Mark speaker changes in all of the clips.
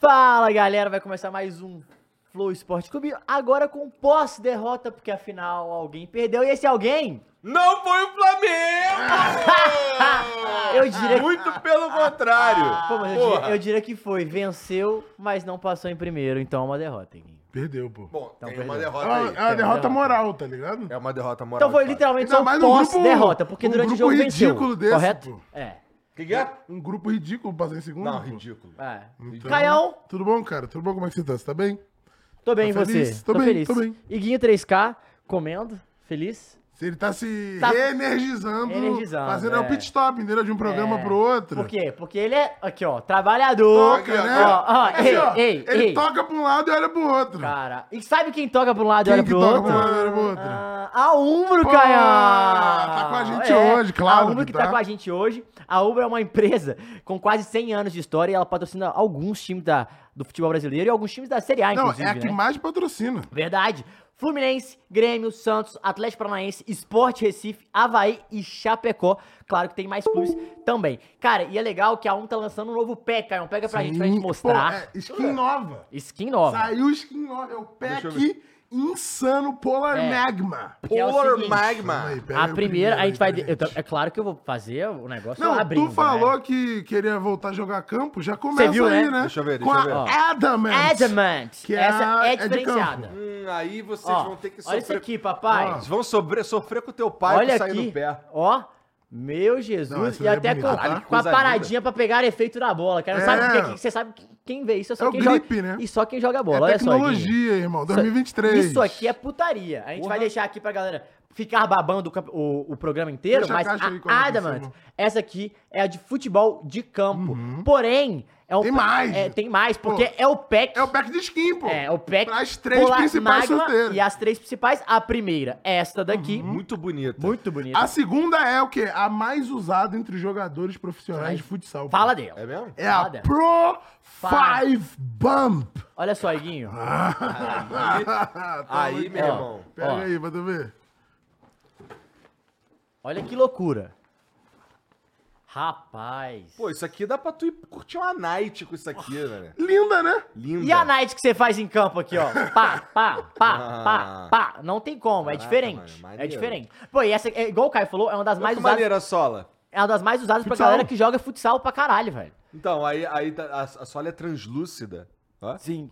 Speaker 1: Fala galera, vai começar mais um Flow Esporte Clube. Agora com pós-derrota, porque afinal alguém perdeu. E esse alguém?
Speaker 2: Não foi o Flamengo!
Speaker 1: Eu diria-
Speaker 2: Muito pelo contrário.
Speaker 1: Ah, Pô, mas eu diria,
Speaker 2: Porra.
Speaker 1: eu diria que foi. Venceu, mas não passou em primeiro. Então é uma derrota, hein?
Speaker 3: Perdeu, pô.
Speaker 2: Bom,
Speaker 1: Então,
Speaker 2: tem
Speaker 1: perdeu.
Speaker 2: uma
Speaker 3: É
Speaker 2: derrota
Speaker 3: uma, é
Speaker 2: aí.
Speaker 3: uma derrota
Speaker 1: derrota.
Speaker 3: moral, tá ligado?
Speaker 2: É uma derrota moral.
Speaker 1: Então foi
Speaker 2: de fato.
Speaker 1: literalmente
Speaker 3: Ainda
Speaker 1: só
Speaker 3: mais num grupo-
Speaker 1: pós-derrota, porque
Speaker 3: num
Speaker 1: durante o
Speaker 3: grupo
Speaker 1: jogo venceu.
Speaker 3: ridículo desse,
Speaker 1: correto?
Speaker 3: pô.
Speaker 1: É.
Speaker 2: Que que é?
Speaker 3: Um grupo ridículo passar em segundo.
Speaker 2: Não,
Speaker 3: pô.
Speaker 2: ridículo.
Speaker 1: é.
Speaker 3: Então-
Speaker 1: Caião,
Speaker 3: Tudo bom, cara? Tudo bom? Como é que você tá? Você tá bem?
Speaker 1: tô bem, e
Speaker 3: Tá feliz?
Speaker 1: você?
Speaker 3: Tô bem,
Speaker 1: feliz.
Speaker 3: tô bem.
Speaker 1: Iguinho 3K, comendo, feliz.
Speaker 3: Se ele tá se
Speaker 1: Tá-
Speaker 3: reenergizando,
Speaker 1: Energizando,
Speaker 3: fazendo é.
Speaker 1: é.
Speaker 3: o pit stop, entendeu? De um programa
Speaker 1: É.
Speaker 3: pro outro.
Speaker 1: Por quê? Porque ele é, aqui ó, trabalhador.
Speaker 2: Toca, né?
Speaker 1: Ó, ó,
Speaker 3: Assim,
Speaker 1: ei,
Speaker 3: ó,
Speaker 1: ei,
Speaker 3: ele
Speaker 1: ei.
Speaker 3: toca pra um lado e olha pro outro.
Speaker 1: Cara, e sabe quem toca pra um lado e
Speaker 3: Quem
Speaker 1: olha
Speaker 3: que
Speaker 1: pro
Speaker 3: toca
Speaker 1: outro?
Speaker 3: pra um lado e olha pro outro?
Speaker 1: Ah, a Umbro,
Speaker 3: Pô,
Speaker 1: Caião!
Speaker 3: tá com a gente hoje, claro
Speaker 1: A Umbro que
Speaker 3: que
Speaker 1: tá.
Speaker 3: tá.
Speaker 1: com a gente hoje. A Umbro é uma empresa com quase 100 anos de história e ela patrocina alguns times da, do futebol brasileiro e alguns times da Série A,
Speaker 3: Não,
Speaker 1: inclusive,
Speaker 3: é a que
Speaker 1: né?
Speaker 3: mais patrocina.
Speaker 1: Verdade. Fluminense, Grêmio, Santos, Atlético Paranaense, Esporte Recife, Havaí e Chapecó. Claro que tem mais clubes também. Cara, e é legal que a Um tá lançando um novo pé, Caião. Pega pra gente pra gente
Speaker 3: Sim.
Speaker 1: mostrar.
Speaker 3: Pô, é skin nova.
Speaker 1: Skin nova.
Speaker 3: Saiu skin nova. É o
Speaker 2: Deixa eu
Speaker 3: pack insano Polar
Speaker 1: É.
Speaker 3: Magma.
Speaker 1: Que é o
Speaker 2: Polar
Speaker 1: seguinte,
Speaker 2: magma.
Speaker 3: Peraí, peraí,
Speaker 1: A
Speaker 3: o
Speaker 1: primeira, a gente vai.
Speaker 3: aí,
Speaker 1: de- eu tô- é claro que eu vou fazer o negócio
Speaker 3: Não,
Speaker 1: abrindo.
Speaker 3: tu falou
Speaker 1: né?
Speaker 3: que queria voltar a jogar campo, já começa
Speaker 1: viu,
Speaker 3: aí,
Speaker 1: né?
Speaker 3: né?
Speaker 2: Deixa eu ver,
Speaker 3: Com
Speaker 2: deixa eu
Speaker 3: a
Speaker 1: ver.
Speaker 3: Adamant.
Speaker 1: Adamant.
Speaker 3: Que é
Speaker 1: Essa
Speaker 3: a-
Speaker 1: é,
Speaker 3: é de
Speaker 1: diferenciada.
Speaker 2: Hum, aí vocês
Speaker 1: Ó,
Speaker 2: vão ter que
Speaker 1: olha isso
Speaker 2: sofrer.
Speaker 1: aqui, papai.
Speaker 3: Ó,
Speaker 2: Vocês vão sobre- sofrer com teu pai
Speaker 1: olha
Speaker 2: por sair
Speaker 1: aqui.
Speaker 2: no pé.
Speaker 1: Ó. Meu Jesus.
Speaker 3: Não, essa
Speaker 1: e
Speaker 3: daí é
Speaker 1: até
Speaker 3: bonita,
Speaker 1: com,
Speaker 3: tá?
Speaker 1: com a
Speaker 2: Coisa
Speaker 1: paradinha pra pegar efeito da bola. Cara, não
Speaker 3: É.
Speaker 1: sabe o que é que- Você sabe que quem vê isso é só
Speaker 3: É o
Speaker 1: quem
Speaker 3: gripe,
Speaker 1: joga.
Speaker 3: né?
Speaker 1: E só quem joga
Speaker 3: É
Speaker 1: bola. olha só. Guinho.
Speaker 3: tecnologia, irmão. 2023.
Speaker 1: Isso aqui é putaria. A gente vai
Speaker 2: Porra.
Speaker 1: deixar aqui pra galera ficar babando o, cap- o- o programa inteiro,
Speaker 3: Deixa a
Speaker 1: mas a,
Speaker 3: caixa aí com a nota em
Speaker 1: Adamant,
Speaker 3: cima. Uhum.
Speaker 1: essa aqui é a de futebol de campo. Porém, é um
Speaker 3: Tem mais.
Speaker 1: é, tem mais, porque
Speaker 3: Pô,
Speaker 1: é o pack.
Speaker 3: É o pack de skin, pô.
Speaker 1: É, o pack.
Speaker 3: As três
Speaker 1: Polar
Speaker 3: principais
Speaker 1: Magma
Speaker 3: sorteiras.
Speaker 1: E as três principais, a primeira, esta daqui.
Speaker 3: Uhum.
Speaker 2: Muito bonito.
Speaker 1: Hum. Muito bonita.
Speaker 3: A segunda é o quê? A mais usada entre os jogadores profissionais de futsal. pô.
Speaker 1: Fala dela.
Speaker 2: É mesmo?
Speaker 3: É a
Speaker 1: Fala dela.
Speaker 3: Pro
Speaker 1: Fala.
Speaker 3: 5 Bump.
Speaker 1: Olha só, Iguinho.
Speaker 3: Tá
Speaker 2: Aí,
Speaker 3: muito-
Speaker 2: meu
Speaker 1: Ó.
Speaker 2: irmão.
Speaker 3: Pega
Speaker 1: Ó.
Speaker 3: aí, pra tu ver.
Speaker 1: Olha que loucura. Rapaz.
Speaker 2: Pô, isso aqui dá pra tu ir curtir uma night com isso aqui, velho.
Speaker 3: Linda, né?
Speaker 2: Linda.
Speaker 1: E a night que você faz em campo aqui, ó? Pá, pá, pá, pá,
Speaker 2: Ah.
Speaker 1: pá. Não tem como, é
Speaker 2: Caraca,
Speaker 1: diferente.
Speaker 2: mano,
Speaker 1: é
Speaker 2: maneiro.
Speaker 1: diferente. Pô, e essa, é, igual o Caio falou, é uma das
Speaker 2: Olha
Speaker 1: mais
Speaker 2: que
Speaker 1: usadas.
Speaker 2: maneira, Sola.
Speaker 1: É uma das mais usadas pra
Speaker 3: Futsal.
Speaker 1: galera que joga futsal pra caralho, velho.
Speaker 2: Então, aí, aí tá- a, a Sola é translúcida. Ó.
Speaker 1: Sim,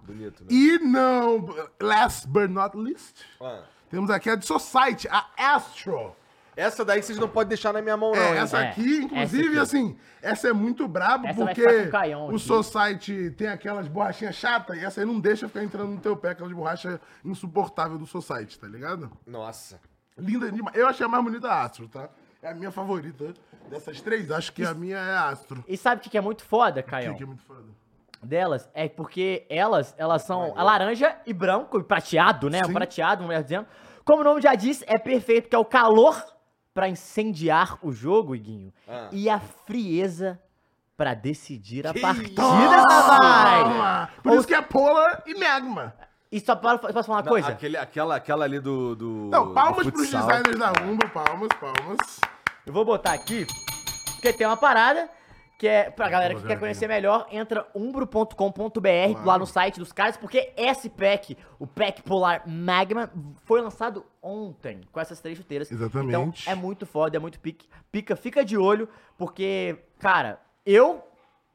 Speaker 1: bizarro.
Speaker 2: Bonito, né?
Speaker 3: E não, last but not least,
Speaker 2: Ó.
Speaker 3: temos aqui a de Society, a Astro.
Speaker 2: Essa daí vocês não podem deixar na minha mão, não.
Speaker 3: É,
Speaker 2: hein?
Speaker 3: essa
Speaker 1: É,
Speaker 3: aqui, inclusive,
Speaker 1: essa
Speaker 3: assim, essa é muito braba
Speaker 1: Essa vai
Speaker 3: porque
Speaker 1: ficar com o caião
Speaker 3: o
Speaker 1: aqui.
Speaker 3: Society tem aquelas borrachinhas chatas e essa aí não deixa ficar entrando no teu pé, aquelas borrachas insuportáveis do Society, tá ligado?
Speaker 2: Nossa.
Speaker 3: Linda demais. Eu achei a mais bonita a Astro, tá? É a minha favorita dessas três. Acho que a minha é a Astro.
Speaker 1: E sabe o que que é muito foda,
Speaker 3: Que,
Speaker 1: Caio?
Speaker 3: que é muito foda.
Speaker 1: Delas é porque elas, elas são a laranja e branco e prateado, né?
Speaker 3: Sim.
Speaker 1: Prateado, mulher dizendo. Como o nome já diz, é perfeito, que é o calor pra incendiar o jogo, Iguinho.
Speaker 2: Ah.
Speaker 1: E a frieza pra decidir a
Speaker 2: Que
Speaker 1: partida,
Speaker 2: isso?
Speaker 1: rapaz!
Speaker 3: Toma! Por isso que é Polar e Magma.
Speaker 1: E só para- posso falar uma
Speaker 2: Não,
Speaker 1: coisa?
Speaker 2: Aquele, aquela, aquela ali do. do
Speaker 3: Não, palmas
Speaker 2: do
Speaker 3: pros
Speaker 2: futsal.
Speaker 3: designers da Umbro, palmas, palmas.
Speaker 1: Eu vou botar aqui, porque tem uma parada que é pra galera que
Speaker 3: Vou
Speaker 1: quer
Speaker 3: ver
Speaker 1: conhecer melhor, entra umbro.com.br lá
Speaker 3: Claro.
Speaker 1: no site dos caras, porque esse pack, o pack Polar Magma, foi lançado ontem com essas três chuteiras. Então
Speaker 3: Exatamente.
Speaker 1: é muito foda, é muito pique, pica, fica de olho, porque, cara, eu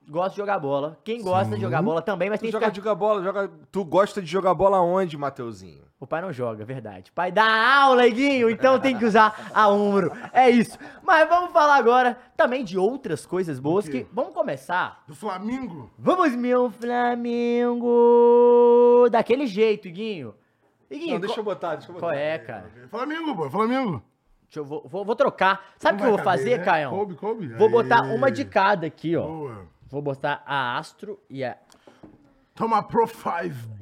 Speaker 1: gosto de jogar bola. Quem gosta de jogar bola também, mas
Speaker 2: Tu
Speaker 1: tem que
Speaker 2: joga
Speaker 1: ficar...
Speaker 2: de jogar bola, joga. Tu gosta de jogar bola onde, Mateuzinho?
Speaker 1: O pai não joga, é verdade. Pai dá aula, Iguinho, então tem que usar a Umbro. É isso. Mas vamos falar agora também de outras coisas boas que. Vamos começar.
Speaker 3: Do Flamengo.
Speaker 1: Vamos, meu Flamengo! Daquele jeito, Iguinho. Iguinho,
Speaker 2: Não, deixa eu
Speaker 1: qual,
Speaker 2: botar, deixa eu botar. né?
Speaker 1: qual é, cara?
Speaker 3: Flamengo, pô, Flamengo.
Speaker 1: Deixa eu, vou, vou- vou trocar. Sabe o que
Speaker 3: Não
Speaker 1: eu vou
Speaker 3: vai
Speaker 1: fazer,
Speaker 3: caber, né?
Speaker 1: Caião?
Speaker 3: Coube, coube.
Speaker 1: Vou botar
Speaker 3: Aí.
Speaker 1: uma de cada aqui, ó.
Speaker 3: Boa.
Speaker 1: Vou botar a Astro e a.
Speaker 3: Toma Pro 5.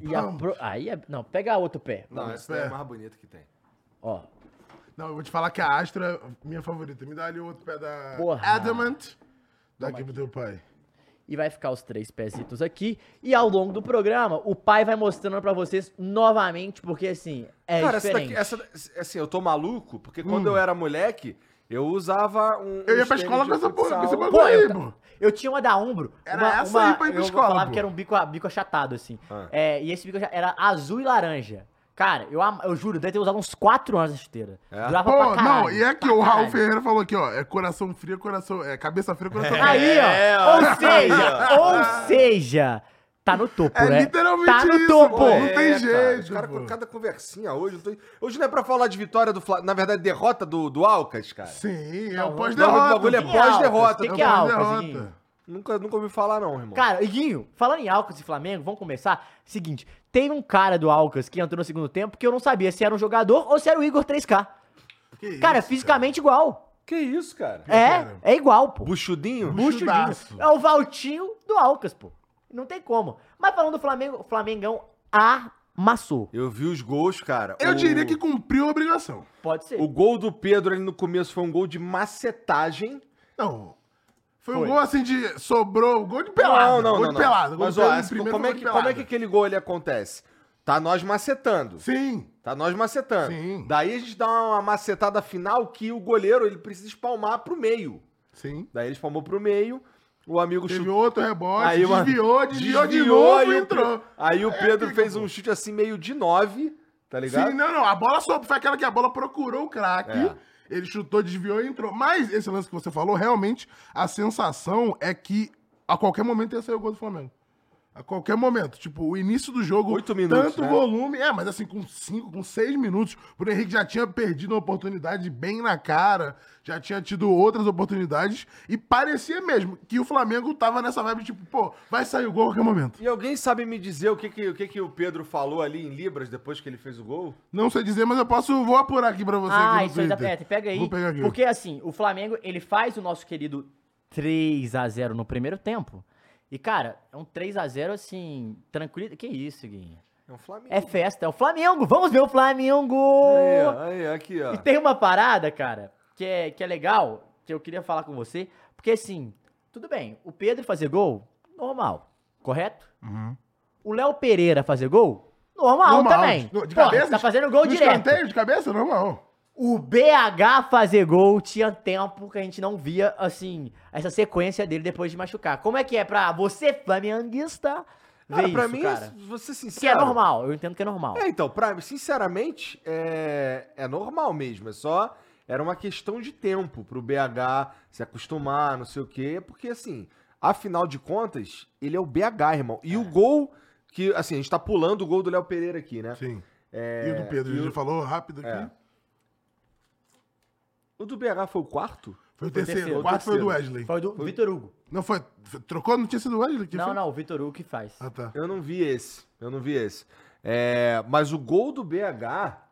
Speaker 1: E a
Speaker 3: bam.
Speaker 1: Pro- Aí é. Não, pega outro pé.
Speaker 2: Não,
Speaker 3: Não,
Speaker 2: essa daí é a
Speaker 3: é.
Speaker 2: mais bonita que tem.
Speaker 1: Ó.
Speaker 3: Não, eu vou te falar que a Astra é minha favorita. Me dá ali outro pé da
Speaker 1: Porra.
Speaker 3: Adamant. Dá aqui pro teu pai.
Speaker 1: e vai ficar os três pezitos aqui. E ao longo do programa, o pai vai mostrando pra vocês novamente, porque assim, é
Speaker 2: cara,
Speaker 1: diferente.
Speaker 3: é-
Speaker 2: essa daqui. Essa, assim, eu tô maluco, porque quando eu era moleque, Eu usava um.
Speaker 3: Hum. Eu ia
Speaker 2: um
Speaker 3: pra escola
Speaker 2: tênis de
Speaker 3: com essa porra, com esse
Speaker 2: futsal.
Speaker 3: bagulho
Speaker 1: Pô,
Speaker 3: aí,
Speaker 1: eu,
Speaker 3: pô.
Speaker 1: ta- eu tinha uma da Umbro.
Speaker 3: Era
Speaker 1: uma,
Speaker 3: essa aí pra ir pra
Speaker 1: eu
Speaker 3: escola,
Speaker 1: falava
Speaker 3: pô.
Speaker 1: que era um bico, a- bico achatado, assim.
Speaker 2: Ah.
Speaker 1: É, e esse bico achatado era azul e laranja. Cara, eu, am- eu juro, deve ter usado uns 4 anos essa chuteira.
Speaker 2: É?
Speaker 1: Durava pra
Speaker 3: Pô,
Speaker 1: caralho.
Speaker 3: não, e é que
Speaker 1: pra
Speaker 3: o Raul
Speaker 1: caralho.
Speaker 3: Ferreira falou aqui, ó. É coração frio, coração. É cabeça fria, coração frio.
Speaker 1: Aí, ó.
Speaker 2: É, ó.
Speaker 1: ou seja, ou seja, tá no topo,
Speaker 3: É
Speaker 1: né?
Speaker 3: literalmente
Speaker 1: Tá no
Speaker 3: isso,
Speaker 1: topo.
Speaker 3: pô. Não
Speaker 2: É,
Speaker 3: tem
Speaker 2: cara,
Speaker 3: jeito,
Speaker 2: os caras
Speaker 3: pô.
Speaker 2: com cada conversinha hoje. não tem- Hoje não é pra falar de vitória do Flamengo. Na verdade, derrota do, do Alcas, cara.
Speaker 3: Sim, é o
Speaker 1: Não,
Speaker 2: não, o
Speaker 3: pós-derrota.
Speaker 2: bagulho é
Speaker 1: Que
Speaker 3: pô.
Speaker 1: que Alcas?
Speaker 2: pós-derrota,
Speaker 1: Que
Speaker 3: É o
Speaker 1: que é Alcas,
Speaker 3: pós-derrota.
Speaker 1: Iguinho?
Speaker 2: Nunca, nunca ouvi falar, não, irmão.
Speaker 1: Cara, Iguinho, falando em Alcas e Flamengo, vamos começar? Seguinte, tem um cara do Alcas que entrou no segundo tempo que eu não sabia se era um jogador ou se era o Igor 3K.
Speaker 3: Que
Speaker 1: Cara, é
Speaker 3: isso,
Speaker 1: fisicamente igual.
Speaker 2: que isso, cara?
Speaker 1: É,
Speaker 3: cara.
Speaker 1: é igual, pô.
Speaker 2: Buchudinho?
Speaker 1: Buchudinho.
Speaker 3: Buchudaço.
Speaker 1: É o Valtinho do Alcas, pô. Não tem como. Mas falando do Flamengo, o Flamengão amassou.
Speaker 2: Eu vi os gols, cara.
Speaker 3: Eu
Speaker 2: O-
Speaker 3: diria que cumpriu a obrigação.
Speaker 1: Pode ser.
Speaker 2: O gol do Pedro ali no começo foi um gol de macetagem.
Speaker 3: Não. Foi,
Speaker 1: Foi.
Speaker 3: um gol assim de. Sobrou. Gol de pelada.
Speaker 2: Não, não,
Speaker 3: gol
Speaker 2: não.
Speaker 3: de
Speaker 2: não.
Speaker 3: pelada. Gol
Speaker 2: Mas,
Speaker 3: de
Speaker 2: ó,
Speaker 3: pelada,
Speaker 2: essa-
Speaker 3: primeiro
Speaker 2: como, é
Speaker 3: gol de
Speaker 2: que, como é que
Speaker 3: pelada.
Speaker 2: aquele gol ele acontece? Tá nós macetando.
Speaker 3: Sim.
Speaker 2: Tá nós macetando.
Speaker 3: Sim.
Speaker 2: Daí a gente dá uma macetada final que o goleiro ele precisa espalmar pro meio.
Speaker 3: Sim.
Speaker 2: Daí ele espalmou pro meio, o amigo
Speaker 3: Teve
Speaker 2: chutou.
Speaker 3: outro rebote.
Speaker 2: Aí, mano,
Speaker 3: desviou, desviou, de
Speaker 2: desviou,
Speaker 3: novo
Speaker 2: aí
Speaker 3: e
Speaker 2: o Pe-
Speaker 3: entrou.
Speaker 2: Aí o
Speaker 3: É,
Speaker 2: Pedro
Speaker 3: que
Speaker 2: fez
Speaker 3: que-
Speaker 2: um chute assim meio de nove, tá ligado?
Speaker 3: Sim, não, não. A bola sobrou. Foi aquela que a bola procurou o craque.
Speaker 2: É.
Speaker 3: Ele chutou, desviou e entrou. Mas esse lance que você falou, realmente, a sensação é que a qualquer momento ia sair o gol do Flamengo. A qualquer momento. Tipo, o início do jogo.
Speaker 2: Oito minutos,
Speaker 3: Tanto
Speaker 2: né?
Speaker 3: volume. É, mas assim, com cinco, com seis minutos. O Bruno Henrique já tinha perdido uma oportunidade bem na cara. Já tinha tido outras oportunidades. E parecia mesmo que o Flamengo tava nessa vibe, tipo, pô, vai sair o gol a qualquer momento.
Speaker 2: E alguém sabe me dizer o que que, o que que o Pedro falou ali em Libras depois que ele fez o gol?
Speaker 3: Não sei dizer, mas eu posso. Vou apurar aqui pra você.
Speaker 1: Ah,
Speaker 3: aqui no
Speaker 1: isso aí dá
Speaker 3: Twitter.
Speaker 1: é, pega aí.
Speaker 3: Vou pegar aqui.
Speaker 1: Porque assim, o Flamengo, ele faz o nosso querido 3 a 0 no primeiro tempo. E cara, é um 3 a 0 assim, tranquilo. Que isso, Guinho?
Speaker 2: É um Flamengo.
Speaker 1: É festa, é o Flamengo. Vamos ver o Flamengo.
Speaker 2: Aí, ó, aí, aqui, ó.
Speaker 1: E tem uma parada, cara, que é, que é legal, que eu queria falar com você, porque assim, tudo bem, o Pedro fazer gol, normal, correto?
Speaker 3: Uhum.
Speaker 1: O Léo Pereira fazer gol, normal,
Speaker 3: Normal,
Speaker 1: também.
Speaker 3: de- de
Speaker 1: Pô,
Speaker 3: cabeça,
Speaker 1: tá fazendo gol
Speaker 3: No
Speaker 1: direto.
Speaker 3: escanteio de cabeça, normal.
Speaker 1: O BH fazer gol tinha tempo que a gente não via, assim, essa sequência dele depois de machucar. Como é que é pra você, flamenguista, ver
Speaker 2: Cara,
Speaker 1: isso,
Speaker 2: pra mim, é assim,
Speaker 1: cara?
Speaker 2: você
Speaker 1: Que é
Speaker 2: sincero.
Speaker 1: normal, eu entendo que é normal.
Speaker 2: É, então, pra, sinceramente, é, é normal mesmo. É só. Era uma questão de tempo pro BH se acostumar, não sei o quê. Porque, assim, afinal de contas, ele é o BH, irmão. E o gol. Que, assim, a gente tá pulando o gol do Léo Pereira aqui, né?
Speaker 3: Sim. E o do Pedro,
Speaker 2: e
Speaker 3: ele
Speaker 2: o-
Speaker 3: falou rápido aqui.
Speaker 2: É. O do BH foi o quarto?
Speaker 1: Foi
Speaker 3: Foi o
Speaker 1: o
Speaker 3: terceiro,
Speaker 1: terceiro,
Speaker 3: o quarto
Speaker 2: terceiro.
Speaker 3: É, foi o do Wesley.
Speaker 1: Foi do Vitor Hugo.
Speaker 3: Não foi, foi- trocou? Não tinha sido o Wesley que
Speaker 1: Não,
Speaker 3: fez?
Speaker 1: não, o Vitor Hugo que faz.
Speaker 3: Ah, tá.
Speaker 2: Eu não vi esse. Eu não vi esse. É, mas o gol do BH.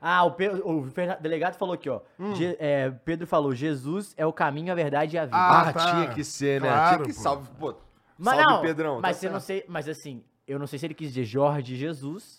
Speaker 1: Ah, o, Pe- o Fernan- delegado falou aqui, ó.
Speaker 2: Hum.
Speaker 1: Je- é, Pedro falou: Jesus é o caminho, a verdade e a vida.
Speaker 3: Ah,
Speaker 2: Ah,
Speaker 3: tá.
Speaker 2: tinha que ser, né?
Speaker 3: Claro,
Speaker 2: tinha que
Speaker 3: pô.
Speaker 2: salve, pô.
Speaker 1: mas
Speaker 2: salve,
Speaker 1: não,
Speaker 2: Pedrão.
Speaker 1: Mas
Speaker 2: tá
Speaker 1: eu não sei,
Speaker 2: certo.
Speaker 1: mas assim, eu não sei se ele quis dizer Jorge Jesus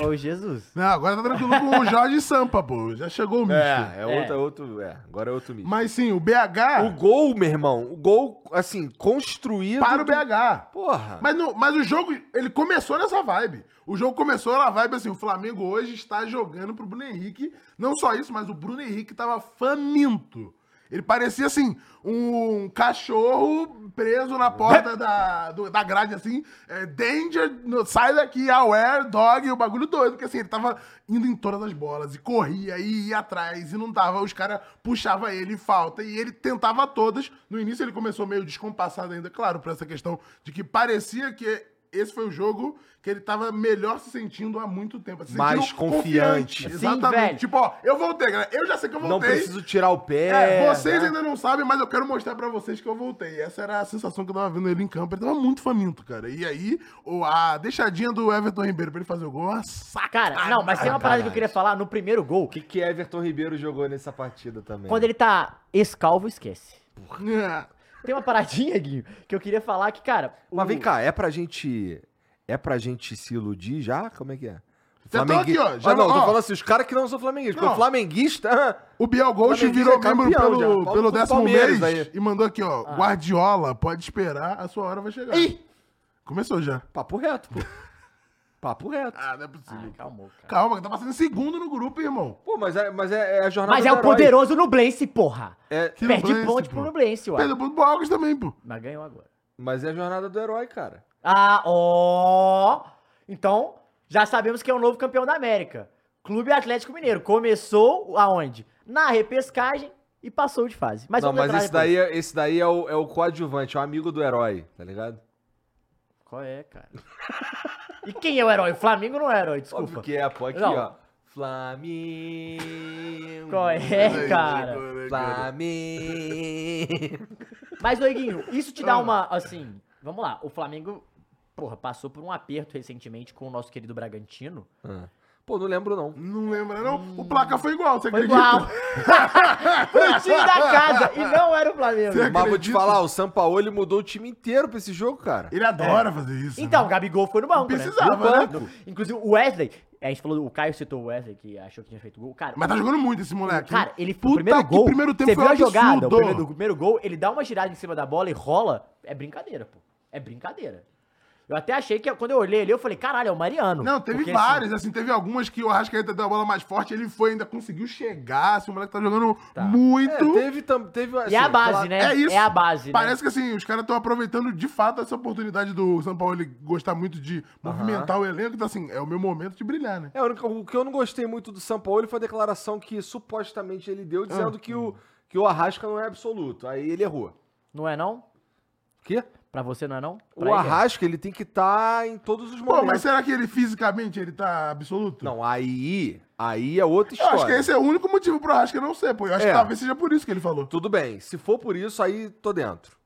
Speaker 1: ou Jesus.
Speaker 3: Não, agora tá tranquilo com o Jorge Sampa, pô. Já chegou o misto.
Speaker 2: É, é,
Speaker 1: É.
Speaker 2: outro, é outro. É, agora é outro mito.
Speaker 3: Mas sim, o
Speaker 2: O
Speaker 3: BH
Speaker 2: gol, meu irmão, o gol, assim, construído.
Speaker 3: para o
Speaker 2: do-
Speaker 3: BH.
Speaker 2: Porra.
Speaker 3: Mas, não, mas o jogo, ele começou nessa vibe. O jogo começou na vibe assim, o Flamengo hoje está jogando pro Bruno Henrique. Não só isso, mas o Bruno Henrique tava faminto. Ele parecia assim, um cachorro preso na porta da, do- da grade, assim, é, danger, no- sai daqui, aware, dog, o bagulho doido, porque assim, ele tava indo em todas as bolas, e corria, e ia atrás, e não dava, os caras puxavam ele, falta, e ele tentava todas. No início ele começou meio descompassado ainda, claro, por essa questão de que parecia que esse foi o jogo que ele tava melhor se sentindo há muito tempo. se
Speaker 2: Mais
Speaker 3: sentindo
Speaker 2: confiante.
Speaker 1: Sim,
Speaker 3: Exatamente.
Speaker 1: velho.
Speaker 3: tipo, ó, eu voltei, galera, eu já sei que eu voltei.
Speaker 2: não preciso tirar o pé.
Speaker 3: É, vocês
Speaker 2: né?
Speaker 3: ainda não sabem, mas eu quero mostrar pra vocês que eu voltei. Essa era a sensação que eu tava vendo ele em campo. Ele tava muito faminto, cara. E aí, o- a deixadinha do Everton Ribeiro pra ele fazer o gol, é uma sacanagem.
Speaker 1: Cara, não, mas tem uma parada que eu
Speaker 2: Sacanagem.
Speaker 1: queria falar no primeiro gol.
Speaker 2: O que, que Everton Ribeiro jogou nessa partida também?
Speaker 1: Quando ele tá escalvo, esquece.
Speaker 3: É.
Speaker 1: Tem uma paradinha, Guinho, que eu queria falar que, cara. o-
Speaker 2: Mas vem cá, é pra gente. É pra gente se iludir já? Como é que é?
Speaker 3: Já tô
Speaker 2: Flamenguista-
Speaker 3: aqui, ó, já
Speaker 2: ah, não,
Speaker 3: vou-
Speaker 2: tô
Speaker 3: ó.
Speaker 2: falando assim, os caras que não são flamenguistas.
Speaker 3: Não.
Speaker 2: Porque Flamenguista.
Speaker 3: O Biel Ghost
Speaker 2: Flamengo
Speaker 3: virou
Speaker 2: é campeão
Speaker 3: membro pelo,
Speaker 2: já. Paulo
Speaker 3: pelo
Speaker 2: do
Speaker 3: décimo
Speaker 2: Palmeiras
Speaker 3: mês
Speaker 2: aí.
Speaker 3: e mandou aqui, ó.
Speaker 1: Ah.
Speaker 3: Guardiola, pode esperar, a sua hora vai chegar.
Speaker 2: Ih!
Speaker 3: Começou já.
Speaker 2: Papo reto, pô. Papo reto.
Speaker 3: Ah, não é possível.
Speaker 1: Ah, calmou, cara.
Speaker 3: Calma, que tá passando em segundo no grupo, irmão.
Speaker 2: Pô, mas é, mas é, é a jornada
Speaker 1: Mas
Speaker 2: do
Speaker 1: é o
Speaker 2: herói.
Speaker 1: poderoso Nublense, porra.
Speaker 2: É,
Speaker 3: Que
Speaker 1: Perde
Speaker 3: Nublense,
Speaker 1: ponte
Speaker 3: pô.
Speaker 1: pro Nublense, ué.
Speaker 3: Perdeu pro Borges também, pô.
Speaker 1: Mas ganhou agora.
Speaker 2: mas é a jornada do herói, cara.
Speaker 1: Ah, ó. Então, já sabemos que é o novo campeão da América. Clube Atlético Mineiro. Começou aonde? Na repescagem e passou de fase. Mas
Speaker 2: não,
Speaker 1: vamos
Speaker 2: mas
Speaker 1: entrar
Speaker 2: esse
Speaker 1: depois.
Speaker 2: daí, é- esse daí é o, é o coadjuvante, é o amigo do herói, tá ligado?
Speaker 1: Qual é, cara? e quem é o herói? O Flamengo não é herói, desculpa.
Speaker 2: Óbvio que é, pô. Aqui,
Speaker 1: Não.
Speaker 2: ó. Flamengo.
Speaker 1: Qual é, cara?
Speaker 3: né,
Speaker 2: Flamengo.
Speaker 1: Mas, Doiguinho, isso te dá
Speaker 3: Ah.
Speaker 1: uma, assim, vamos lá. O Flamengo, porra, passou por um aperto recentemente com o nosso querido Bragantino.
Speaker 2: Ah. Pô, não lembro não.
Speaker 3: Não lembra, não? O placa foi igual, você
Speaker 1: Hum. Foi
Speaker 3: acredita?
Speaker 1: igual. Pro time da casa. E não era o Flamengo.
Speaker 2: Mas
Speaker 3: Você
Speaker 2: vou te
Speaker 3: acredita?
Speaker 2: falar, o Sampaoli mudou o time inteiro pra esse jogo, cara.
Speaker 3: Ele adora fazer isso.
Speaker 1: Então, o
Speaker 3: né?
Speaker 1: Gabigol ficou no banco, né?
Speaker 3: Precisava,
Speaker 1: No
Speaker 3: né?
Speaker 1: banco. Inclusive, o Wesley, a gente falou, o Caio citou o Wesley, que achou que tinha feito gol. Cara,
Speaker 3: Mas tá jogando muito esse moleque.
Speaker 1: cara ele
Speaker 3: Puta
Speaker 1: o primeiro
Speaker 3: que
Speaker 1: gol,
Speaker 3: primeiro tempo
Speaker 1: você
Speaker 3: foi
Speaker 1: viu a jogada, o
Speaker 3: absurdo.
Speaker 1: primeiro, o primeiro gol, ele dá uma girada em cima da bola e rola. É brincadeira, pô. É brincadeira. Eu até achei que, quando eu olhei ali, eu falei, caralho, é o Mariano.
Speaker 3: Não, teve
Speaker 1: Porque, assim,
Speaker 3: várias, assim, teve algumas que o Arrascaeta deu a bola mais forte, ele foi, ainda conseguiu chegar, assim, o moleque tá jogando
Speaker 1: Tá.
Speaker 2: É,
Speaker 3: muito.
Speaker 2: teve, tam- teve
Speaker 1: e é a
Speaker 2: assim,
Speaker 1: base,
Speaker 2: falar-
Speaker 1: né?
Speaker 3: É isso.
Speaker 1: É a base, né?
Speaker 3: Parece que, assim, os caras estão aproveitando, de fato, essa oportunidade do São Paulo ele gostar muito de movimentar o elenco, então, assim, é o meu momento de brilhar, né?
Speaker 2: É, a única- o que eu não gostei muito do Sampaoli foi a declaração que supostamente ele deu
Speaker 3: Ah.
Speaker 2: dizendo que, o, que o Arrasca não é absoluto. Aí ele errou.
Speaker 1: Não é não?
Speaker 2: O quê?
Speaker 1: Pra você não é não? Pra
Speaker 2: o
Speaker 1: ele é.
Speaker 2: Arrasca, ele tem que estar em todos os
Speaker 3: Pô,
Speaker 2: momentos.
Speaker 3: mas será que ele fisicamente ele tá absoluto?
Speaker 2: Não, aí, aí é outra
Speaker 3: Eu
Speaker 2: história.
Speaker 3: acho que esse é o único motivo pro Arrasca não ser, pô. Eu acho
Speaker 2: É.
Speaker 3: que talvez seja por isso que ele falou.
Speaker 2: Tudo bem, se for por isso, aí tô dentro.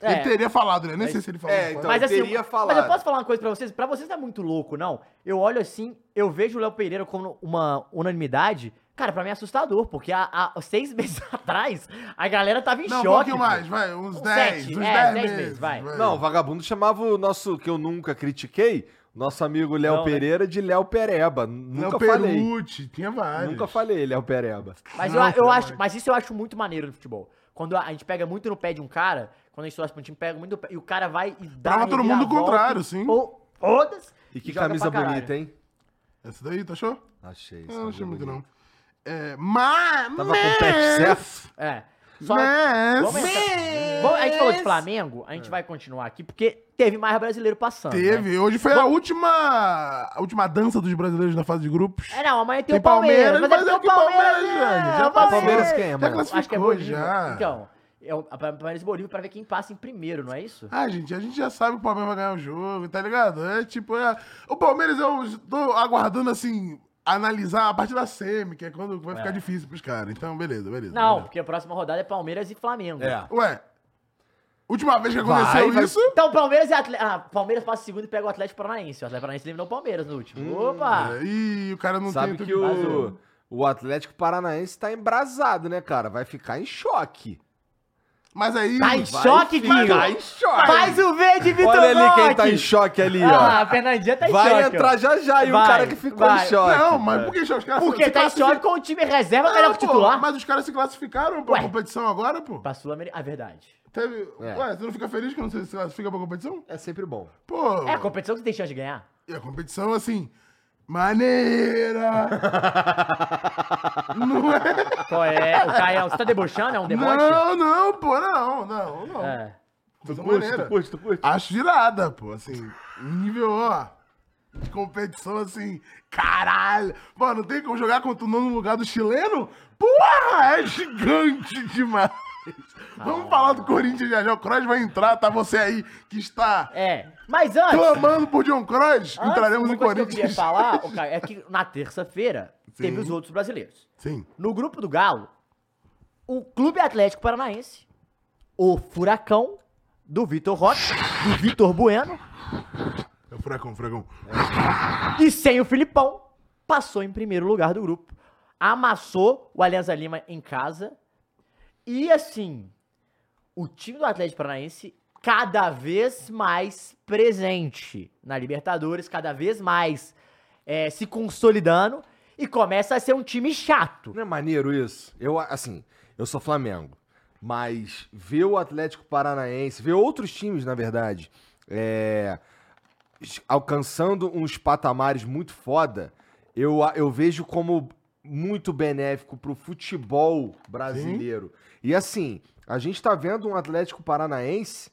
Speaker 1: É.
Speaker 3: Ele teria falado, né? Nem sei se ele falou.
Speaker 2: É,
Speaker 3: pô.
Speaker 2: então,
Speaker 1: Mas assim,
Speaker 2: teria
Speaker 1: mas eu
Speaker 2: falado.
Speaker 1: posso falar uma coisa pra vocês? Pra vocês não é muito louco, não. Eu olho assim, eu vejo o Léo Pereira como uma unanimidade. Cara, pra mim é assustador, porque há, há seis meses atrás a galera tava em
Speaker 3: Não, um
Speaker 1: choque.
Speaker 3: pouquinho
Speaker 1: pô.
Speaker 3: mais, vai. Uns
Speaker 1: Um
Speaker 3: 10,
Speaker 1: sete,
Speaker 3: uns
Speaker 1: é, dez
Speaker 3: 10 meses. é
Speaker 1: meses, vai.
Speaker 2: Não, o vagabundo chamava o nosso, que eu nunca critiquei, nosso amigo Léo
Speaker 1: Não, né?
Speaker 2: Pereira de Léo Pereba.
Speaker 3: Léo
Speaker 2: Nunca falei.
Speaker 3: Perucci, tinha vários.
Speaker 2: Nunca falei, Léo Pereba.
Speaker 1: Mas
Speaker 3: Não,
Speaker 1: eu, eu
Speaker 3: não,
Speaker 1: acho,
Speaker 3: mas-
Speaker 1: mas isso eu acho muito maneiro no futebol. Quando a, a gente pega muito no pé de um cara, quando a gente torce pra um time, pega muito no pé, e o cara vai e dá
Speaker 3: Trava todo mundo do
Speaker 1: reviravolta,
Speaker 3: contrário, sim.
Speaker 1: pô, Foda-se.
Speaker 2: E que
Speaker 1: joga
Speaker 2: camisa
Speaker 1: pra caralho.
Speaker 2: bonita, hein?
Speaker 3: Essa daí, tu achou?
Speaker 2: Achei.
Speaker 3: Eu
Speaker 2: essa
Speaker 3: não
Speaker 2: camisa
Speaker 3: achei muito,
Speaker 2: bonita.
Speaker 3: não. É, mas...
Speaker 2: Tava com o pé certo?
Speaker 1: É. Só, Vamos
Speaker 3: Mas...
Speaker 1: entrar- Vamos- a gente falou de Flamengo, a gente vai continuar aqui, porque teve mais brasileiro passando. né?
Speaker 3: É. Teve. Hoje foi a última... A última dança dos brasileiros na fase de grupos.
Speaker 1: É, não, amanhã tem,
Speaker 3: Tem
Speaker 1: o Palmeiras.
Speaker 3: Palmeiras,
Speaker 1: é porque
Speaker 3: mas é
Speaker 1: o
Speaker 3: que o
Speaker 1: Palmeiras,
Speaker 3: Palmeiras,
Speaker 1: é,
Speaker 3: já
Speaker 1: o
Speaker 3: passou.
Speaker 2: Palmeiras quem é,
Speaker 3: Já
Speaker 2: mano?
Speaker 1: Acho que é
Speaker 3: classificou,
Speaker 1: Bolívia.
Speaker 3: já.
Speaker 1: Então, é o a Palmeiras e Bolívia pra ver quem passa em primeiro, não é isso?
Speaker 3: Ah, gente, a gente já sabe que o Palmeiras vai ganhar o jogo, tá ligado? É tipo, é- o Palmeiras eu tô aguardando assim, analisar a partir da semi, que é quando vai ficar
Speaker 1: É.
Speaker 3: difícil pros caras. Então, beleza, beleza.
Speaker 1: Não, porque a próxima rodada é Palmeiras e Flamengo.
Speaker 2: É.
Speaker 3: beleza. Ué, última vez que aconteceu
Speaker 2: vai-
Speaker 3: isso.
Speaker 1: Então, Palmeiras e Atlético. Ah, Palmeiras passa em segundo e pega o Atlético Paranaense. O Atlético Paranaense eliminou o Palmeiras no último.
Speaker 3: é
Speaker 1: Opa!
Speaker 3: E o cara não
Speaker 2: Sabe
Speaker 3: tem
Speaker 2: que
Speaker 3: outro-
Speaker 2: o, o Atlético Paranaense tá embrasado, né, cara? Vai ficar em choque.
Speaker 3: Mas aí.
Speaker 1: Tá em
Speaker 3: vai-
Speaker 1: choque, Guinho!
Speaker 2: Tá em choque.
Speaker 1: Faz o V de um Vitor
Speaker 2: Olha ali quem
Speaker 1: Roque.
Speaker 2: tá em choque ali,
Speaker 1: Ah,
Speaker 2: ó.
Speaker 1: a Fernandinha tá em
Speaker 2: Vai
Speaker 1: choque. ó.
Speaker 2: entrar já já e o
Speaker 1: Vai,
Speaker 2: cara que ficou
Speaker 1: vai.
Speaker 2: em choque.
Speaker 3: Não, mas por que os caras
Speaker 1: Porque
Speaker 3: se
Speaker 1: tá em
Speaker 3: classific-
Speaker 1: choque com o time reserva melhor
Speaker 3: Não,
Speaker 1: que o
Speaker 3: Ah, pô,
Speaker 1: titular.
Speaker 3: Mas os caras se classificaram pra
Speaker 1: Ué.
Speaker 3: competição agora, pô.
Speaker 1: Pra Sul-América. A verdade.
Speaker 3: Teve...
Speaker 2: É.
Speaker 3: Ué, você não fica feliz quando você se classifica pra competição?
Speaker 2: É sempre bom.
Speaker 3: Pô.
Speaker 1: É a competição que tem chance de ganhar.
Speaker 3: E a competição, assim, maneira! não é?
Speaker 1: Qual é? O Caio, você tá debochando? É um deboche?
Speaker 3: Não, não, pô, não, não, não.
Speaker 1: É.
Speaker 3: Competição maneira.
Speaker 2: curte, tu curte.
Speaker 3: Acho irada, pô, assim, nível, ó, de competição, assim, caralho. Mano, não tem como jogar contra o nono lugar do chileno? Porra, é gigante demais.
Speaker 1: Tá
Speaker 3: Vamos falar do Corinthians já já, o Kroos vai entrar, tá? Você aí que está
Speaker 1: É. Mas antes.
Speaker 3: clamando por John Kroos,
Speaker 1: antes,
Speaker 3: entraremos
Speaker 1: uma
Speaker 3: em
Speaker 1: coisa que eu queria
Speaker 3: Corinthians.
Speaker 1: falar, ô, Caio, é que na terça-feira teve
Speaker 3: Sim.
Speaker 1: os outros brasileiros.
Speaker 3: Sim.
Speaker 1: No grupo do Galo, o Clube Atlético Paranaense, o Furacão do Vitor Roque, do Vitor Bueno
Speaker 3: É o furacão, furacão.
Speaker 1: e sem o Filipão, passou em primeiro lugar do grupo. Amassou o Alianza Lima em casa. E assim, o time do Atlético Paranaense cada vez mais presente na Libertadores, cada vez mais eh, se consolidando e começa a ser um time chato.
Speaker 2: Não é maneiro isso? Eu, assim, eu sou Flamengo. Mas ver o Atlético Paranaense, ver outros times, na verdade, é, es- alcançando uns patamares muito foda, eu, a- eu vejo como muito benéfico pro futebol brasileiro. E assim, a gente tá vendo um Atlético Paranaense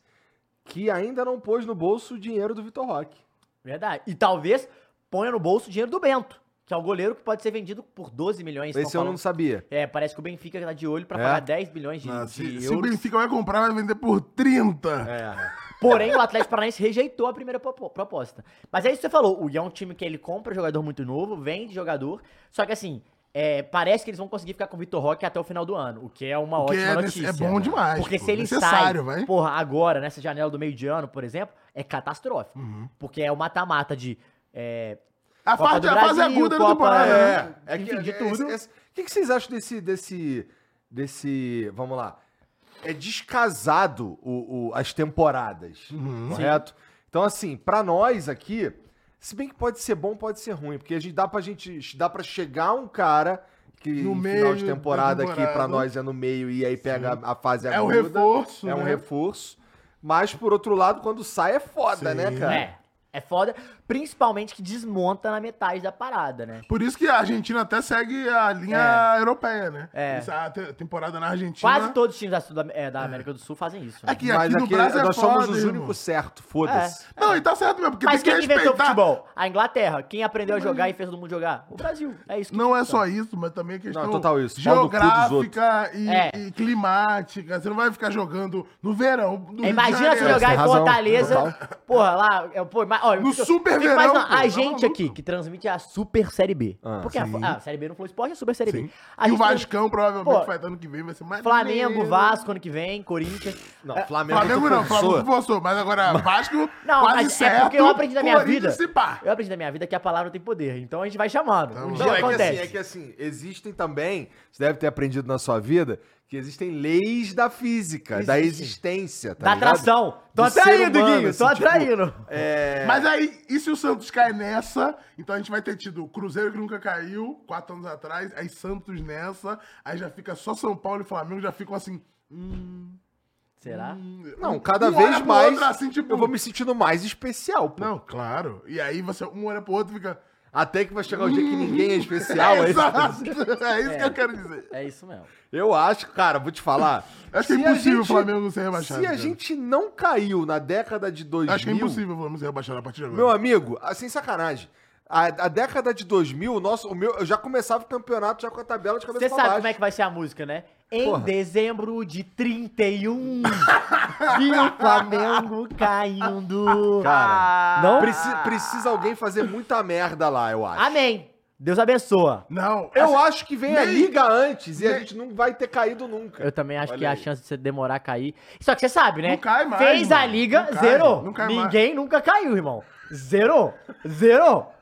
Speaker 2: que ainda não pôs no bolso o dinheiro do Vitor Roque.
Speaker 1: Verdade. E talvez ponha no bolso o dinheiro do Bento, que é o goleiro que pode ser vendido por 12 milhões.
Speaker 2: Esse
Speaker 1: estão
Speaker 2: eu não
Speaker 1: falando.
Speaker 2: sabia.
Speaker 1: É, parece que o Benfica tá de olho pra
Speaker 2: É?
Speaker 1: pagar 10 milhões de,
Speaker 3: Ah,
Speaker 1: de
Speaker 3: se, se o
Speaker 1: euros.
Speaker 3: Benfica vai comprar, vai vender por 30.
Speaker 2: É.
Speaker 1: Porém, o Atlético Paranaense rejeitou a primeira propo- proposta. Mas é isso que você falou. O Ian é um time que ele compra jogador muito novo, vende jogador. Só que assim, é, parece que eles vão conseguir ficar com o Vitor Roque até o final do ano, o que é uma
Speaker 3: Porque
Speaker 1: ótima
Speaker 3: é, nesse-
Speaker 1: notícia. né?
Speaker 3: é bom demais.
Speaker 1: Porque
Speaker 3: pô.
Speaker 1: se ele sai,
Speaker 3: Necessário, vai.
Speaker 1: porra, agora, nessa janela do meio de ano, por exemplo, é catastrófico. Porque é o mata-mata de. é,
Speaker 3: Uhum. A,
Speaker 1: Copa
Speaker 3: fase,
Speaker 1: do
Speaker 3: a fase
Speaker 1: Brasil,
Speaker 3: aguda da
Speaker 1: Copa-
Speaker 3: temporada, né?
Speaker 2: É, é que,
Speaker 1: Enfim, de
Speaker 2: é-
Speaker 1: tudo.
Speaker 2: esse- esse- O que, que vocês acham desse, desse, desse, vamos lá, é descasado o, o- as temporadas,
Speaker 3: Uhum.
Speaker 2: correto? Então assim, pra nós aqui, se bem que pode ser bom, pode ser ruim, porque a gente dá pra gente, dá para chegar um cara que
Speaker 3: No
Speaker 2: em
Speaker 3: meio
Speaker 2: final de
Speaker 3: da
Speaker 2: temporada,
Speaker 3: temporada.
Speaker 2: que pra nós é no meio e aí pega a, a fase
Speaker 3: É o
Speaker 2: aguda,
Speaker 3: reforço,
Speaker 2: é um
Speaker 3: né?
Speaker 2: reforço. Mas por outro lado, quando sai é foda,
Speaker 3: Sim.
Speaker 2: né, cara?
Speaker 1: É, é foda. Principalmente que desmonta na metade da parada, né?
Speaker 3: Por isso que a Argentina até segue a linha europeia, né?
Speaker 1: É.
Speaker 3: Essa te- temporada na Argentina.
Speaker 1: Quase todos os times da, Sud- é, da América do Sul fazem isso. Né?
Speaker 3: Aqui, aqui
Speaker 2: Mas
Speaker 3: no
Speaker 2: aqui
Speaker 3: Brasil é
Speaker 2: nós
Speaker 3: foda,
Speaker 2: somos os
Speaker 3: irmão.
Speaker 2: únicos certos, foda-se.
Speaker 3: Não, e tá certo mesmo, porque
Speaker 1: Mas
Speaker 3: tem
Speaker 1: quem
Speaker 3: que
Speaker 1: que inventou o
Speaker 3: respeitar.
Speaker 1: futebol? A Inglaterra. Quem aprendeu a jogar e fez todo mundo jogar? O Brasil. É isso que
Speaker 3: Não é só isso, mas também a questão
Speaker 2: Não, total isso. Pau no cu dos
Speaker 3: geográfica e,
Speaker 1: É.
Speaker 3: e climática. Você não vai ficar jogando no verão. No Rio de
Speaker 1: Imagina se
Speaker 3: Janeiro.
Speaker 1: jogar em
Speaker 2: tem razão,
Speaker 1: Fortaleza.
Speaker 2: total.
Speaker 1: Porra, lá. É, pô, mas, olha,
Speaker 3: No
Speaker 1: fica-
Speaker 3: super
Speaker 1: fica
Speaker 3: verão,
Speaker 1: imaginando
Speaker 3: pô, tá
Speaker 1: a gente
Speaker 3: maluco?
Speaker 1: aqui, que transmite é a Super Série B.
Speaker 2: Ah,
Speaker 1: Porque a,
Speaker 3: sim.
Speaker 1: a Série B não Flow Esporte é a Super Série
Speaker 3: Sim.
Speaker 1: B. A
Speaker 3: E o é
Speaker 1: gente tem
Speaker 3: Vascão provavelmente
Speaker 1: Pô,
Speaker 3: vai estar ano que vem, vai ser mais
Speaker 1: Flamengo,
Speaker 3: maneiro.
Speaker 1: Vasco ano que vem, Corinthians.
Speaker 2: Não,
Speaker 1: É,
Speaker 2: Flamengo,
Speaker 3: Flamengo
Speaker 2: tu
Speaker 3: não,
Speaker 2: forçou.
Speaker 3: Flamengo forçou, mas agora Vasco
Speaker 1: Não,
Speaker 3: quase
Speaker 1: mas
Speaker 3: certo.
Speaker 1: é porque eu aprendi na minha vida.
Speaker 3: Corinthians e pá.
Speaker 1: Eu aprendi na minha vida que a palavra tem poder, então a gente vai chamando.
Speaker 3: Tá
Speaker 1: um
Speaker 3: bom.
Speaker 1: dia
Speaker 2: Não, é que, assim,
Speaker 1: acontece.
Speaker 2: é que assim, existem também, você deve ter aprendido na sua vida, que existem leis da física, da
Speaker 1: Existem.
Speaker 2: existência, tá
Speaker 1: Da
Speaker 2: ligado?
Speaker 1: atração. Tô
Speaker 2: Do ser
Speaker 1: atraindo,
Speaker 2: humano,
Speaker 1: Guinho. Tô
Speaker 2: assim, tipo,
Speaker 1: atraindo.
Speaker 2: É...
Speaker 3: Mas aí, e se o Santos cai nessa? Então a gente vai ter tido o Cruzeiro que nunca caiu, quatro anos atrás, aí Santos nessa, aí já fica só São Paulo e Flamengo, já ficam assim. Hum,
Speaker 1: Será?
Speaker 3: hum,
Speaker 2: Não, cada
Speaker 3: um olha
Speaker 2: vez
Speaker 3: pro
Speaker 2: mais
Speaker 3: outro assim, tipo,
Speaker 2: eu vou me sentindo mais especial, pô.
Speaker 3: Não, claro. E aí você um olha pro outro e fica.
Speaker 2: Até que vai chegar o dia que ninguém é especial. é isso.
Speaker 3: Exato. É isso que eu quero dizer.
Speaker 1: É isso mesmo.
Speaker 2: eu acho, cara, vou te falar.
Speaker 3: Acho que é
Speaker 2: se a
Speaker 3: impossível o
Speaker 2: gente-
Speaker 3: Flamengo ser rebaixado.
Speaker 2: Se a
Speaker 3: cara.
Speaker 2: gente não caiu na década de 2000...
Speaker 3: Acho que é impossível o Flamengo ser rebaixado a partir de agora.
Speaker 2: Meu amigo, assim, sacanagem. A, a década de 2000, o nosso, o meu, eu já começava o campeonato já com a tabela de cabeça
Speaker 1: Você
Speaker 2: pra
Speaker 1: sabe
Speaker 2: baixo.
Speaker 1: como é que vai ser a música, né? Em
Speaker 2: Porra.
Speaker 1: dezembro de 31, vi o Flamengo caindo. Ah.
Speaker 2: Cara,
Speaker 1: não?
Speaker 2: Preci- precisa alguém fazer muita merda lá, eu acho.
Speaker 1: Amém. Deus abençoa.
Speaker 3: Não,
Speaker 2: Eu
Speaker 3: assim,
Speaker 2: acho que vem a
Speaker 3: Nem-
Speaker 2: liga antes e a
Speaker 3: nem-
Speaker 2: gente não vai ter caído nunca.
Speaker 1: Eu também acho
Speaker 2: Olha
Speaker 1: que a
Speaker 2: aí.
Speaker 1: chance de você demorar a cair. Só que você sabe, né?
Speaker 3: Não cai mais,
Speaker 1: Fez a
Speaker 3: mano.
Speaker 1: liga,
Speaker 3: Não cai,
Speaker 1: zerou.
Speaker 3: não cai mais.
Speaker 1: Ninguém nunca caiu, irmão. Zerou. Zerou.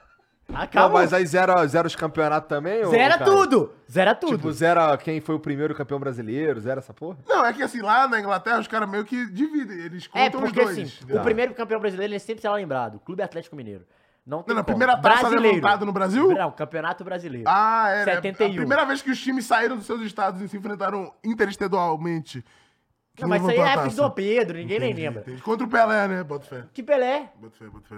Speaker 2: Não,
Speaker 1: Acabou.
Speaker 2: mas aí zera, zera os campeonatos também? ô,
Speaker 1: Zera
Speaker 2: cara?
Speaker 1: tudo. Zera tudo.
Speaker 2: Tipo, zera quem foi o primeiro campeão brasileiro, zera essa porra?
Speaker 3: Não, é que assim, lá na Inglaterra os caras meio que dividem, eles contam
Speaker 1: É, porque
Speaker 3: os
Speaker 1: assim,
Speaker 3: dois. Tá.
Speaker 1: o primeiro campeão brasileiro ele sempre será lembrado. Clube Atlético Mineiro. Não, tem
Speaker 3: Não, não,
Speaker 1: como.
Speaker 3: primeira taça levantada no Brasil?
Speaker 1: Não, Campeonato Brasileiro.
Speaker 3: Ah, era.
Speaker 1: 71.
Speaker 3: A primeira vez que os times saíram dos seus estados e se enfrentaram interestadualmente. Quem
Speaker 1: não, mas isso aí
Speaker 3: levantou
Speaker 1: é
Speaker 3: a
Speaker 1: época
Speaker 3: taça?
Speaker 1: de Dom Pedro, ninguém nem lembra.
Speaker 3: Entendi. Contra o Pelé, né? Bota fé.
Speaker 1: Que Pelé?
Speaker 3: Bota fé, bota fé.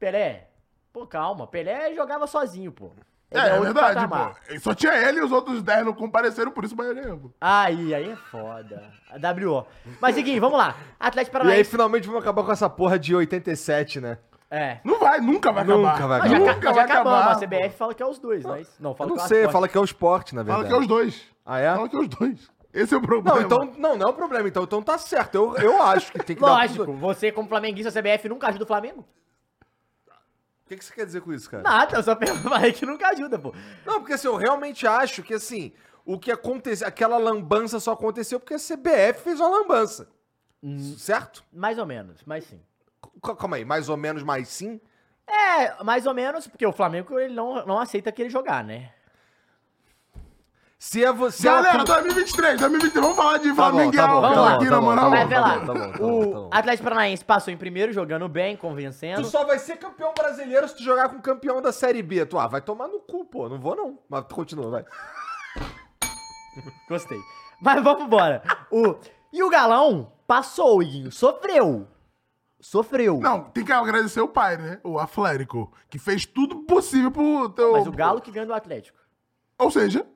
Speaker 1: Pelé? Pô, calma. Pelé jogava sozinho, pô.
Speaker 3: É,
Speaker 1: Ele
Speaker 3: é
Speaker 1: outro
Speaker 3: verdade,
Speaker 1: patamar.
Speaker 3: pô. Só tinha ele e os outros 10 não compareceram, por isso o Bahia ganhou.
Speaker 1: Aí, aí é foda. A W.O. Mas, seguinte, vamos lá. Atlético
Speaker 2: E aí
Speaker 1: Paranaense.
Speaker 2: finalmente vamos acabar com essa porra de 87, né?
Speaker 1: É.
Speaker 3: Não vai, nunca vai
Speaker 2: Nunca
Speaker 3: acabar.
Speaker 1: Mas
Speaker 2: vai
Speaker 1: já,
Speaker 2: acabar.
Speaker 1: ca-
Speaker 3: Nunca
Speaker 1: já
Speaker 3: vai
Speaker 1: acabamos.
Speaker 3: acabar.
Speaker 1: a CBF fala que é os dois, mas. Não,
Speaker 2: Eu
Speaker 1: fala
Speaker 2: não
Speaker 1: que é o
Speaker 2: sei,
Speaker 1: Atlético.
Speaker 2: fala que é o esporte, na verdade.
Speaker 3: Fala que é os dois.
Speaker 2: Ah, é?
Speaker 3: Fala que é os dois. Esse é o problema.
Speaker 2: Não, então, não, não é o problema. Então, então tá certo. Eu, eu acho que tem que dar
Speaker 1: Lógico,
Speaker 2: tudo.
Speaker 1: você como flamenguista, a CBF nunca ajuda o Flamengo?
Speaker 2: O que, que você quer dizer com isso, cara?
Speaker 1: Nada, eu só falei que nunca ajuda, pô.
Speaker 2: Não, porque assim, eu realmente acho que assim, o que aconteceu, aquela lambança só aconteceu porque a CBF fez uma lambança. Hum. Certo?
Speaker 1: Mais ou menos, mas sim.
Speaker 2: C- Calma aí, mais ou menos, mais sim.
Speaker 1: É, mais ou menos, porque o Flamengo ele não, não aceita que ele jogar, né?
Speaker 2: Se é você.
Speaker 3: Galera, 2023, 2023, vamos falar
Speaker 2: Tá
Speaker 3: de
Speaker 2: bom,
Speaker 3: Flamengo e
Speaker 2: tá bom,
Speaker 3: Alves
Speaker 1: tá bom,
Speaker 3: aqui,
Speaker 2: tá
Speaker 3: na
Speaker 2: bom,
Speaker 3: moral.
Speaker 1: Mas
Speaker 2: tá
Speaker 1: vê lá.
Speaker 2: bom, tá bom, tá bom, tá
Speaker 1: O
Speaker 2: bom.
Speaker 1: Atlético Paranaense passou em primeiro, jogando bem,
Speaker 2: Tu
Speaker 1: convencendo.
Speaker 2: só vai ser campeão brasileiro se tu jogar com o campeão da Série B. Tu, ah, vai tomar no cu, pô. Não vou não. Mas continua, vai.
Speaker 1: Gostei. Mas vamos embora. O... E o Galão passou, Iguinho. Sofreu. sofreu.
Speaker 3: Não, tem que agradecer o pai, né? O Atlético, que fez tudo possível pro teu.
Speaker 1: Mas o Galo que ganha do Atlético.
Speaker 3: Ou seja,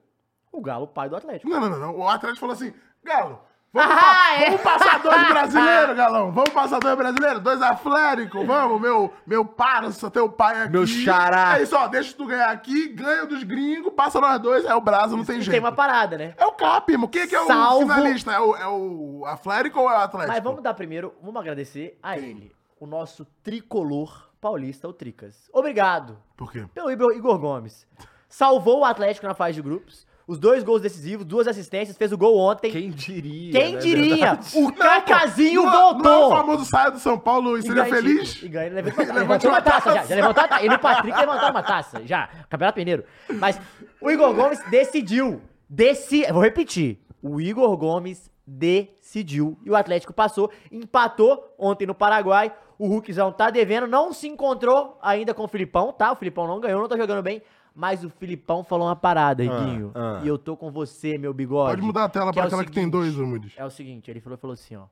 Speaker 1: O Galo, pai do Atlético.
Speaker 3: não, não, não, não. O Atlético falou assim: Galo, vamos,
Speaker 1: Ah,
Speaker 3: pa
Speaker 1: é.
Speaker 3: vamos passar
Speaker 2: Ah,
Speaker 3: dois brasileiros, galão. Vamos passar dois brasileiros, dois Atlético, vamos, meu, meu parça, teu pai aqui.
Speaker 2: Meu xará.
Speaker 3: É isso, ó, deixa tu ganhar aqui, ganha dos gringos, passa nós dois, aí o Brasa não tem
Speaker 1: E
Speaker 3: jeito.
Speaker 1: tem uma parada, né?
Speaker 3: É o Cap, irmão. Quem é que é o
Speaker 1: Salvo-
Speaker 3: finalista? É o, é o Atlético ou é o Atlético?
Speaker 1: Mas vamos dar primeiro, vamos agradecer a ele, o nosso tricolor paulista, o Tricas. Obrigado
Speaker 3: Por quê?
Speaker 1: pelo Igor Igor Gomes. Salvou o Atlético na fase de grupos. Os dois gols decisivos, duas assistências, fez o gol ontem. Quem,
Speaker 2: Quem diria? né,
Speaker 1: diria?
Speaker 2: verdade?
Speaker 1: O Cacazinho
Speaker 3: não,
Speaker 1: voltou!
Speaker 3: Não é o famoso saia do São Paulo e,
Speaker 1: E
Speaker 3: seria
Speaker 1: ganha
Speaker 3: feliz?
Speaker 1: título. E ganha, levantou,
Speaker 3: Levantou
Speaker 1: levantou
Speaker 3: uma
Speaker 1: uma taça,
Speaker 3: taça.
Speaker 1: já. já levantou a taça. Ele e o Patrick levantaram uma taça já. Campeonato Mineiro. Mas o Igor Gomes decidiu. Deci... Vou repetir. O Igor Gomes decidiu. E o Atlético passou. Empatou ontem no Paraguai. O Hulkzão tá devendo. Não se encontrou ainda com o Filipão, tá? O Filipão não ganhou, não tá jogando bem. Mas o Filipão falou uma parada, Iguinho.
Speaker 2: ah.
Speaker 1: E eu tô com você, meu bigode.
Speaker 3: Pode mudar a tela
Speaker 1: Que
Speaker 3: pra
Speaker 1: é o
Speaker 3: aquela que tem
Speaker 1: seguinte.
Speaker 3: dois, Amudes.
Speaker 1: É o seguinte, ele falou, falou assim, ó.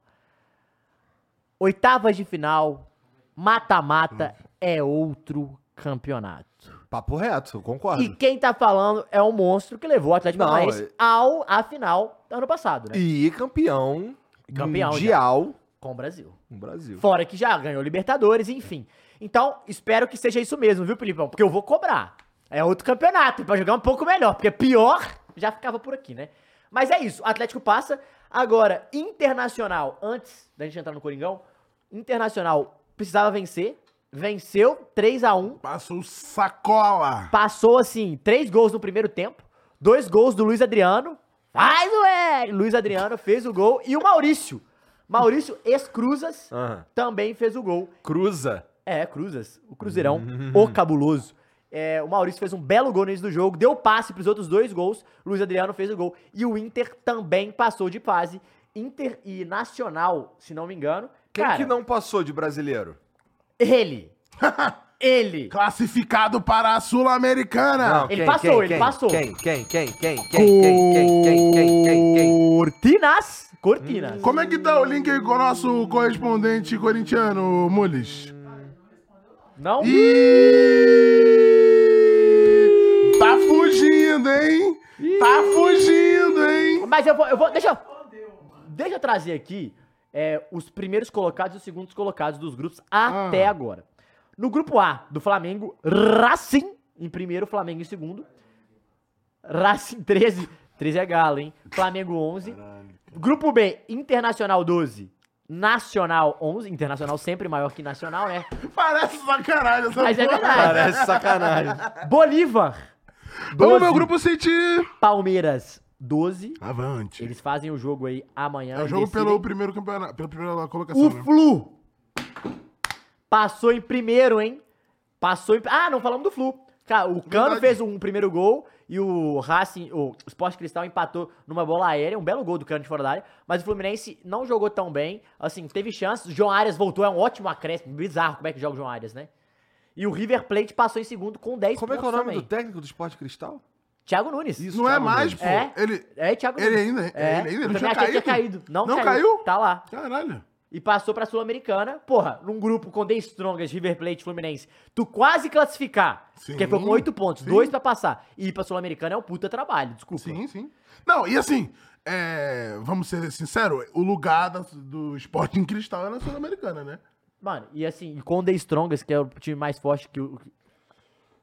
Speaker 1: Oitavas de final, mata-mata é outro campeonato.
Speaker 2: Papo reto, eu concordo.
Speaker 1: E quem tá falando é um monstro que levou o Atlético
Speaker 2: Não,
Speaker 1: Paranaense
Speaker 2: é-
Speaker 1: ao à final do ano passado, né?
Speaker 2: E campeão,
Speaker 1: Campeão,
Speaker 2: mundial
Speaker 1: Com o Brasil.
Speaker 2: no Brasil.
Speaker 1: Fora que já ganhou Libertadores, enfim. Então, espero que seja isso mesmo, viu, Filipão? Porque eu vou cobrar. É outro campeonato, pra jogar um pouco melhor. Porque pior, já ficava por aqui, né? Mas é isso, o Atlético passa. Agora, Internacional, antes da gente entrar no Coringão, Internacional precisava vencer. Venceu 3 a 1
Speaker 3: Passou sacola.
Speaker 1: Passou, assim, três gols no primeiro tempo. Dois gols do Luiz Adriano. Faz, ué! Luiz Adriano fez o gol. E o Maurício. Maurício Escruzas
Speaker 2: Aham.
Speaker 1: também fez o gol.
Speaker 2: Cruza.
Speaker 1: É, Cruzas. O Cruzeirão, o
Speaker 2: Hum.
Speaker 1: cabuloso. É, o Maurício fez um belo gol no início do jogo, deu passe pros outros dois gols. Luiz Adriano fez o gol. E o Inter também passou de fase. Inter e Nacional, se não me engano.
Speaker 2: Quem
Speaker 1: Cara,
Speaker 2: que não passou de brasileiro?
Speaker 1: Ele. ele.
Speaker 3: Classificado para a Sul-Americana.
Speaker 1: ele passou, ele
Speaker 2: quem,
Speaker 1: passou.
Speaker 2: Quem, quem, quem, quem, quem, quem, quem, quem, quem, quem, quem?
Speaker 1: Cortinas. Cortinas.
Speaker 2: Hum.
Speaker 3: Como é que tá o link aí com o nosso correspondente corintiano, Mules?
Speaker 1: Não?
Speaker 3: Ih! Tá fugindo, hein? Tá fugindo, hein?
Speaker 1: Mas eu vou, eu vou, deixa eu, deixa eu trazer aqui é, os primeiros colocados e os segundos colocados dos grupos
Speaker 3: Ah.
Speaker 1: até agora. No grupo A, do Flamengo, Racing em primeiro, Flamengo em segundo. Racing 13, 13 é galo, hein? Flamengo 11. Grupo B, Internacional 12, Nacional 11. Internacional sempre maior que Nacional, né?
Speaker 3: Parece sacanagem essa
Speaker 1: Mas é
Speaker 3: porra.
Speaker 1: verdade.
Speaker 2: Parece sacanagem.
Speaker 1: Bolívar,
Speaker 3: Vamos, meu
Speaker 1: 12.
Speaker 3: grupo City.
Speaker 1: Palmeiras 12.
Speaker 3: Avante.
Speaker 1: Eles fazem o jogo aí amanhã.
Speaker 3: É o
Speaker 1: e
Speaker 3: jogo
Speaker 1: decidem.
Speaker 3: pelo primeiro campeonato, pela primeira colocação,
Speaker 1: O
Speaker 3: né?
Speaker 1: Flu passou em primeiro, hein? Passou em. Ah, não falamos do Flu. Cara, o Cano
Speaker 3: Verdade.
Speaker 1: fez um primeiro gol e o Racing, o Sport Cristal empatou numa bola aérea, um belo gol do Cano de fora da área, mas o Fluminense não jogou tão bem, assim, teve chances, o João Arias voltou, é um ótimo acréscimo, bizarro como é que joga o João Arias, né? E o River Plate passou em segundo com 10
Speaker 2: Como é que é o
Speaker 1: pontos
Speaker 2: nome
Speaker 1: também.
Speaker 2: do técnico do Esporte Cristal?
Speaker 1: Thiago Nunes.
Speaker 2: Isso.
Speaker 3: Não é
Speaker 2: Thiago
Speaker 3: mais,
Speaker 2: Nunes.
Speaker 3: pô.
Speaker 1: É.
Speaker 3: Ele...
Speaker 1: É, Thiago
Speaker 3: Ele
Speaker 1: Nunes.
Speaker 3: ainda-
Speaker 1: é.
Speaker 3: ele ainda?
Speaker 1: Eu
Speaker 3: Ele
Speaker 1: também
Speaker 3: tinha
Speaker 1: achei que tinha
Speaker 3: caído?
Speaker 1: caído. Não,
Speaker 3: Não
Speaker 1: caiu.
Speaker 3: caiu?
Speaker 1: Tá lá.
Speaker 3: Caralho.
Speaker 1: e passou pra Sul-Americana. Porra, num grupo com The Strongest, River Plate, Fluminense, tu quase classificar,
Speaker 3: Sim,
Speaker 1: porque foi com oito pontos,
Speaker 3: sim.
Speaker 1: dois pra passar, e ir pra Sul-Americana é um puta trabalho, desculpa.
Speaker 3: Sim, sim. Não, e assim, é, vamos ser sinceros, o lugar da- do esporte em cristal é na Sul-Americana, né?
Speaker 1: Mano, e assim, e com o The Strongest, que é o time mais forte que o...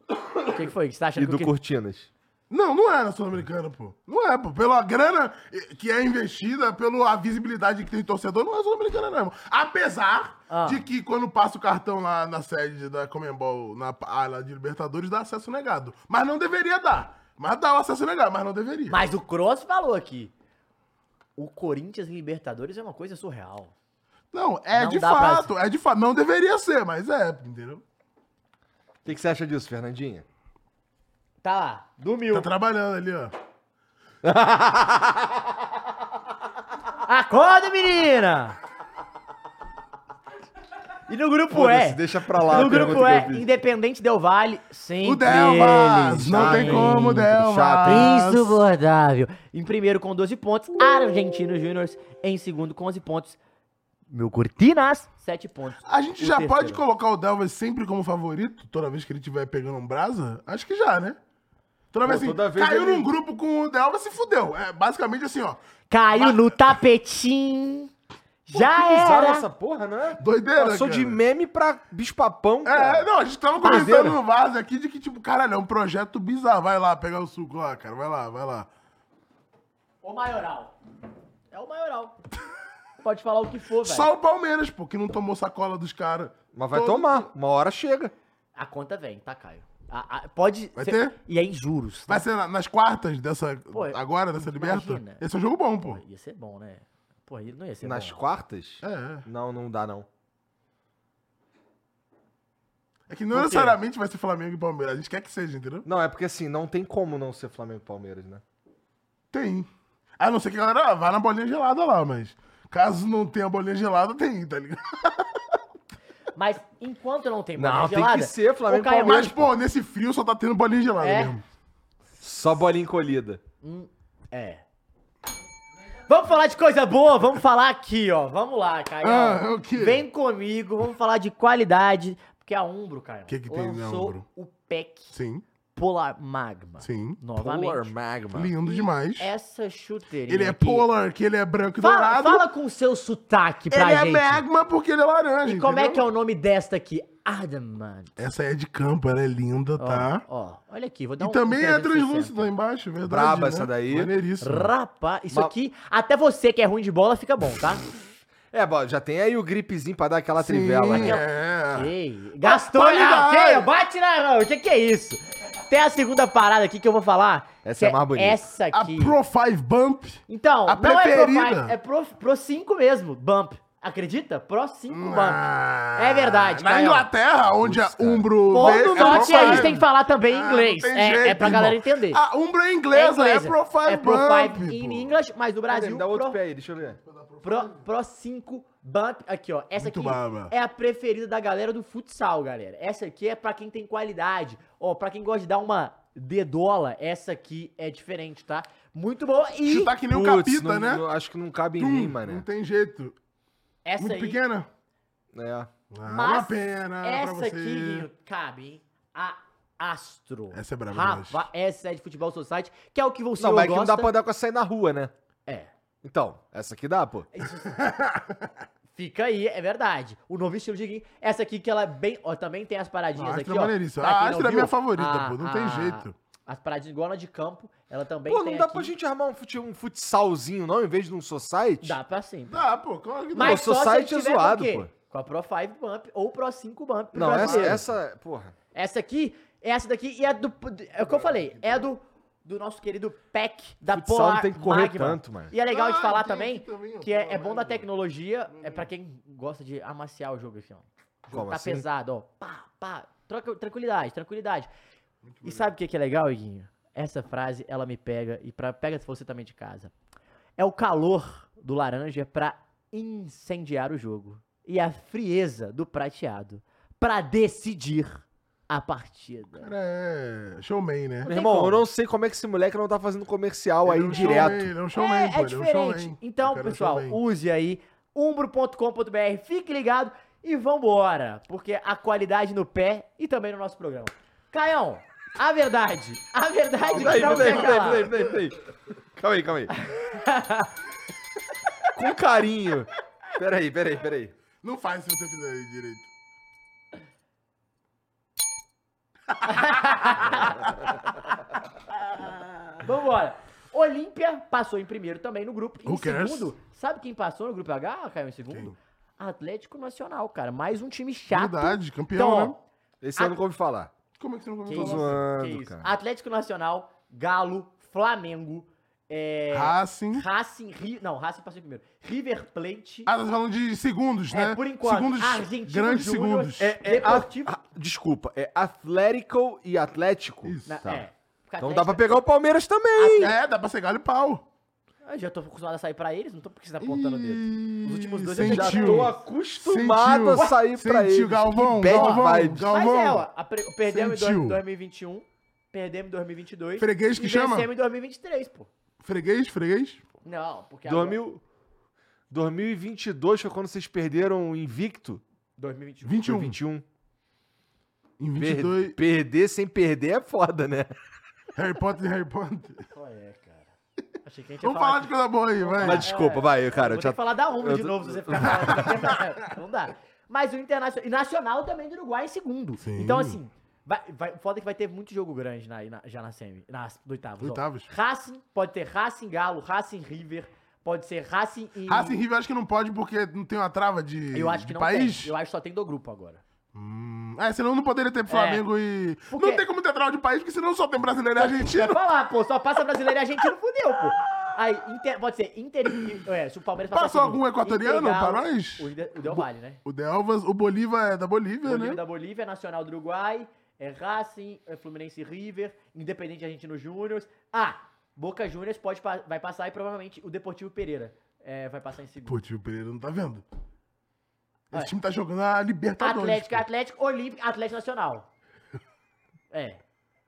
Speaker 1: O que, que foi? Você tá achando
Speaker 2: E do
Speaker 1: que...
Speaker 2: Cortinas.
Speaker 3: Não, não é na Sul-Americana, pô. Não é, pô. Pela grana eh, que é investida, pela visibilidade que tem torcedor, não é Sul-Americana, não, irmão. Apesar
Speaker 1: Ah.
Speaker 3: de que quando passa o cartão lá na sede da Comembol, na ala de Libertadores, dá acesso negado. Mas não deveria dar. Mas dá o acesso negado, mas não deveria.
Speaker 1: Mas o Cross falou aqui, o Corinthians em Libertadores é uma coisa surreal.
Speaker 3: Não, é
Speaker 1: Não
Speaker 3: de
Speaker 1: dá pra-
Speaker 3: fato, é de fato. Não deveria ser, mas é, entendeu?
Speaker 2: O que, que você acha disso, Fernandinha?
Speaker 1: Tá lá, dormiu.
Speaker 3: Tá trabalhando ali, ó.
Speaker 1: Acorda, menina! E no grupo
Speaker 2: Foda-se,
Speaker 1: E,
Speaker 2: deixa pra lá a
Speaker 1: é. no grupo é.
Speaker 2: pergunta que eu
Speaker 1: E,
Speaker 2: fiz.
Speaker 1: Independente Del Vale, sempre
Speaker 3: é O Delmas!
Speaker 1: eles,
Speaker 3: Não
Speaker 1: sempre
Speaker 3: tem como,
Speaker 2: chato,
Speaker 3: Delmas!
Speaker 1: Insubordável. Em primeiro com 12 pontos, Argentino Júnior em segundo com 11 pontos. Meu Cortinas, sete pontos.
Speaker 3: A gente
Speaker 1: O
Speaker 3: já
Speaker 1: terceiro.
Speaker 3: pode colocar o Dalvas sempre como favorito, toda vez que ele estiver pegando um brasa? Acho que já, né? Toda vez assim,
Speaker 2: toda vez
Speaker 3: caiu
Speaker 2: ele-
Speaker 3: num grupo com o Dalvas se fudeu. É basicamente assim, ó.
Speaker 1: Caiu no tapetinho. Já
Speaker 2: Pô, Usaram
Speaker 1: era.
Speaker 2: essa porra, não é?
Speaker 3: Doideira,
Speaker 2: Passou
Speaker 3: cara.
Speaker 2: de meme pra bispapão, cara.
Speaker 3: É, não, a gente tava comentando
Speaker 2: Doideira.
Speaker 3: no vaso aqui de que, tipo, caralho, é um projeto bizarro. Vai lá pegar o suco lá, cara. Vai lá, vai lá.
Speaker 1: O maioral. É o maioral. Pode falar o que for, velho.
Speaker 3: Só o Palmeiras, pô, que não tomou sacola dos caras.
Speaker 2: Mas vai
Speaker 3: Todo-
Speaker 2: tomar, uma hora chega.
Speaker 1: A conta vem, tá, Caio? A- a- pode.
Speaker 3: Vai
Speaker 1: cê-
Speaker 3: ter?
Speaker 1: E é em juros.
Speaker 3: Vai ser na- nas quartas dessa.
Speaker 1: Pô,
Speaker 3: agora, dessa liberta?
Speaker 1: imagina.
Speaker 3: Esse é um jogo bom, pô.
Speaker 1: Ia ser bom, né? Pô, ele não ia ser
Speaker 2: Nas
Speaker 1: bom.
Speaker 2: quartas?
Speaker 3: É, é.
Speaker 2: Não, não dá, não.
Speaker 3: É que
Speaker 1: Por
Speaker 3: não
Speaker 1: quê?
Speaker 3: necessariamente vai ser Flamengo e Palmeiras. A gente quer que seja, entendeu?
Speaker 2: Não, é porque assim, não tem como não ser Flamengo e Palmeiras, né?
Speaker 3: Tem. A não ser que a galera ah, vá na bolinha gelada lá, mas. Caso não tenha bolinha gelada, tem, tá ligado?
Speaker 1: Mas enquanto não tem bolinha
Speaker 2: Não, tem
Speaker 1: gelada,
Speaker 2: que ser Flamengo
Speaker 1: Ô,
Speaker 2: e
Speaker 1: Caio,
Speaker 2: Palmeiras.
Speaker 3: Mas, pô, nesse frio só tá tendo bolinha gelada
Speaker 1: É.
Speaker 3: mesmo.
Speaker 2: Só bolinha encolhida.
Speaker 1: É. Vamos falar de coisa boa, vamos falar aqui, É, ó. Vamos lá, Caio.
Speaker 3: Ah, o quê?
Speaker 1: Vem comigo, vamos falar de qualidade. Porque a Umbro, Caio,
Speaker 3: Que que tem na
Speaker 1: lançou
Speaker 3: Umbro?
Speaker 1: o PEC
Speaker 3: Sim,
Speaker 1: Polar Magma.
Speaker 3: sim.
Speaker 2: Polar
Speaker 1: Novamente.
Speaker 2: magma.
Speaker 3: Lindo
Speaker 1: E
Speaker 3: demais.
Speaker 1: Essa chuteirinha.
Speaker 3: Ele é
Speaker 1: É aqui.
Speaker 3: polar, que ele é branco e
Speaker 1: Fala,
Speaker 3: dourado.
Speaker 1: fala com o seu sotaque pra
Speaker 3: Ele é
Speaker 1: gente.
Speaker 3: magma porque ele é laranja.
Speaker 1: E como é
Speaker 3: entendeu?
Speaker 1: que é o nome desta aqui? Ardaman.
Speaker 3: Essa é de campo, ela é linda, tá?
Speaker 1: Ó, ó, olha aqui, vou dar
Speaker 3: E
Speaker 1: um.
Speaker 3: também é
Speaker 1: 360.
Speaker 3: translúcido lá embaixo, é verdade.
Speaker 2: Braba
Speaker 3: né?
Speaker 2: essa daí.
Speaker 3: Maneiríssimo.
Speaker 1: Rapaz, isso
Speaker 2: Ma-
Speaker 1: aqui, até você que é ruim de bola fica bom, tá?
Speaker 2: É, bom, já tem aí o gripezinho pra dar aquela
Speaker 3: Sim,
Speaker 2: trivela, né?
Speaker 3: é.
Speaker 1: Ei, Ah. gastou,
Speaker 3: Olha
Speaker 1: não,
Speaker 3: lá.
Speaker 1: que, é? bate na. O que, que é isso? Tem a segunda parada aqui que eu vou falar.
Speaker 2: Essa
Speaker 1: que
Speaker 2: é mais bonita.
Speaker 1: Essa
Speaker 3: A
Speaker 1: aqui.
Speaker 3: Pro 5 Bump.
Speaker 1: Então,
Speaker 3: a
Speaker 1: não é Pro
Speaker 3: preferida.
Speaker 1: five, é Pro, pro 5 mesmo, Bump. Acredita? Pro 5 Bump.
Speaker 3: Ah,
Speaker 1: É verdade,
Speaker 3: Na
Speaker 1: Caio.
Speaker 3: Inglaterra, onde
Speaker 2: Putz,
Speaker 3: a
Speaker 2: cara.
Speaker 3: Umbro...
Speaker 1: Pô,
Speaker 3: veio,
Speaker 1: no
Speaker 3: é Pro
Speaker 1: norte
Speaker 3: Five.
Speaker 1: eles têm que falar também
Speaker 3: Ah,
Speaker 1: em
Speaker 3: não
Speaker 1: inglês.
Speaker 3: tem
Speaker 1: é,
Speaker 3: jeito,
Speaker 1: é pra galera
Speaker 3: irmão.
Speaker 1: entender.
Speaker 3: A Umbro é inglesa, é,
Speaker 1: inglesa.
Speaker 3: Pro 5
Speaker 1: É Pro
Speaker 3: Bump.
Speaker 1: 5 in
Speaker 3: pô.
Speaker 1: English, mas no
Speaker 2: Cadê?
Speaker 1: Brasil,
Speaker 2: Me dá outro
Speaker 1: Pro
Speaker 2: pé aí, deixa eu ver.
Speaker 1: Pro, Pro 5 Bump, aqui ó, essa
Speaker 3: Muito
Speaker 1: aqui
Speaker 3: baba.
Speaker 1: é a preferida da galera do futsal, galera. Essa aqui é pra quem tem qualidade, ó, pra quem gosta de dar uma dedola, essa aqui é diferente, tá? Muito boa e
Speaker 3: Chutar que nem o
Speaker 2: Putz,
Speaker 3: Capita,
Speaker 2: não-
Speaker 3: né?
Speaker 2: não- acho que não cabe em
Speaker 3: Tum,
Speaker 2: mim,
Speaker 3: Não
Speaker 2: mano.
Speaker 3: tem jeito.
Speaker 1: essa
Speaker 3: Muito
Speaker 1: aí,
Speaker 3: pequena.
Speaker 2: É.
Speaker 3: Ah,
Speaker 1: Mas
Speaker 3: uma pena pra
Speaker 1: essa
Speaker 3: você.
Speaker 1: aqui, Guinho, cabe, hein? A Astro.
Speaker 3: Essa é braba demais.
Speaker 1: Rafa, essa é de Futebol Society, que é o que você
Speaker 2: Não, mas é que
Speaker 1: gosta.
Speaker 2: não dá pra andar com essa aí na rua, né?
Speaker 1: É.
Speaker 2: Então, essa aqui dá, pô.
Speaker 1: Fica aí, é verdade. O novo estilo de Gui. Essa aqui que ela é bem. Ó, também tem as paradinhas
Speaker 3: A
Speaker 1: aqui.
Speaker 3: Astra é
Speaker 1: ó.
Speaker 3: maneiríssima.
Speaker 1: Pra
Speaker 3: A
Speaker 1: quem não
Speaker 3: Astra
Speaker 1: viu,
Speaker 3: é
Speaker 1: Ah,
Speaker 3: minha favorita,
Speaker 1: a-
Speaker 3: pô. Não tem
Speaker 1: a-
Speaker 3: jeito.
Speaker 1: As paradinhas igual na de campo, ela também
Speaker 2: Pô,
Speaker 1: tem.
Speaker 2: não dá
Speaker 1: aqui.
Speaker 2: pra gente armar um, fute- um futsalzinho, não, em vez de um society?
Speaker 1: Dá pra sim.
Speaker 3: Dá, pô, claro que dá.
Speaker 1: Mas
Speaker 2: Pô, o
Speaker 1: só se ele
Speaker 2: Society é
Speaker 1: tiver com
Speaker 2: zoado,
Speaker 1: o quê?
Speaker 2: pô.
Speaker 1: Com a Pro 5 Bump ou Pro 5 Bump. pro
Speaker 2: Não, essa,
Speaker 1: brasileiro.
Speaker 2: essa, porra.
Speaker 1: Essa aqui, essa daqui e é do. É o que eu falei, é do. Do nosso querido pack da
Speaker 2: Futsal
Speaker 1: Polar
Speaker 2: não tem que correr
Speaker 1: Magma.
Speaker 2: tanto, mano.
Speaker 1: E é legal de
Speaker 3: Ah,
Speaker 1: falar
Speaker 3: tem
Speaker 1: também
Speaker 3: aqui também, ó,
Speaker 1: que é,
Speaker 3: Polar
Speaker 1: é bom da
Speaker 3: Magma.
Speaker 1: tecnologia, é pra quem gosta de amaciar o jogo aqui, ó. O jogo
Speaker 2: Como
Speaker 1: tá
Speaker 2: assim?
Speaker 1: pesado, ó. Pá, pá. Troca, tranquilidade, tranquilidade. E sabe o que que é legal, Iguinho? Essa frase, ela me pega, e pra, pega você também de casa. É o calor do laranja pra incendiar o jogo. E a frieza do prateado pra decidir a partida.
Speaker 3: Cara, é showman, né?
Speaker 1: tem
Speaker 2: Meu irmão,
Speaker 1: como.
Speaker 2: eu não sei como é que esse moleque não tá fazendo comercial aí
Speaker 3: Ele é um showman,
Speaker 2: direto.
Speaker 3: Ele é um showman,
Speaker 1: É,
Speaker 3: pô.
Speaker 1: é
Speaker 3: ele um
Speaker 1: diferente.
Speaker 3: showman. O
Speaker 1: Então,
Speaker 3: cara é um
Speaker 1: pessoal,
Speaker 3: showman.
Speaker 1: use aí umbro.com.br, fique ligado e vambora, porque a qualidade no pé e também no nosso programa. Caião, a verdade, a verdade que não quer calar.
Speaker 2: peraí, peraí. Calma aí, calma aí. Com carinho. Peraí, peraí, peraí.
Speaker 3: Não faz se você fizer direito.
Speaker 1: Vambora. Olímpia passou em primeiro também no grupo. Em
Speaker 3: Who cares?
Speaker 1: segundo, sabe quem passou no grupo H, Caiu em segundo?
Speaker 3: Quem?
Speaker 1: Atlético Nacional, cara. Mais um time chato.
Speaker 3: Verdade, campeão,
Speaker 1: Então, ó,
Speaker 3: né?
Speaker 2: Esse eu não ouvi falar.
Speaker 3: Como é que você não
Speaker 1: que
Speaker 3: comentou?
Speaker 1: isso,
Speaker 3: Zoando.
Speaker 1: que
Speaker 2: zoando,
Speaker 1: isso.
Speaker 2: cara.
Speaker 1: Atlético Nacional, Galo, Flamengo, é,
Speaker 3: Racing.
Speaker 1: Racing, Ri- não, Racing passou em primeiro. River Plate,
Speaker 3: Ah, tá falando de segundos,
Speaker 1: é,
Speaker 3: né?
Speaker 1: por enquanto,
Speaker 3: Segundos,
Speaker 1: Argentino
Speaker 3: grandes
Speaker 1: Júnior.
Speaker 3: segundos. Ah,
Speaker 1: É. Deportivo.
Speaker 2: a- desculpa, é Atlético e Atlético.
Speaker 3: Isso.
Speaker 1: na-
Speaker 2: Tá.
Speaker 1: é, porque
Speaker 2: Então
Speaker 1: Atlético-
Speaker 2: dá pra pegar o Palmeiras também.
Speaker 3: É, dá pra ser galho e pau.
Speaker 1: Ah, Eu já tô acostumado a sair pra eles, não tô porque você tá apontando o dedo. Os últimos dois eu
Speaker 3: sentiu.
Speaker 1: já
Speaker 2: Já
Speaker 1: Sentiu.
Speaker 2: tô acostumado
Speaker 3: Sentiu.
Speaker 2: a sair pra
Speaker 3: Sentiu,
Speaker 2: eles.
Speaker 3: Galvão,
Speaker 2: que bad
Speaker 3: Galvão,
Speaker 2: vibes.
Speaker 3: Galvão.
Speaker 1: Mas é, ó, a pre- perdemos em dois-
Speaker 3: Sentiu.
Speaker 1: 2021, perdemos em 2022.
Speaker 3: Freguês que
Speaker 1: e
Speaker 3: chama?
Speaker 1: vencemos em 2023, pô.
Speaker 3: Freguês, freguês.
Speaker 1: Não, porque agora-
Speaker 2: Dormiu. 2022 foi quando vocês perderam o invicto.
Speaker 1: 2021.
Speaker 3: 21.
Speaker 2: Foi 21.
Speaker 3: Em
Speaker 2: Per-
Speaker 3: 22.
Speaker 2: Perder sem perder é foda, né?
Speaker 3: Harry Potter e Harry Potter.
Speaker 1: Qual é, cara? Achei que a gente ia
Speaker 3: Vamos falar de
Speaker 1: aqui.
Speaker 3: coisa boa aí, vai.
Speaker 2: Mas desculpa, vai,
Speaker 1: Vou
Speaker 2: cara. É. Eu
Speaker 1: ter
Speaker 2: já...
Speaker 1: que falar da UMA de
Speaker 2: eu-
Speaker 1: novo, se você ficar falando. Não dá. Mas o Internacional. E Nacional também do Uruguai em segundo.
Speaker 3: Sim.
Speaker 1: Então, assim, vai, vai, foda que vai ter muito jogo grande na, na- já na semi. Nas oitavas. ó.
Speaker 3: Oitavas.
Speaker 1: Racing, pode ter Racing Galo, Racing River, pode ser Racing e.
Speaker 3: Racing River eu acho que não pode porque não tem uma trava de,
Speaker 1: Eu acho que
Speaker 3: de
Speaker 1: não
Speaker 3: país.
Speaker 1: tem. Eu acho que só tem do grupo agora.
Speaker 3: Hum, é, senão não poderia ter Flamengo e.
Speaker 1: Porque-
Speaker 3: Não tem como ter trava de país, porque senão só tem brasileiro e
Speaker 1: Vai
Speaker 3: argentino.
Speaker 1: falar, pô, só passa brasileiro e argentino, fudeu, pô. Aí, Inter- pode ser Inter e. É, se o Palmeiras passar
Speaker 3: Passou
Speaker 1: segundo,
Speaker 3: algum equatoriano
Speaker 1: Inter e Galo,
Speaker 3: pra nós?
Speaker 1: O, Inde- o Del Valle, né?
Speaker 3: O Delvas, o Bolívar é da Bolívia,
Speaker 1: Bolívia
Speaker 3: né?
Speaker 1: da Bolívia, Nacional do Uruguai, é Racing, é Fluminense e River, Independente Argentino Júnior. Ah, Boca Juniors pode, pa- vai passar e provavelmente o Deportivo Pereira é, vai passar em segundo.
Speaker 3: Pô, tio Pereira não tá vendo.
Speaker 1: Vai.
Speaker 3: Esse time tá jogando a Libertadores.
Speaker 1: Atlético,
Speaker 3: pô.
Speaker 1: Atlético, Olímpico, Atlético Nacional. É.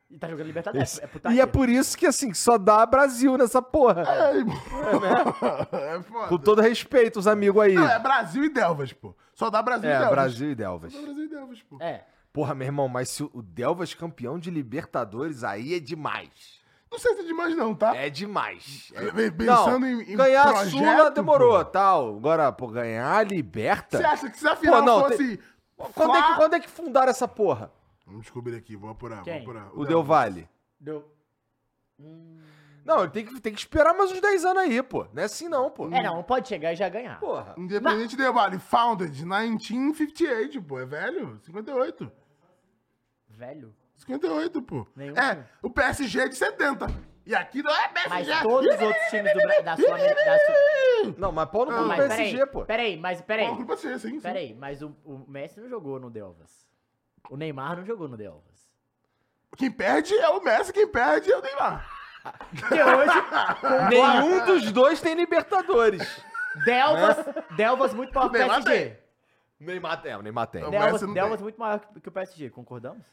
Speaker 1: E tá jogando Libertadores.
Speaker 2: Esse-
Speaker 1: É
Speaker 2: E
Speaker 1: putaria.
Speaker 2: é por isso que, assim, só dá Brasil nessa porra.
Speaker 3: É, irmão. é foda.
Speaker 2: Com todo respeito, os amigos aí.
Speaker 3: Não, é Brasil e Delvas, pô. Só dá Brasil e
Speaker 2: É,
Speaker 3: Delvas.
Speaker 2: Brasil e Delvas.
Speaker 3: Só dá Brasil e Delvas, pô.
Speaker 1: É.
Speaker 2: Porra, meu irmão, mas se o Delvas campeão de Libertadores, aí é demais.
Speaker 3: Não sei se é demais, não, tá?
Speaker 2: É demais. É-
Speaker 3: Vem Pensando
Speaker 2: Não,
Speaker 3: em, em
Speaker 2: ganhar a
Speaker 3: projeto,
Speaker 2: Sula demorou,
Speaker 3: pô.
Speaker 2: tal. Agora, pô, ganhar a Liberta.
Speaker 3: Você acha que se a final
Speaker 2: Pô, não,
Speaker 3: fosse.
Speaker 2: Quando é,
Speaker 3: Fla-
Speaker 2: que, quando é que fundaram essa porra?
Speaker 3: Vamos descobrir aqui, vou apurar,
Speaker 1: Quem?
Speaker 3: vou apurar.
Speaker 2: O Del Valle.
Speaker 1: Deu. Hum.
Speaker 2: Não, ele tem que, tem que esperar mais uns 10 anos aí, pô. Não é assim não, pô.
Speaker 1: É, não, pode chegar e já ganhar.
Speaker 2: Porra.
Speaker 3: Independente Del Valle, founded 1958, pô. É velho? 58.
Speaker 1: Velho.
Speaker 3: 58, pô.
Speaker 1: Nenhum
Speaker 3: é,
Speaker 1: time.
Speaker 3: o PSG é de 70. E aqui não é PSG.
Speaker 1: Mas todos os outros times do, Bra- da Sul-América. Da Sul...
Speaker 2: Não, mas pau no cu
Speaker 1: Não,
Speaker 2: do
Speaker 1: Ah, mas peraí.
Speaker 2: PSG, pô.
Speaker 1: Peraí, mas peraí.
Speaker 3: Ó, o grupo é esse, hein? Sim.
Speaker 1: Peraí, mas o, o Messi não jogou no Delvas. O Neymar não jogou no Delvas.
Speaker 3: Quem perde é o Messi, quem perde é o Neymar.
Speaker 1: Porque hoje,
Speaker 2: Nenhum dos dois tem Libertadores.
Speaker 1: Delvas,
Speaker 3: Né?
Speaker 1: Delvas muito maior que o
Speaker 3: Neymar
Speaker 1: PSG.
Speaker 2: Neymar tem, o Neymar tem.
Speaker 3: Não. O Messi
Speaker 1: Delvas,
Speaker 3: não
Speaker 1: Delvas muito maior que que o PSG, concordamos?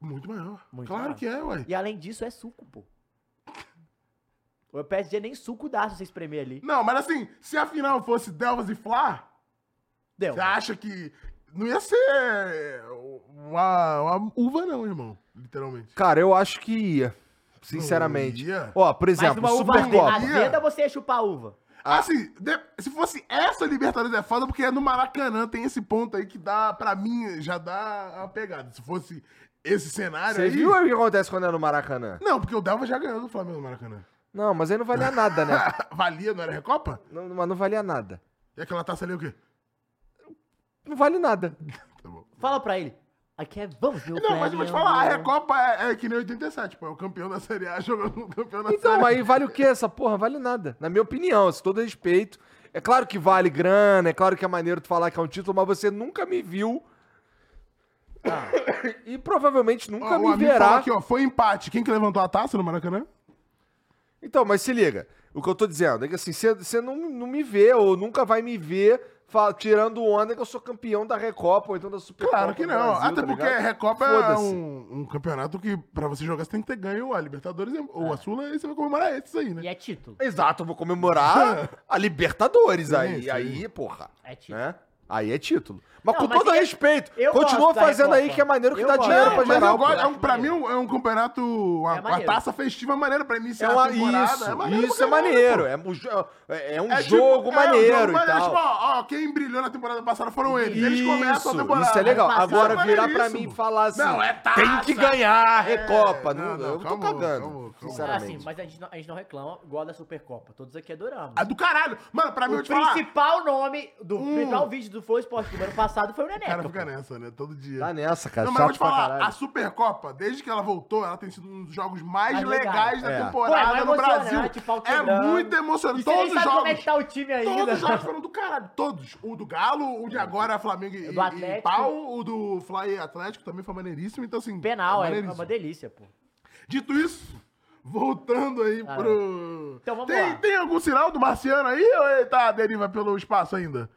Speaker 3: Muito maior.
Speaker 1: Muito
Speaker 3: claro
Speaker 1: maior.
Speaker 3: que é, ué.
Speaker 1: E além disso, é suco, pô. O PSG é nem suco dá se você espremer ali.
Speaker 3: Não, mas assim, se a final fosse Delvas e Fla, você
Speaker 1: Delvas.
Speaker 3: acha que não ia ser uma, uma uva não, irmão. Literalmente.
Speaker 2: Cara, eu acho que ia. Sinceramente.
Speaker 3: Não ia?
Speaker 2: Ó, por
Speaker 1: Mas
Speaker 2: exemplo,
Speaker 1: uma uva
Speaker 2: Supercopa.
Speaker 1: azeda- azeda, você ia chupar a uva.
Speaker 2: Ah.
Speaker 3: Assim, de- se fosse essa Libertadores é foda, porque é no Maracanã, tem esse ponto aí que dá, pra mim, já dá a pegada. Se fosse esse cenário
Speaker 2: Você
Speaker 3: aí...
Speaker 2: viu o que acontece quando é no Maracanã?
Speaker 3: Não, porque o Delva já ganhou do Flamengo no Maracanã.
Speaker 2: Não, mas aí não valia nada, né?
Speaker 3: Valia, não era Recopa?
Speaker 2: Não, mas não valia nada.
Speaker 3: E aquela taça ali é o quê?
Speaker 2: Não vale nada.
Speaker 3: Tá bom.
Speaker 1: Fala pra ele. Aqui é, vamos ver o
Speaker 3: Não, mas eu vou te
Speaker 1: prêmio.
Speaker 3: falar, a Recopa é, é que nem 87, pô. É o campeão da Série A jogando com o campeão da Série
Speaker 2: Então,
Speaker 3: B.
Speaker 2: aí vale o que essa porra? Vale nada. Na minha opinião, assim, todo respeito. É claro que vale grana, é claro que é maneiro tu falar que é um título, mas você nunca me viu. Ah, E provavelmente
Speaker 3: Ó,
Speaker 2: nunca
Speaker 3: o
Speaker 2: me
Speaker 3: amigo falou
Speaker 2: verá.
Speaker 3: aqui, ó, foi empate. Quem que levantou a taça no Maracanã?
Speaker 2: Então, mas se liga. O que eu tô dizendo é que assim, você não, não me vê ou nunca vai me ver fa- tirando onda que eu sou campeão da Recopa ou então da Supercopa.
Speaker 3: Claro que
Speaker 2: do
Speaker 3: não.
Speaker 2: Brasil,
Speaker 3: Até
Speaker 2: tá
Speaker 3: porque
Speaker 2: ligado?
Speaker 3: a Recopa é
Speaker 2: Foda-se.
Speaker 3: um, um campeonato que, pra você jogar, você tem que ter ganho a Libertadores
Speaker 2: É.
Speaker 3: ou a Sula, e é você vai comemorar esses aí, né?
Speaker 1: E é título.
Speaker 2: Exato, eu vou comemorar a Libertadores aí.
Speaker 3: Isso,
Speaker 2: aí, porra.
Speaker 1: É título.
Speaker 2: Né? Aí é título. Mas
Speaker 1: Não,
Speaker 2: com
Speaker 1: mas
Speaker 2: todo
Speaker 1: eu-
Speaker 2: respeito,
Speaker 1: eu
Speaker 2: continua
Speaker 1: gosto da
Speaker 2: fazendo aí
Speaker 1: Recopa.
Speaker 2: que é maneiro que
Speaker 1: Eu
Speaker 2: dá
Speaker 1: gosto.
Speaker 2: dinsto
Speaker 1: Não,
Speaker 2: pra
Speaker 3: mas eu
Speaker 2: geral.
Speaker 3: gosto,
Speaker 2: pô.
Speaker 3: é um, pra mim é um- é um campeonato, uma,
Speaker 1: É
Speaker 3: uma
Speaker 1: maneiro.
Speaker 3: taça festiva maneira pra iniciar
Speaker 2: É uma-
Speaker 3: a temporada.
Speaker 2: isso,
Speaker 3: maneiro
Speaker 2: isso
Speaker 3: pra
Speaker 2: é
Speaker 3: caralho,
Speaker 2: maneiro.
Speaker 3: pô.
Speaker 2: É um, jo- é- é um
Speaker 3: É tipo-
Speaker 2: jogo
Speaker 3: é,
Speaker 2: maneiro
Speaker 3: um jogo
Speaker 2: e
Speaker 3: maneiro,
Speaker 2: tal.
Speaker 3: Tipo, ó, ó, quem brilhou na temporada passada foram eles. eles começam a
Speaker 2: Isso,
Speaker 3: temporada.
Speaker 2: Isso é legal.
Speaker 1: Passar
Speaker 2: Agora
Speaker 3: é
Speaker 2: virar pra
Speaker 3: maneiríssimo.
Speaker 2: mim e falar assim:
Speaker 3: Não, é taça.
Speaker 2: tem que ganhar a Recopa.
Speaker 3: É,
Speaker 2: Não,
Speaker 3: não, não,
Speaker 2: eu tô
Speaker 3: calma,
Speaker 2: cagando.
Speaker 3: calma, calma.
Speaker 1: Ah,
Speaker 2: Sinceramente.
Speaker 1: sim, mas a gente, não, a gente não reclama, igual da Supercopa. Todos aqui adoramos.
Speaker 3: Ah, do caralho. Mano, pra mim, eu
Speaker 1: O
Speaker 3: te falar...
Speaker 1: principal nome do
Speaker 3: Hum.
Speaker 1: principal vídeo do Flow Esporte do ano passado foi o Neneca.
Speaker 3: O cara fica
Speaker 1: pô.
Speaker 3: nessa, né? Todo dia.
Speaker 2: é Tá nessa, cara.
Speaker 3: Não, mas eu
Speaker 2: chato
Speaker 3: vou te
Speaker 2: pra
Speaker 3: falar, a
Speaker 1: Assim,
Speaker 2: caralho.
Speaker 3: Supercopa, desde que ela voltou, ela tem sido um dos jogos mais,
Speaker 1: Mais legal.
Speaker 3: legais da
Speaker 2: É.
Speaker 3: temporada
Speaker 1: Pô, é
Speaker 3: no
Speaker 1: emocionante,
Speaker 3: Brasil.
Speaker 1: pau
Speaker 3: É
Speaker 1: quebrando.
Speaker 3: muito
Speaker 1: E
Speaker 3: emocionante.
Speaker 1: você nem
Speaker 3: Todos os
Speaker 1: sabe como é
Speaker 3: jogos.
Speaker 1: que tá o time
Speaker 3: Todos os jogos
Speaker 1: ainda.
Speaker 3: foram do caralho. Todos. O do Galo, o de agora, Flamengo e,
Speaker 1: O do
Speaker 3: e
Speaker 1: Atlético.
Speaker 3: pau. O do Fly e Atlético também foi maneiríssimo. Então, assim.
Speaker 1: Penal, é,
Speaker 3: maneiríssimo.
Speaker 1: uma delícia, pô.
Speaker 3: Dito isso, voltando aí
Speaker 1: Ah,
Speaker 3: pro.
Speaker 1: Então vamos
Speaker 3: tem,
Speaker 1: lá.
Speaker 3: tem algum sinal do Marciano aí ou ele tá à deriva pelo espaço ainda?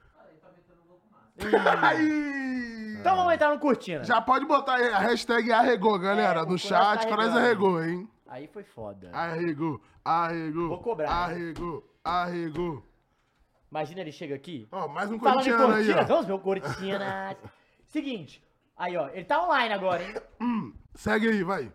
Speaker 3: Aí.
Speaker 1: Então vamos entrar no Cortina.
Speaker 3: Já pode botar aí a hashtag arregou, galera,
Speaker 1: É,
Speaker 3: no
Speaker 1: o
Speaker 3: chat, que
Speaker 1: Coração
Speaker 3: nós
Speaker 1: arregou.
Speaker 3: arregou, hein?
Speaker 1: Aí foi foda.
Speaker 3: Arregou, arregou.
Speaker 1: Vou cobrar. né?
Speaker 3: Arregou, arregou.
Speaker 1: Imagina ele chega aqui.
Speaker 3: Ó, mais um
Speaker 1: Falando em
Speaker 3: corintiano aí,
Speaker 1: cortinas,
Speaker 3: ó.
Speaker 1: vamos ver o cortinas. Seguinte, aí ó, ele tá online agora, hein?
Speaker 3: Segue aí, vai.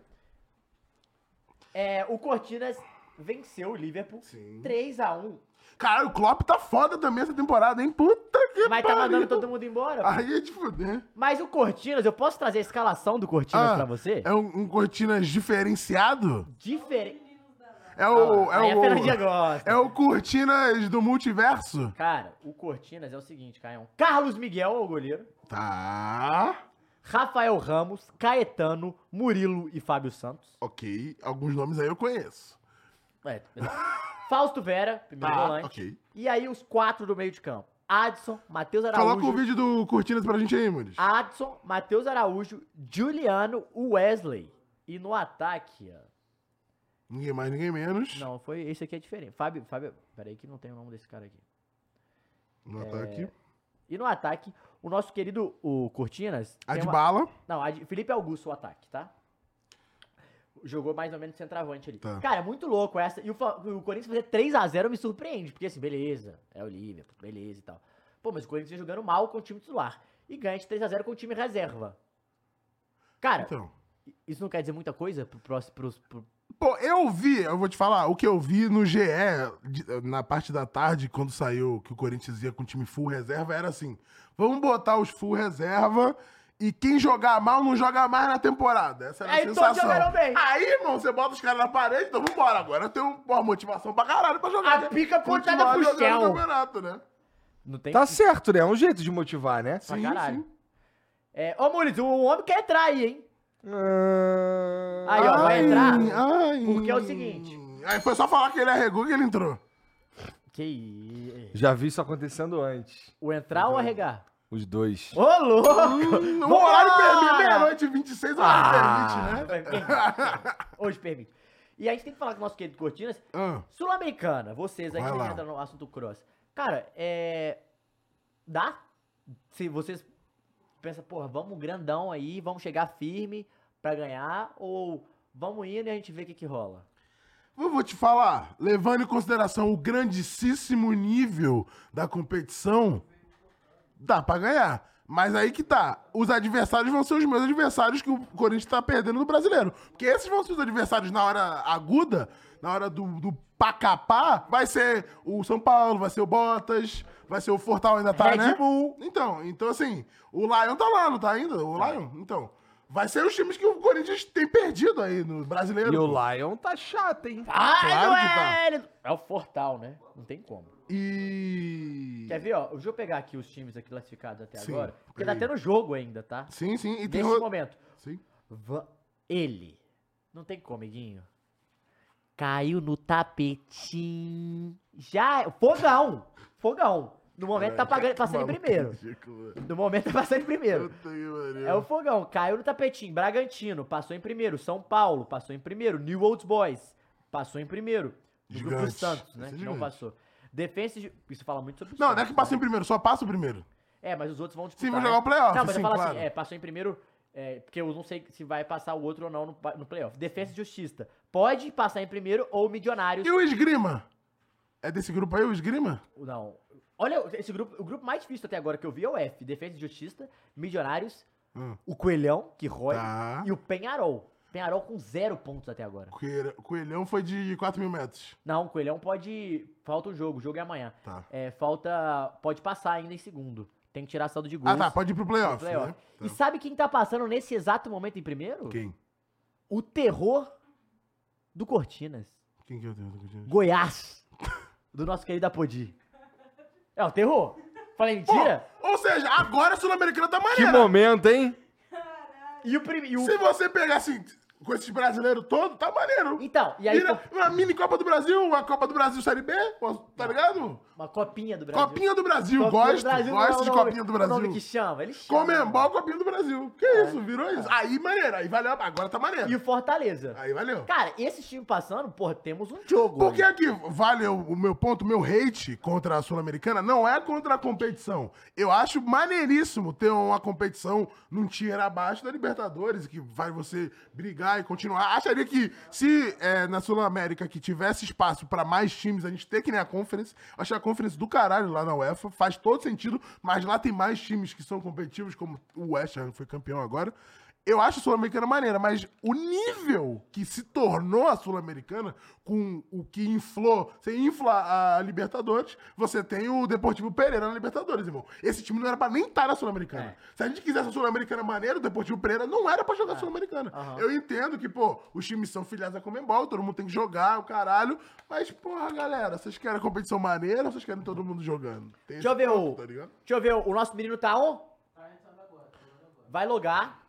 Speaker 1: É, o Cortinas venceu o Liverpool
Speaker 3: Sim.
Speaker 1: 3x1.
Speaker 3: Caralho, o Klopp tá foda também essa temporada, hein? Puta que
Speaker 1: Mas tá
Speaker 3: pariu.
Speaker 1: mandando todo mundo embora. pô.
Speaker 3: Aí é de fuder.
Speaker 1: Mas o Cortinas, eu posso trazer a escalação do Cortinas
Speaker 3: Ah,
Speaker 1: pra você?
Speaker 3: É um, um Cortinas diferenciado?
Speaker 1: Diferente.
Speaker 3: É o.
Speaker 1: aí
Speaker 3: é,
Speaker 1: a Fernandinha
Speaker 3: o
Speaker 1: gosta.
Speaker 3: é o Cortinas do multiverso?
Speaker 1: Cara, o Cortinas é o seguinte, Caião. Carlos Miguel é o goleiro.
Speaker 3: Tá.
Speaker 1: Rafael Ramos, Caetano, Murilo e Fábio Santos.
Speaker 3: Ok. Alguns nomes aí eu conheço.
Speaker 1: É, Fausto Vera, primeiro
Speaker 3: Tá,
Speaker 1: volante.
Speaker 3: ok.
Speaker 1: E aí os quatro do meio de campo. Adson, Matheus Araújo.
Speaker 3: Coloca o vídeo do Cortinas pra gente aí, Muniz.
Speaker 1: Ah. Adson, Matheus Araújo, Juliano, Wesley. E no ataque, ó,
Speaker 3: Ninguém mais, ninguém menos.
Speaker 1: não, foi, esse aqui é diferente. Fábio, Fábio, peraí que não tem o nome desse cara aqui.
Speaker 3: No
Speaker 1: É,
Speaker 3: ataque.
Speaker 1: E no ataque, o nosso querido o Cortinas,
Speaker 3: A
Speaker 1: tem
Speaker 3: de
Speaker 1: uma-
Speaker 3: bala.
Speaker 1: não, Ad- Felipe Augusto o ataque, tá? Jogou mais ou menos centroavante ali.
Speaker 3: Tá.
Speaker 1: Cara, é muito louco essa. E o, Fa- o Corinthians fazer 3x0 me surpreende, porque assim, beleza, é o Liverpool, beleza e tal. Pô, mas o Corinthians vem jogando mal com o time titular e ganha de 3x0 com o time reserva. Cara,
Speaker 3: Então.
Speaker 1: Isso não quer dizer muita coisa pro próximo. Pros, pro-
Speaker 3: Pô, eu vi, eu vou te falar, o que eu vi no GE, de- na parte da tarde, quando saiu que o Corinthians ia com o time full reserva, era assim: vamos botar os full reserva e quem jogar mal não joga mais na temporada. Essa era a
Speaker 1: Aí todos
Speaker 3: sensação.
Speaker 1: jogaram bem.
Speaker 3: Aí, irmão, você bota os caras na parede, então vambora. Agora eu tenho uma motivação pra caralho pra jogar.
Speaker 1: A
Speaker 3: né?
Speaker 1: pica apontada
Speaker 3: Continuar
Speaker 1: pro
Speaker 3: jogando
Speaker 1: céu.
Speaker 3: o campeonato, né?
Speaker 1: Não tem
Speaker 2: Tá
Speaker 1: pra
Speaker 2: certo, né? É um jeito de motivar, né?
Speaker 1: caralho. É, ô, Muniz, o homem quer entrar aí, hein?
Speaker 2: Ah,
Speaker 1: Aí, ó, vai
Speaker 3: Ai,
Speaker 1: entrar.
Speaker 3: ai.
Speaker 1: Porque é o seguinte.
Speaker 3: Aí foi só falar que ele arregou que ele entrou.
Speaker 1: Que i-
Speaker 2: Já vi isso acontecendo antes.
Speaker 1: O entrar Hum, ou arregar?
Speaker 2: Os dois.
Speaker 1: Ô, louco!
Speaker 3: No
Speaker 1: Vambora!
Speaker 3: Hum, horário permite,
Speaker 1: né?
Speaker 3: meia-noite e 26, o horário
Speaker 1: Ah.
Speaker 3: permite, né?
Speaker 1: Hoje permite. E a gente tem que falar com o nosso querido Cortinas.
Speaker 3: Ah,
Speaker 1: Sul-Americana, vocês aí
Speaker 3: Vai
Speaker 1: que
Speaker 3: lá.
Speaker 1: entram no assunto cross. Cara, é. Dá? Se vocês pensam, porra, vamos grandão aí, vamos chegar firme pra ganhar, ou vamos indo e a gente vê o que, que rola.
Speaker 3: eu vou te falar, levando em consideração o grandíssimo nível da competição, dá pra ganhar. Mas aí que tá, os adversários vão ser os meus adversários que o Corinthians tá perdendo no Brasileiro. Porque esses vão ser os adversários na hora aguda, na hora do, do pacapá, vai ser o São Paulo, vai ser o Botas, vai ser o Fortal ainda tá,
Speaker 1: Red
Speaker 3: né? Então, então assim, o Lion tá lá, não tá ainda? O Lion, então. Vai ser os times que o Corinthians tem perdido aí no Brasileiro.
Speaker 2: E o Lion tá chato, hein?
Speaker 1: Ah,
Speaker 3: Claro
Speaker 1: não
Speaker 3: que tá.
Speaker 1: é! ele- É o Fortal, né? Não tem como.
Speaker 3: E.
Speaker 1: Quer ver, ó? Deixa eu pegar aqui os times aqui classificados até
Speaker 3: Sim,
Speaker 1: agora. Porque tá
Speaker 3: peraí.
Speaker 1: tendo jogo ainda, tá?
Speaker 3: Sim, sim. E tem
Speaker 1: Nesse
Speaker 3: o-
Speaker 1: momento. tá
Speaker 3: Sim.
Speaker 1: Va- Ele. Não tem como, amiguinho. Caiu no tapetinho. Já. Fogão! Fogão! No momento tá pagando- passando em
Speaker 3: Maluco
Speaker 1: primeiro.
Speaker 3: ridículo.
Speaker 1: No momento tá passando em primeiro.
Speaker 3: Puta que pariu.
Speaker 1: É o fogão, caiu no tapetinho. Bragantino passou em primeiro. São Paulo passou em primeiro. New Old Boys passou em primeiro. Do grupo
Speaker 3: Gigante.
Speaker 1: Santos, né?
Speaker 3: Esse é
Speaker 1: Que não
Speaker 3: gigante.
Speaker 1: passou. Defensa. de- Isso fala muito sobre o
Speaker 3: Não,
Speaker 1: Santos,
Speaker 3: não é que passa em
Speaker 1: né?
Speaker 3: primeiro, só passa o primeiro.
Speaker 1: É, mas os outros vão disputar.
Speaker 3: Sim, vão
Speaker 1: né?
Speaker 3: jogar o playoff.
Speaker 1: Não, mas
Speaker 3: sim,
Speaker 1: eu falo
Speaker 3: claro.
Speaker 1: assim, é, passou em primeiro, é, porque eu não sei se vai passar o outro ou não no, pa- no playoff. Defesa e Justiça. Pode passar em primeiro ou Milionários.
Speaker 3: E o Esgrima? É desse grupo aí, o Esgrima?
Speaker 1: Não. Olha, esse grupo, o grupo mais difícil até agora que eu vi é o F. Defesa e Justiça, Milionários,
Speaker 3: Hum.
Speaker 1: o Coelhão, que rói,
Speaker 3: Tá.
Speaker 1: e o Penharol. Penharol com zero pontos até agora.
Speaker 3: Coelha- Coelhão foi de 4 mil metros.
Speaker 1: Não, o Coelhão pode. Falta o jogo, o jogo é amanhã.
Speaker 3: Tá.
Speaker 1: É, falta. Pode passar ainda em segundo. Tem que tirar saldo de gols.
Speaker 3: Ah, tá, pode ir pro
Speaker 1: pro
Speaker 3: playoff.
Speaker 1: playoff.
Speaker 3: Né?
Speaker 1: E sabe quem tá passando nesse exato momento em primeiro?
Speaker 3: Quem?
Speaker 1: o terror do Cortinas.
Speaker 3: Quem que eu tenho?
Speaker 1: Goiás. Do nosso querido Apodi. É o terror. Falei mentira?
Speaker 3: Ou seja, agora a Sul-Americana tá
Speaker 2: Que
Speaker 3: maneira.
Speaker 2: momento, hein?
Speaker 1: E o primeiro.
Speaker 3: Se você pegar assim, com esses brasileiros todos, tá maneiro.
Speaker 1: Então, e aí
Speaker 3: Vira uma mini Copa do Brasil, uma Copa do Brasil Série B, tá ligado?
Speaker 1: uma copinha do Brasil.
Speaker 3: Copinha do Brasil,
Speaker 1: Copinha do
Speaker 3: gosto,
Speaker 1: Brasil não é
Speaker 3: gosto
Speaker 1: o
Speaker 3: de
Speaker 1: nome-
Speaker 3: Copinha do
Speaker 1: O nome que
Speaker 3: Brasil.
Speaker 1: chama, ele chama. né? É,
Speaker 3: Comembol, Copinha do Brasil. Que isso, virou isso. Aí maneiro, aí valeu, agora tá maneiro.
Speaker 1: E o Fortaleza.
Speaker 3: Aí valeu.
Speaker 1: Cara, esse time passando, porra, temos um jogo.
Speaker 3: Porque
Speaker 1: aí.
Speaker 3: aqui, é vale o o meu ponto, o meu hate contra a Sul-Americana não é contra a competição. Eu acho maneiríssimo ter uma competição num tier abaixo da Libertadores, que vai você brigar melhorar e continuar. Acharia que se é, na Sul-América que tivesse espaço pra mais times, a gente ter que nem a Conference, eu achei a Conference do caralho lá na UEFA, faz todo sentido, mas lá tem mais times que são competitivos, como o West Ham que foi campeão agora. Eu acho a Sul-Americana maneira, mas o nível que se tornou a Sul-Americana, com o que inflou, você infla a Libertadores, você tem o Deportivo Pereira na Libertadores, irmão. Esse time não era pra nem estar na Sul-Americana.
Speaker 1: É.
Speaker 3: Se a gente quisesse a Sul-Americana maneira, o Deportivo Pereira não era pra jogar a Sul-Americana.
Speaker 1: Aham.
Speaker 3: Eu entendo que, pô, os times são filiados a Comembol, todo mundo tem que jogar, o caralho. Mas, porra, galera, vocês querem a competição maneira ou vocês querem todo mundo jogando? Tem
Speaker 1: Deixa eu
Speaker 3: esse
Speaker 1: ver
Speaker 3: ponto,
Speaker 1: o.
Speaker 3: tá ligado?
Speaker 1: deixa eu ver o. O nosso menino tá on? Vai logar.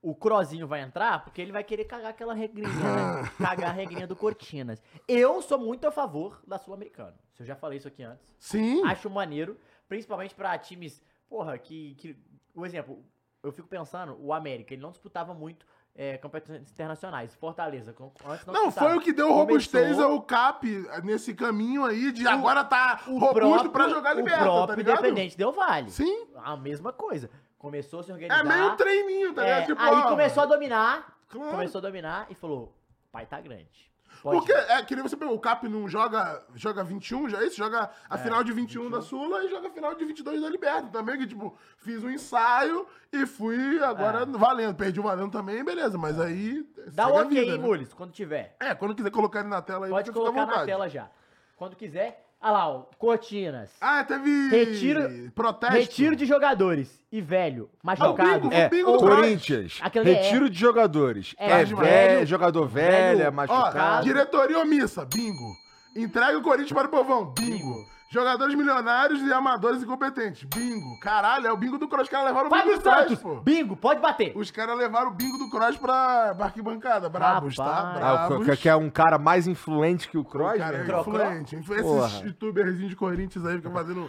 Speaker 1: O Crozinho vai entrar, porque ele vai querer cagar aquela regrinha, né? Cagar a regrinha do Cortinas. Eu sou muito a favor da Sul-Americana. Se eu já falei isso aqui antes.
Speaker 3: Sim.
Speaker 1: Acho maneiro, principalmente pra times, porra, que, que o exemplo, eu fico pensando, o América, ele não disputava muito é, campeonatos internacionais, Fortaleza, com- antes não,
Speaker 3: Não,
Speaker 1: disputava.
Speaker 3: foi o que deu
Speaker 1: Começou-
Speaker 3: robustez ao Cap nesse caminho aí de agora tá robusto pra jogar
Speaker 1: O
Speaker 3: liberta, tá
Speaker 1: próprio
Speaker 3: ligado?
Speaker 1: Independente Del Vale.
Speaker 3: Sim,
Speaker 1: A mesma coisa. Começou a se organizar.
Speaker 3: é meio treininho, tá ligado?
Speaker 1: é,
Speaker 3: Tipo,
Speaker 1: aí
Speaker 3: ó, Hum.
Speaker 1: começou a dominar,
Speaker 3: claro.
Speaker 1: começou a dominar e falou, pai tá grande. Pode
Speaker 3: Porque,
Speaker 1: ir."
Speaker 3: é, que nem você pegou, o Cap não joga, joga 21, já é isso? Joga a final de 21, da Sula e joga a final de 22 da Liberta também, que tipo, fiz um ensaio e fui agora
Speaker 1: É.
Speaker 3: valendo. Perdi o valendo também, beleza, mas aí...
Speaker 1: Dá o
Speaker 3: segue a
Speaker 1: ok,
Speaker 3: vida,
Speaker 1: hein,
Speaker 3: né?
Speaker 1: Mules, quando tiver.
Speaker 3: É, quando quiser colocar ele na tela aí,
Speaker 1: Pode
Speaker 3: você fica à
Speaker 1: colocar na
Speaker 3: vontade.
Speaker 1: tela já. Quando quiser. Ah lá, ó, Cortinas.
Speaker 3: Ah, teve...
Speaker 1: Retiro-
Speaker 3: Protesto.
Speaker 1: Retiro de jogadores e velho, machucado.
Speaker 3: bingo,
Speaker 1: É,
Speaker 2: É,
Speaker 3: O bingo do
Speaker 2: Corinthians,
Speaker 1: Aquele é-
Speaker 2: retiro de jogadores.
Speaker 1: É,
Speaker 2: É,
Speaker 1: acho
Speaker 2: velho,
Speaker 1: velho,
Speaker 2: jogador velho,
Speaker 1: velho.
Speaker 2: é
Speaker 1: ah, Cara.
Speaker 3: Ó,
Speaker 2: machucado.
Speaker 3: diretoria omissa, bingo. Entrega o Corinthians para o povão, bingo.
Speaker 1: Bingo.
Speaker 3: Jogadores milionários e amadores incompetentes, bingo. Caralho, é o bingo do Cross. Os caras levaram o bingo
Speaker 1: Fábio
Speaker 3: do Cross,
Speaker 1: Santos,
Speaker 3: pô.
Speaker 1: bingo, pode bater.
Speaker 3: Os caras levaram o bingo do Cross pra pra arquibancada. Brabos, tá?
Speaker 1: Rapaz.
Speaker 2: Ah, o
Speaker 3: Brabos.
Speaker 2: que- que é um cara mais influente que o Kroos,
Speaker 3: cara é
Speaker 2: né?
Speaker 1: Crocó?
Speaker 3: influente. Influ- Esses
Speaker 2: Porra.
Speaker 3: youtuberzinhos de Corinthians aí ficam fazendo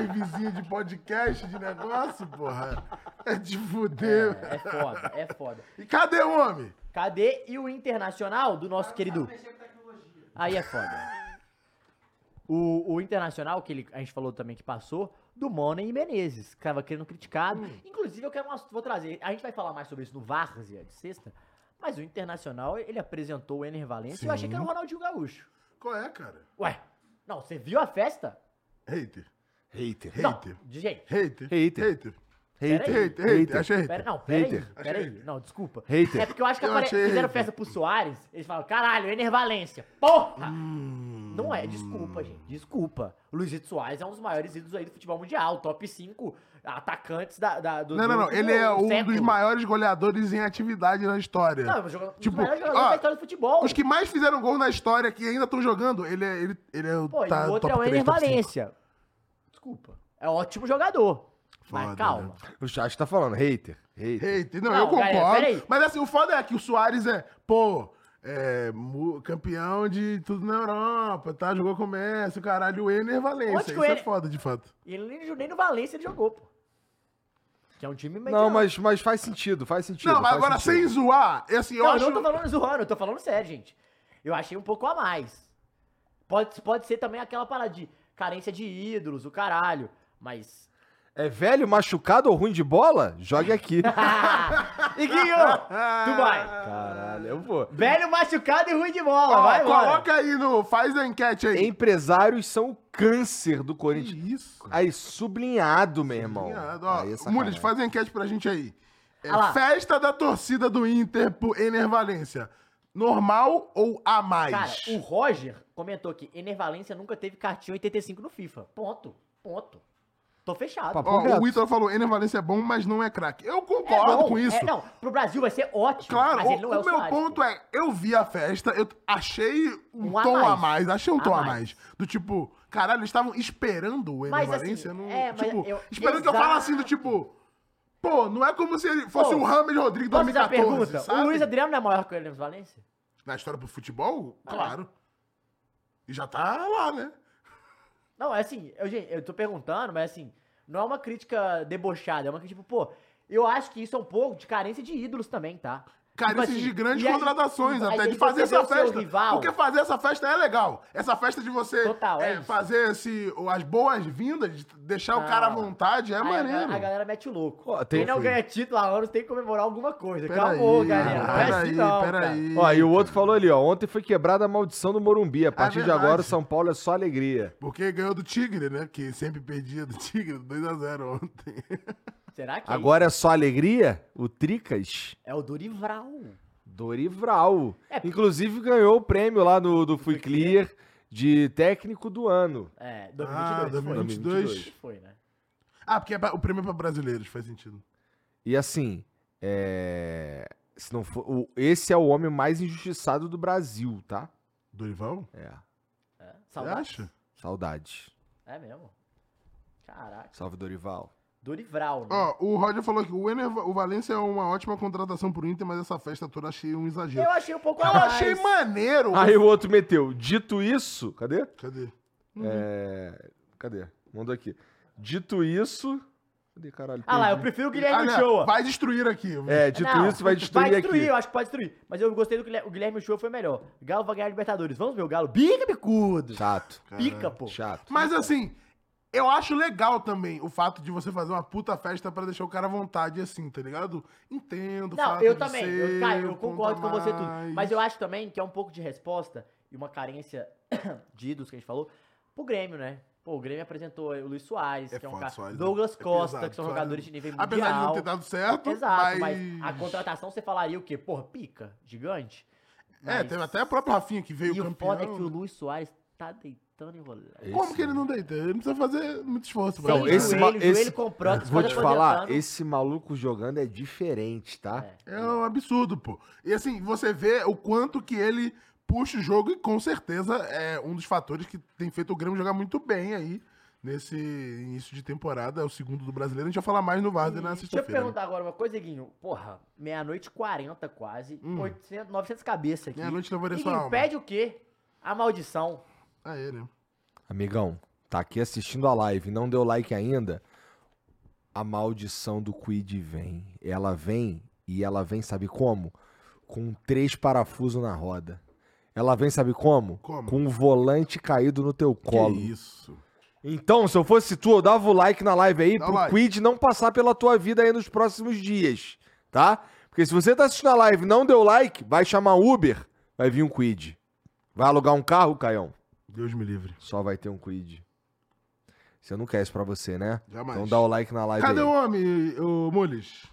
Speaker 3: livezinha de podcast, de negócio, porra. É de fuder.
Speaker 1: É foda, é foda.
Speaker 3: E cadê o homem?
Speaker 1: Cadê e o internacional do nosso querido? Aí é foda. O, o internacional, que ele- a gente falou também que passou, do Money e Menezes, que tava querendo criticado.
Speaker 3: Hum.
Speaker 1: Inclusive, eu quero uma- vou trazer. A gente vai falar mais sobre isso no Várzea de sexta. Mas o internacional, ele apresentou o Ener Valencia e eu achei que era o Ronaldinho Gaúcho.
Speaker 3: Qual é, cara?
Speaker 1: Ué, não, você viu a festa?
Speaker 3: Hater.
Speaker 2: Hater.
Speaker 1: Não,
Speaker 3: Hater.
Speaker 1: de jeito.
Speaker 3: Hater.
Speaker 2: Hater.
Speaker 3: Hater.
Speaker 1: Peraí.
Speaker 2: Hater.
Speaker 3: Hater. Hater. Achei hater.
Speaker 1: Pera, não, peraí,
Speaker 2: Hater.
Speaker 1: peraí.
Speaker 3: Achei.
Speaker 1: Não, desculpa.
Speaker 2: Hater.
Speaker 1: É porque eu acho que
Speaker 3: Eu
Speaker 1: apare...
Speaker 3: achei
Speaker 1: fizeram
Speaker 3: hater.
Speaker 1: festa pro Soares, eles falam, caralho, Ener Valência, porra!
Speaker 3: Hum.
Speaker 1: Não é, desculpa, gente, desculpa. O Luizito Soares é um dos maiores ídolos aí do futebol mundial, top 5 atacantes da, da- do
Speaker 3: Não, não, não.
Speaker 1: do
Speaker 3: Ele é um
Speaker 1: século.
Speaker 3: dos maiores goleadores em atividade na história.
Speaker 1: Não, mas joga- um dos
Speaker 3: Tipo,
Speaker 1: maiores jogadores
Speaker 3: ó,
Speaker 1: da história do futebol.
Speaker 3: Os que mais fizeram gol na história que ainda estão jogando, ele é, ele, ele é o
Speaker 1: Pô,
Speaker 3: tá
Speaker 1: e o outro é
Speaker 3: top
Speaker 1: o
Speaker 3: três,
Speaker 1: Ener
Speaker 3: top cinco.
Speaker 1: Valência. Desculpa. É ótimo jogador.
Speaker 3: Foda, né?
Speaker 1: mas calma.
Speaker 2: O chat tá falando, hater. Hater.
Speaker 3: Hater. Não,
Speaker 1: Não,
Speaker 3: eu concordo.
Speaker 1: galera, peraí.
Speaker 3: mas assim, o foda é que o Soares é, pô, é mu- campeão de tudo na Europa, tá? Jogou com o Messi, o caralho, o Ener Valência.
Speaker 1: Onde que
Speaker 3: Isso
Speaker 1: o
Speaker 3: é
Speaker 1: Ener-
Speaker 3: foda, de fato.
Speaker 1: E ele nem, nem no Valência ele jogou, pô. Que é um time
Speaker 2: Não,
Speaker 1: mediano.
Speaker 2: mas, mas faz sentido, faz sentido.
Speaker 3: não, mas
Speaker 2: faz
Speaker 3: agora sem
Speaker 2: sentido.
Speaker 3: zoar, é assim, eu
Speaker 1: não,
Speaker 3: acho...
Speaker 1: eu não tô falando zoando, eu tô falando sério, gente. Eu achei um pouco a mais. Pode, pode ser também aquela parada de carência de ídolos, o caralho. Mas.
Speaker 2: É velho, machucado ou ruim de bola? Jogue aqui.
Speaker 1: Iguinho! tu vai!
Speaker 2: Caralho, eu vou.
Speaker 1: Velho machucado e ruim de bola,
Speaker 3: Ó,
Speaker 1: vai, embora.
Speaker 3: coloca aí no... Faz a enquete aí.
Speaker 2: Empresários são o câncer do Corinthians.
Speaker 3: Que isso?
Speaker 2: Aí, sublinhado, meu irmão.
Speaker 3: Obrigado, ó.
Speaker 2: Aí é sacanagem.
Speaker 3: Mules, faz uma enquete pra gente aí. É,
Speaker 1: Ah lá.
Speaker 3: festa da torcida do Inter pro Ener Valência. Normal ou a mais?
Speaker 1: Cara, o Roger comentou que Enervalência nunca teve cartinha 85 no FIFA. Ponto. Ponto. Tô fechado.
Speaker 2: Papo
Speaker 3: Ó,
Speaker 2: gato.
Speaker 3: o Ítalo falou, Ener Valência é bom, mas não é craque. Eu concordo
Speaker 1: É bom,
Speaker 3: com isso.
Speaker 1: é- não, pro Brasil vai ser ótimo.
Speaker 3: Claro,
Speaker 1: mas ele não
Speaker 3: o,
Speaker 1: é o,
Speaker 3: o meu
Speaker 1: Soares,
Speaker 3: ponto
Speaker 1: pô.
Speaker 3: é, eu vi a festa, eu achei um,
Speaker 1: Um a
Speaker 3: tom a mais.
Speaker 1: mais.
Speaker 3: achei um
Speaker 1: A
Speaker 3: tom a mais.
Speaker 1: mais.
Speaker 3: Do tipo, caralho, eles estavam esperando o Ener
Speaker 1: Mas, assim,
Speaker 3: Valência. não,
Speaker 1: é, mas
Speaker 3: tipo,
Speaker 1: eu-
Speaker 3: esperando que eu falasse assim do
Speaker 1: Exato.
Speaker 3: tipo, pô, não é como se ele fosse
Speaker 1: Pô,
Speaker 3: o Rames Rodrigues
Speaker 1: Posso fazer uma
Speaker 3: 2014,
Speaker 1: pergunta?
Speaker 3: sabe?
Speaker 1: O Luiz Adriano não é maior que o Enervalência?
Speaker 3: Na história pro futebol?
Speaker 1: É.
Speaker 3: Claro. E já tá lá, né?
Speaker 1: Não, é assim, eu, gente, eu tô perguntando, mas assim, não é uma crítica debochada, é uma crítica, tipo, pô, eu acho que isso é um pouco de carência de ídolos também, tá?
Speaker 3: Carências
Speaker 1: assim,
Speaker 3: de grandes
Speaker 1: e aí-
Speaker 3: contratações,
Speaker 1: e aí
Speaker 3: até
Speaker 1: ele
Speaker 3: de fazer essa
Speaker 1: percebeu seu
Speaker 3: festa.
Speaker 1: rival.
Speaker 3: Porque fazer essa festa é legal. Essa festa de você
Speaker 1: Total, é
Speaker 3: é,
Speaker 1: isso.
Speaker 3: fazer esse, as boas-vindas, de deixar
Speaker 1: Não.
Speaker 3: o cara à vontade, é
Speaker 1: Aí a,
Speaker 3: maneiro.
Speaker 1: ga- a galera mete o louco.
Speaker 2: Ó, tem-
Speaker 1: Quem não
Speaker 2: fui.
Speaker 1: ganha título há anos tem que comemorar alguma coisa.
Speaker 3: Pera
Speaker 1: Acabou,
Speaker 3: aí,
Speaker 1: galera. Não é
Speaker 3: pera
Speaker 1: assim
Speaker 3: aí,
Speaker 1: não,
Speaker 3: pera
Speaker 1: cara.
Speaker 3: aí.
Speaker 2: Ó, e o outro falou ali, ó. Ontem foi quebrada a maldição do Morumbi. A partir de
Speaker 3: verdade.
Speaker 2: agora, o São Paulo é só alegria.
Speaker 3: Porque ganhou do Tigre, né? Que sempre perdia do Tigre, 2x0 ontem.
Speaker 1: Será que é
Speaker 2: Agora é só alegria? O Tricas?
Speaker 1: isso? é o Dorival?
Speaker 2: Dorival.
Speaker 1: É, porque-
Speaker 2: Inclusive ganhou o prêmio lá no, do Fui Clear de técnico do ano.
Speaker 1: É, 2022.
Speaker 3: Ah,
Speaker 1: foi.
Speaker 3: 2022.
Speaker 1: Foi, né?
Speaker 3: Ah, porque é pra- o prêmio é pra brasileiros, faz sentido.
Speaker 2: E assim, é... se não for... o- esse é o homem mais injustiçado do Brasil, tá?
Speaker 3: Dorival?
Speaker 2: É.
Speaker 1: É,
Speaker 3: Você
Speaker 1: saudade.
Speaker 3: acha?
Speaker 2: Saudade.
Speaker 1: É mesmo. Caraca.
Speaker 2: Salve, Dorival.
Speaker 1: Dorival, né?
Speaker 3: Ó, o Roger falou que o, Ener, o Valencia é uma ótima contratação pro Inter, mas essa festa toda achei um exagero.
Speaker 1: Eu achei um pouco
Speaker 3: Eu
Speaker 1: a mais.
Speaker 3: achei maneiro!
Speaker 2: Aí o outro meteu. Dito isso. Cadê? É,
Speaker 3: Cadê?
Speaker 2: Cadê? Mandou aqui. Dito isso. Cadê, caralho?
Speaker 1: Ah lá, eu
Speaker 2: Perdi.
Speaker 1: prefiro o
Speaker 3: Ah,
Speaker 1: Guilherme
Speaker 3: né?
Speaker 1: Ochoa.
Speaker 3: Vai destruir aqui.
Speaker 2: É,
Speaker 3: Tipo,
Speaker 2: dito
Speaker 1: Não,
Speaker 2: isso, vai destruir,
Speaker 1: Vai destruir, eu
Speaker 2: aqui.
Speaker 1: acho que pode destruir. Mas eu gostei do Guilherme, o Guilherme Ochoa foi melhor. Galo vai ganhar a Libertadores. Vamos ver o Galo. Bica, bicudo.
Speaker 2: Chato.
Speaker 1: Pica, pô.
Speaker 2: Chato.
Speaker 3: Mas assim, eu acho legal também o fato de você fazer uma puta festa pra deixar o cara à vontade, assim, tá ligado? Entendo. o
Speaker 1: Não,
Speaker 3: fato
Speaker 1: eu
Speaker 3: de
Speaker 1: também.
Speaker 3: ser
Speaker 1: Eu, cara, eu
Speaker 3: um
Speaker 1: concordo com
Speaker 3: ponto a
Speaker 1: você tudo.
Speaker 3: mais.
Speaker 1: Mas eu acho também que é um pouco de resposta e uma carência de ídolos que a gente falou pro Grêmio, né? Pô, o Grêmio apresentou o Luiz Soares,
Speaker 3: É
Speaker 1: que é um
Speaker 3: foda,
Speaker 1: cara.
Speaker 3: Soares,
Speaker 1: Douglas
Speaker 3: é
Speaker 1: Costa,
Speaker 3: pesado,
Speaker 1: que são
Speaker 3: Soares.
Speaker 1: jogadores de nível mundial.
Speaker 3: Apesar de não ter dado certo,
Speaker 1: Exato, mas...
Speaker 3: mas...
Speaker 1: a contratação você falaria o quê? Porra, pica, gigante.
Speaker 3: É,
Speaker 1: Mas-
Speaker 3: teve até a própria Rafinha que veio
Speaker 1: E o
Speaker 3: campeão.
Speaker 1: foda é que o Luiz Soares tá deitando em rolê.
Speaker 2: Esse-
Speaker 3: Como que ele não deita? Ele não precisa fazer muito esforço. né?
Speaker 1: Sem
Speaker 2: Não,
Speaker 3: mano.
Speaker 2: esse ma-
Speaker 1: joelho, joelho
Speaker 2: esse-
Speaker 1: com prótese,
Speaker 2: Vou
Speaker 1: quase
Speaker 2: te falar,
Speaker 1: aposentando.
Speaker 2: esse maluco jogando é diferente, tá?
Speaker 1: É.
Speaker 3: É um absurdo, pô. E assim, você vê o quanto que ele puxa o jogo e com certeza é um dos fatores que tem feito o Grêmio jogar muito bem aí nesse início de temporada. É o segundo do brasileiro. A gente vai falar mais no Vardy na
Speaker 1: Deixa eu
Speaker 3: sexta-feira. né?
Speaker 1: perguntar agora uma coisa, Guinho. Porra, meia-noite e 40 quase.
Speaker 3: Hum.
Speaker 1: 800, 900 cabeças aqui.
Speaker 3: Meia-noite levarei
Speaker 1: E
Speaker 3: sua alma.
Speaker 1: impede o quê? A maldição.
Speaker 3: Ah, é, né?
Speaker 2: Amigão, tá aqui assistindo a live, não deu like ainda? A maldição do Quid vem. Ela vem e ela vem, sabe como? Com três parafusos na roda. Ela vem, sabe como?
Speaker 3: Como?
Speaker 2: Com um volante caído no teu colo.
Speaker 3: Que isso.
Speaker 2: Então, se eu fosse tu, eu dava o like na live aí
Speaker 3: Dá
Speaker 2: pro
Speaker 3: o like.
Speaker 2: Quid não passar pela tua vida aí nos próximos dias, tá? Porque se você tá assistindo a live e não deu like, vai chamar Uber, vai vir um Quid. Vai alugar um carro, Caião?
Speaker 3: Deus me livre.
Speaker 2: Só vai ter um Quid. Você não quer isso pra você, né?
Speaker 3: Jamais.
Speaker 2: Então dá o like na live
Speaker 3: Cadê
Speaker 2: aí.
Speaker 3: o homem, ô Mules?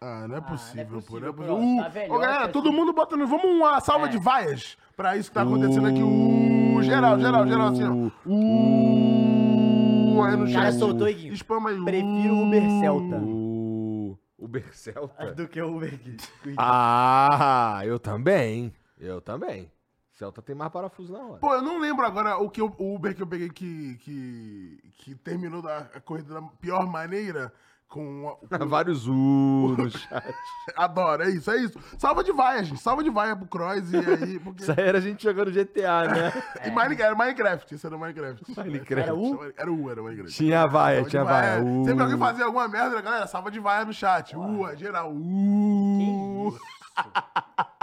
Speaker 3: Ah, não é
Speaker 1: Ah, não
Speaker 3: possível,
Speaker 1: é
Speaker 3: pô. Não é
Speaker 1: possível,
Speaker 3: possível.
Speaker 1: pô.
Speaker 3: Uh,
Speaker 1: Tá velhote
Speaker 3: ô, galera,
Speaker 1: assim.
Speaker 3: todo mundo bota no. Vamos uma salva
Speaker 1: É.
Speaker 3: de vaias pra isso que tá acontecendo aqui. Uh, geral, geral, geral, assim, ó. Uh, aí no
Speaker 1: O cara
Speaker 3: chat.
Speaker 1: soltou, Iguinho.
Speaker 3: Spam um. aí.
Speaker 1: Prefiro o Uber Celta
Speaker 2: O... Uber Celta?
Speaker 1: do que o Uber Quid.
Speaker 2: Ah, eu também. Eu também. Celta tem mais parafuso na roda.
Speaker 3: Pô, eu não lembro agora o, que eu- o Uber que eu peguei que, que, que terminou da, a corrida da pior maneira. Com, a- com
Speaker 2: Vários U no chat.
Speaker 3: Adoro, é isso, é isso. Salva de vaia, gente. Salva de vaia pro Cross e aí. Porque...
Speaker 2: Isso aí era a gente jogando GTA, né?
Speaker 3: E Minecraft, era Minecraft, isso era Minecraft.
Speaker 2: Minecraft.
Speaker 1: Era o?
Speaker 3: Era o U, era o Minecraft.
Speaker 2: Tinha vaia,
Speaker 3: Salva de
Speaker 2: tinha vaia. Uh.
Speaker 3: Sempre que alguém fazia alguma merda, galera, salva de vaia no chat. U, é geral.
Speaker 1: Que
Speaker 3: U.
Speaker 1: isso?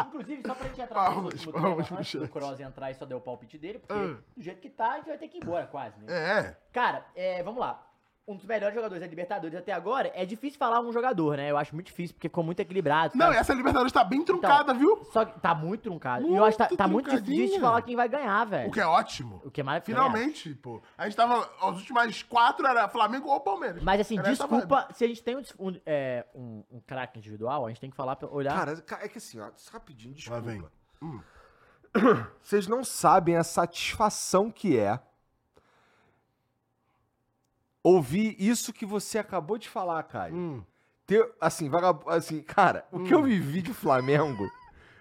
Speaker 1: Inclusive, só pra gente entrar
Speaker 3: Palmas,
Speaker 1: último
Speaker 3: palmas
Speaker 1: tema,
Speaker 3: no
Speaker 1: antes do
Speaker 3: chat.
Speaker 1: Cross entrar e só deu o palpite dele, porque
Speaker 3: Ah.
Speaker 1: do jeito que tá, a gente vai ter que ir embora quase, né?
Speaker 3: É,
Speaker 1: Cara, é, vamos lá. Um dos melhores jogadores da Libertadores até agora. É difícil falar um jogador, né? Eu acho muito difícil, porque ficou muito equilibrado.
Speaker 3: Não,
Speaker 1: cara.
Speaker 3: e essa Libertadores tá bem truncada, viu?
Speaker 1: Só que tá muito truncado. e eu acho que tá,
Speaker 3: Muito
Speaker 1: tá muito difícil de
Speaker 3: truncadinha.
Speaker 1: falar quem vai ganhar, velho.
Speaker 3: O que é ótimo.
Speaker 1: O que é mais
Speaker 3: Finalmente, pô. A gente tava. Os últimos quatro era Flamengo ou Palmeiras.
Speaker 1: Mas assim,
Speaker 3: Era essa vibe.
Speaker 1: desculpa, se a gente tem um, dis- um, é, um- um craque individual, a gente tem que falar, pra olhar.
Speaker 2: Cara, ca- é que assim, ó, rapidinho,
Speaker 3: Lá
Speaker 2: desculpa. Hum.
Speaker 3: vem.
Speaker 2: Vocês não sabem a satisfação que é ouvir isso que você acabou de falar, Caio.
Speaker 3: Hum.
Speaker 2: Ter, assim, vagabundo, assim, cara, o que eu vivi de Flamengo,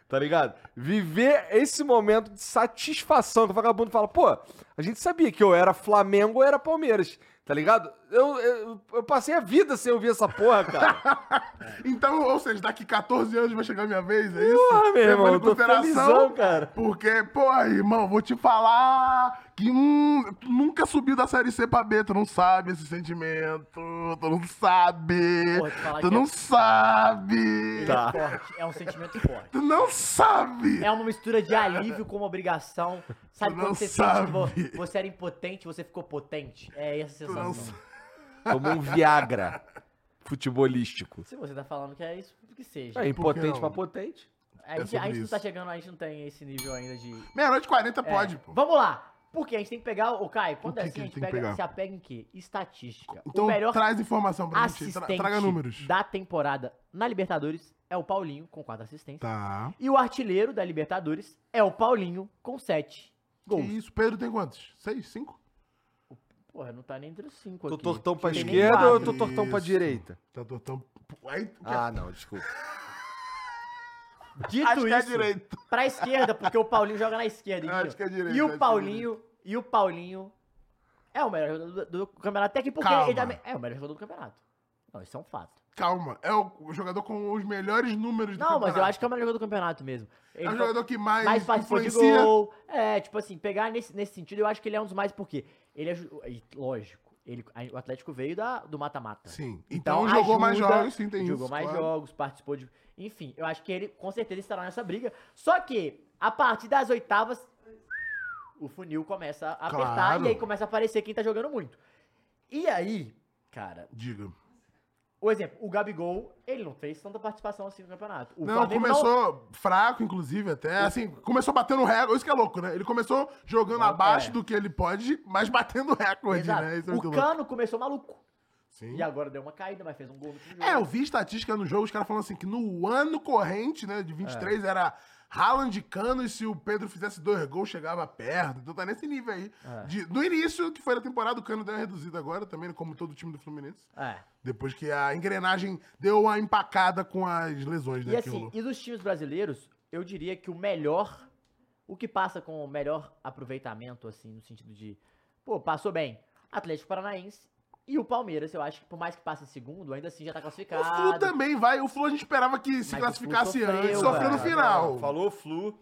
Speaker 2: tá ligado? Viver esse momento de satisfação que o vagabundo fala, pô, a gente sabia que eu era Flamengo ou era Palmeiras. Tá ligado? Eu, eu, eu passei a vida sem ouvir essa porra, cara.
Speaker 3: Então, ou seja, daqui 14 anos vai chegar a minha vez, é isso?
Speaker 2: Porra, Ah, meu irmão.
Speaker 3: Levando
Speaker 2: Eu
Speaker 3: em
Speaker 2: tô felizão, cara.
Speaker 3: Porque, pô, irmão, vou te falar que hum, tu nunca subiu da série C pra B, tu não sabe esse sentimento, tu não sabe,
Speaker 1: Pô, te falar
Speaker 3: tu
Speaker 1: que
Speaker 3: não
Speaker 1: é-
Speaker 3: sabe,
Speaker 2: Tá.
Speaker 1: Forte, é um sentimento forte.
Speaker 3: tu não sabe.
Speaker 1: É uma mistura de alívio com uma obrigação. Sabe
Speaker 3: Não
Speaker 1: quando você
Speaker 3: sabe.
Speaker 1: sente que vo- você era impotente, você ficou potente? É essa
Speaker 3: Tu não
Speaker 1: sensação.
Speaker 3: sabe.
Speaker 2: Tomou um Viagra futebolístico.
Speaker 1: Se você tá falando que é isso, que seja.
Speaker 2: É, impotente
Speaker 3: não?
Speaker 2: pra potente.
Speaker 1: a gente,
Speaker 3: É sobre
Speaker 1: a gente não
Speaker 3: isso.
Speaker 1: tá chegando, a gente não tem esse nível ainda de.
Speaker 3: Meia-noite e 40
Speaker 1: É,
Speaker 3: pode, pô.
Speaker 1: Vamos lá. Porque a gente tem que pegar. Ô, Caio, quando
Speaker 3: que
Speaker 1: é
Speaker 3: que
Speaker 1: assim, a
Speaker 3: a gente
Speaker 1: gente
Speaker 3: tem que
Speaker 1: pega-
Speaker 3: pegar?
Speaker 1: se apega em quê? Estatística.
Speaker 3: Então
Speaker 1: o melhor
Speaker 3: traz informação pra gente, tra-
Speaker 1: assistente
Speaker 3: traga números.
Speaker 1: da temporada na Libertadores é o Paulinho, com quatro assistências.
Speaker 3: Tá.
Speaker 1: E o artilheiro da Libertadores é o Paulinho, com sete
Speaker 3: Que
Speaker 1: gols.
Speaker 3: isso, Pedro tem quantos? Seis, cinco?
Speaker 1: Porra, não tá nem entre os cinco
Speaker 2: Tô
Speaker 1: aqui.
Speaker 2: tortão pra
Speaker 1: Tem nem
Speaker 2: esquerda ou eu
Speaker 1: quatro.
Speaker 2: tô tortão pra
Speaker 3: Isso.
Speaker 2: direita?
Speaker 3: Tá tortão. Aí,
Speaker 2: Ah, não, desculpa.
Speaker 1: Dito
Speaker 3: acho que é
Speaker 1: isso,
Speaker 3: direito.
Speaker 1: pra esquerda, porque o Paulinho joga na esquerda.
Speaker 3: Acho
Speaker 1: entendeu?
Speaker 3: que é direito,
Speaker 1: E
Speaker 3: acho que
Speaker 1: o
Speaker 3: é
Speaker 1: Paulinho, e o Paulinho é o melhor jogador do, do campeonato. Até que porque
Speaker 3: Calma.
Speaker 1: ele também é o melhor jogador do campeonato. Não, isso é um fato.
Speaker 3: Calma, é o o jogador com os melhores números do
Speaker 1: Não, mas eu
Speaker 3: campeonato.
Speaker 1: acho que é o melhor jogador do campeonato mesmo. Ele
Speaker 3: É o
Speaker 1: foi-
Speaker 3: jogador que mais,
Speaker 1: mais participou de
Speaker 3: influencia.
Speaker 1: gol. É, tipo assim, pegar nesse, nesse sentido, eu acho que ele é um dos mais, porque ele ajudou. e, Lógico, ele, a- o Atlético veio da, do mata-mata.
Speaker 3: Sim. Então, jogou
Speaker 1: ajuda,
Speaker 3: mais jogos, sim, tem
Speaker 1: Jogou
Speaker 3: isso.
Speaker 1: mais
Speaker 3: claro.
Speaker 1: jogos, participou de. Enfim, eu acho que ele com certeza estará nessa briga. Só que, a partir das oitavas, o funil começa a apertar
Speaker 3: Claro.
Speaker 1: e aí começa a aparecer quem tá jogando muito. E aí, cara,
Speaker 3: Diga.
Speaker 1: o exemplo, o Gabigol, ele não fez tanta participação assim no campeonato. O
Speaker 3: Não,
Speaker 1: Flamengo
Speaker 3: começou fraco, inclusive, até. Assim, começou batendo recorde. Isso que é louco, né? Ele começou jogando
Speaker 1: Não,
Speaker 3: abaixo
Speaker 1: é.
Speaker 3: do que ele pode, mas batendo recorde,
Speaker 1: Exato.
Speaker 3: né? Isso é muito
Speaker 1: O
Speaker 3: louco.
Speaker 1: Cano começou maluco.
Speaker 3: Sim.
Speaker 1: E agora deu uma caída, mas fez um gol no último
Speaker 3: É, eu
Speaker 1: jogo.
Speaker 3: vi estatística no jogo, os caras falando assim que no ano corrente, né, de 23,
Speaker 1: É.
Speaker 3: era Haaland e Cano, e se o Pedro fizesse dois gols, chegava perto. Então tá nesse nível aí.
Speaker 1: É.
Speaker 3: De- no início, que foi da temporada, o Cano deu uma reduzida agora também, como todo o time do Fluminense.
Speaker 1: É.
Speaker 3: Depois que a engrenagem deu uma empacada com as lesões, né?
Speaker 1: E
Speaker 3: que
Speaker 1: assim,
Speaker 3: rolou.
Speaker 1: e dos times brasileiros, eu diria que o melhor, o que passa com o melhor aproveitamento, assim, no sentido de, pô, passou bem, Atlético Paranaense e o Palmeiras, eu acho que por mais que passe em segundo, ainda assim já tá
Speaker 3: O Flu
Speaker 1: classificado.
Speaker 3: também vai. O Flu a gente esperava que se
Speaker 1: Mas o Flu
Speaker 3: classificasse
Speaker 1: sofreu, é.
Speaker 3: antes, sofreu no
Speaker 1: velho.
Speaker 3: final.
Speaker 2: Falou flu.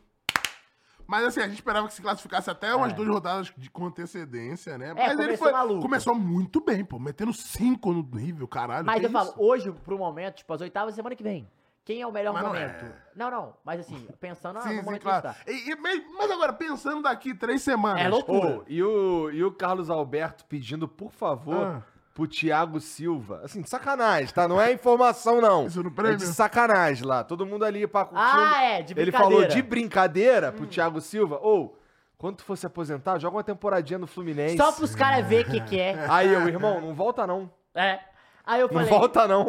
Speaker 3: Mas assim, a gente esperava que se classificasse até umas
Speaker 1: É.
Speaker 3: duas rodadas de, com antecedência, né? Mas ele
Speaker 1: começou
Speaker 3: foi.
Speaker 1: maluco.
Speaker 3: Começou muito bem, pô. Metendo cinco no nível, caralho.
Speaker 1: Mas
Speaker 3: que
Speaker 1: eu falo,
Speaker 3: isso?
Speaker 1: hoje, pro momento, tipo, as oitavas, semana que vem, quem é o melhor
Speaker 3: Mas não
Speaker 1: momento?
Speaker 3: é.
Speaker 1: Não, não, mas assim, pensando ah,
Speaker 3: sim,
Speaker 1: no
Speaker 3: sim,
Speaker 1: momento
Speaker 3: claro.
Speaker 1: que está.
Speaker 3: E- e- mas- mas agora, pensando daqui três semanas.
Speaker 1: É loucura.
Speaker 2: Pô, e o, e o Carlos Alberto pedindo, por favor,
Speaker 3: Ah.
Speaker 2: pro Thiago Silva. Assim, de sacanagem, tá? Não é informação, não.
Speaker 3: Isso no
Speaker 2: É
Speaker 3: prêmio?
Speaker 2: de sacanagem lá. Todo mundo ali pra curtir.
Speaker 1: Ah, é, de
Speaker 2: Ele
Speaker 1: brincadeira.
Speaker 2: falou de brincadeira
Speaker 3: Hum.
Speaker 2: pro Thiago Silva. Ou, quando tu for se aposentar, joga uma temporadinha no Fluminense.
Speaker 1: Só pros caras ver o que que é.
Speaker 2: Aí eu, irmão, não volta não.
Speaker 1: É. Aí eu
Speaker 2: Não
Speaker 1: falei.
Speaker 2: volta não.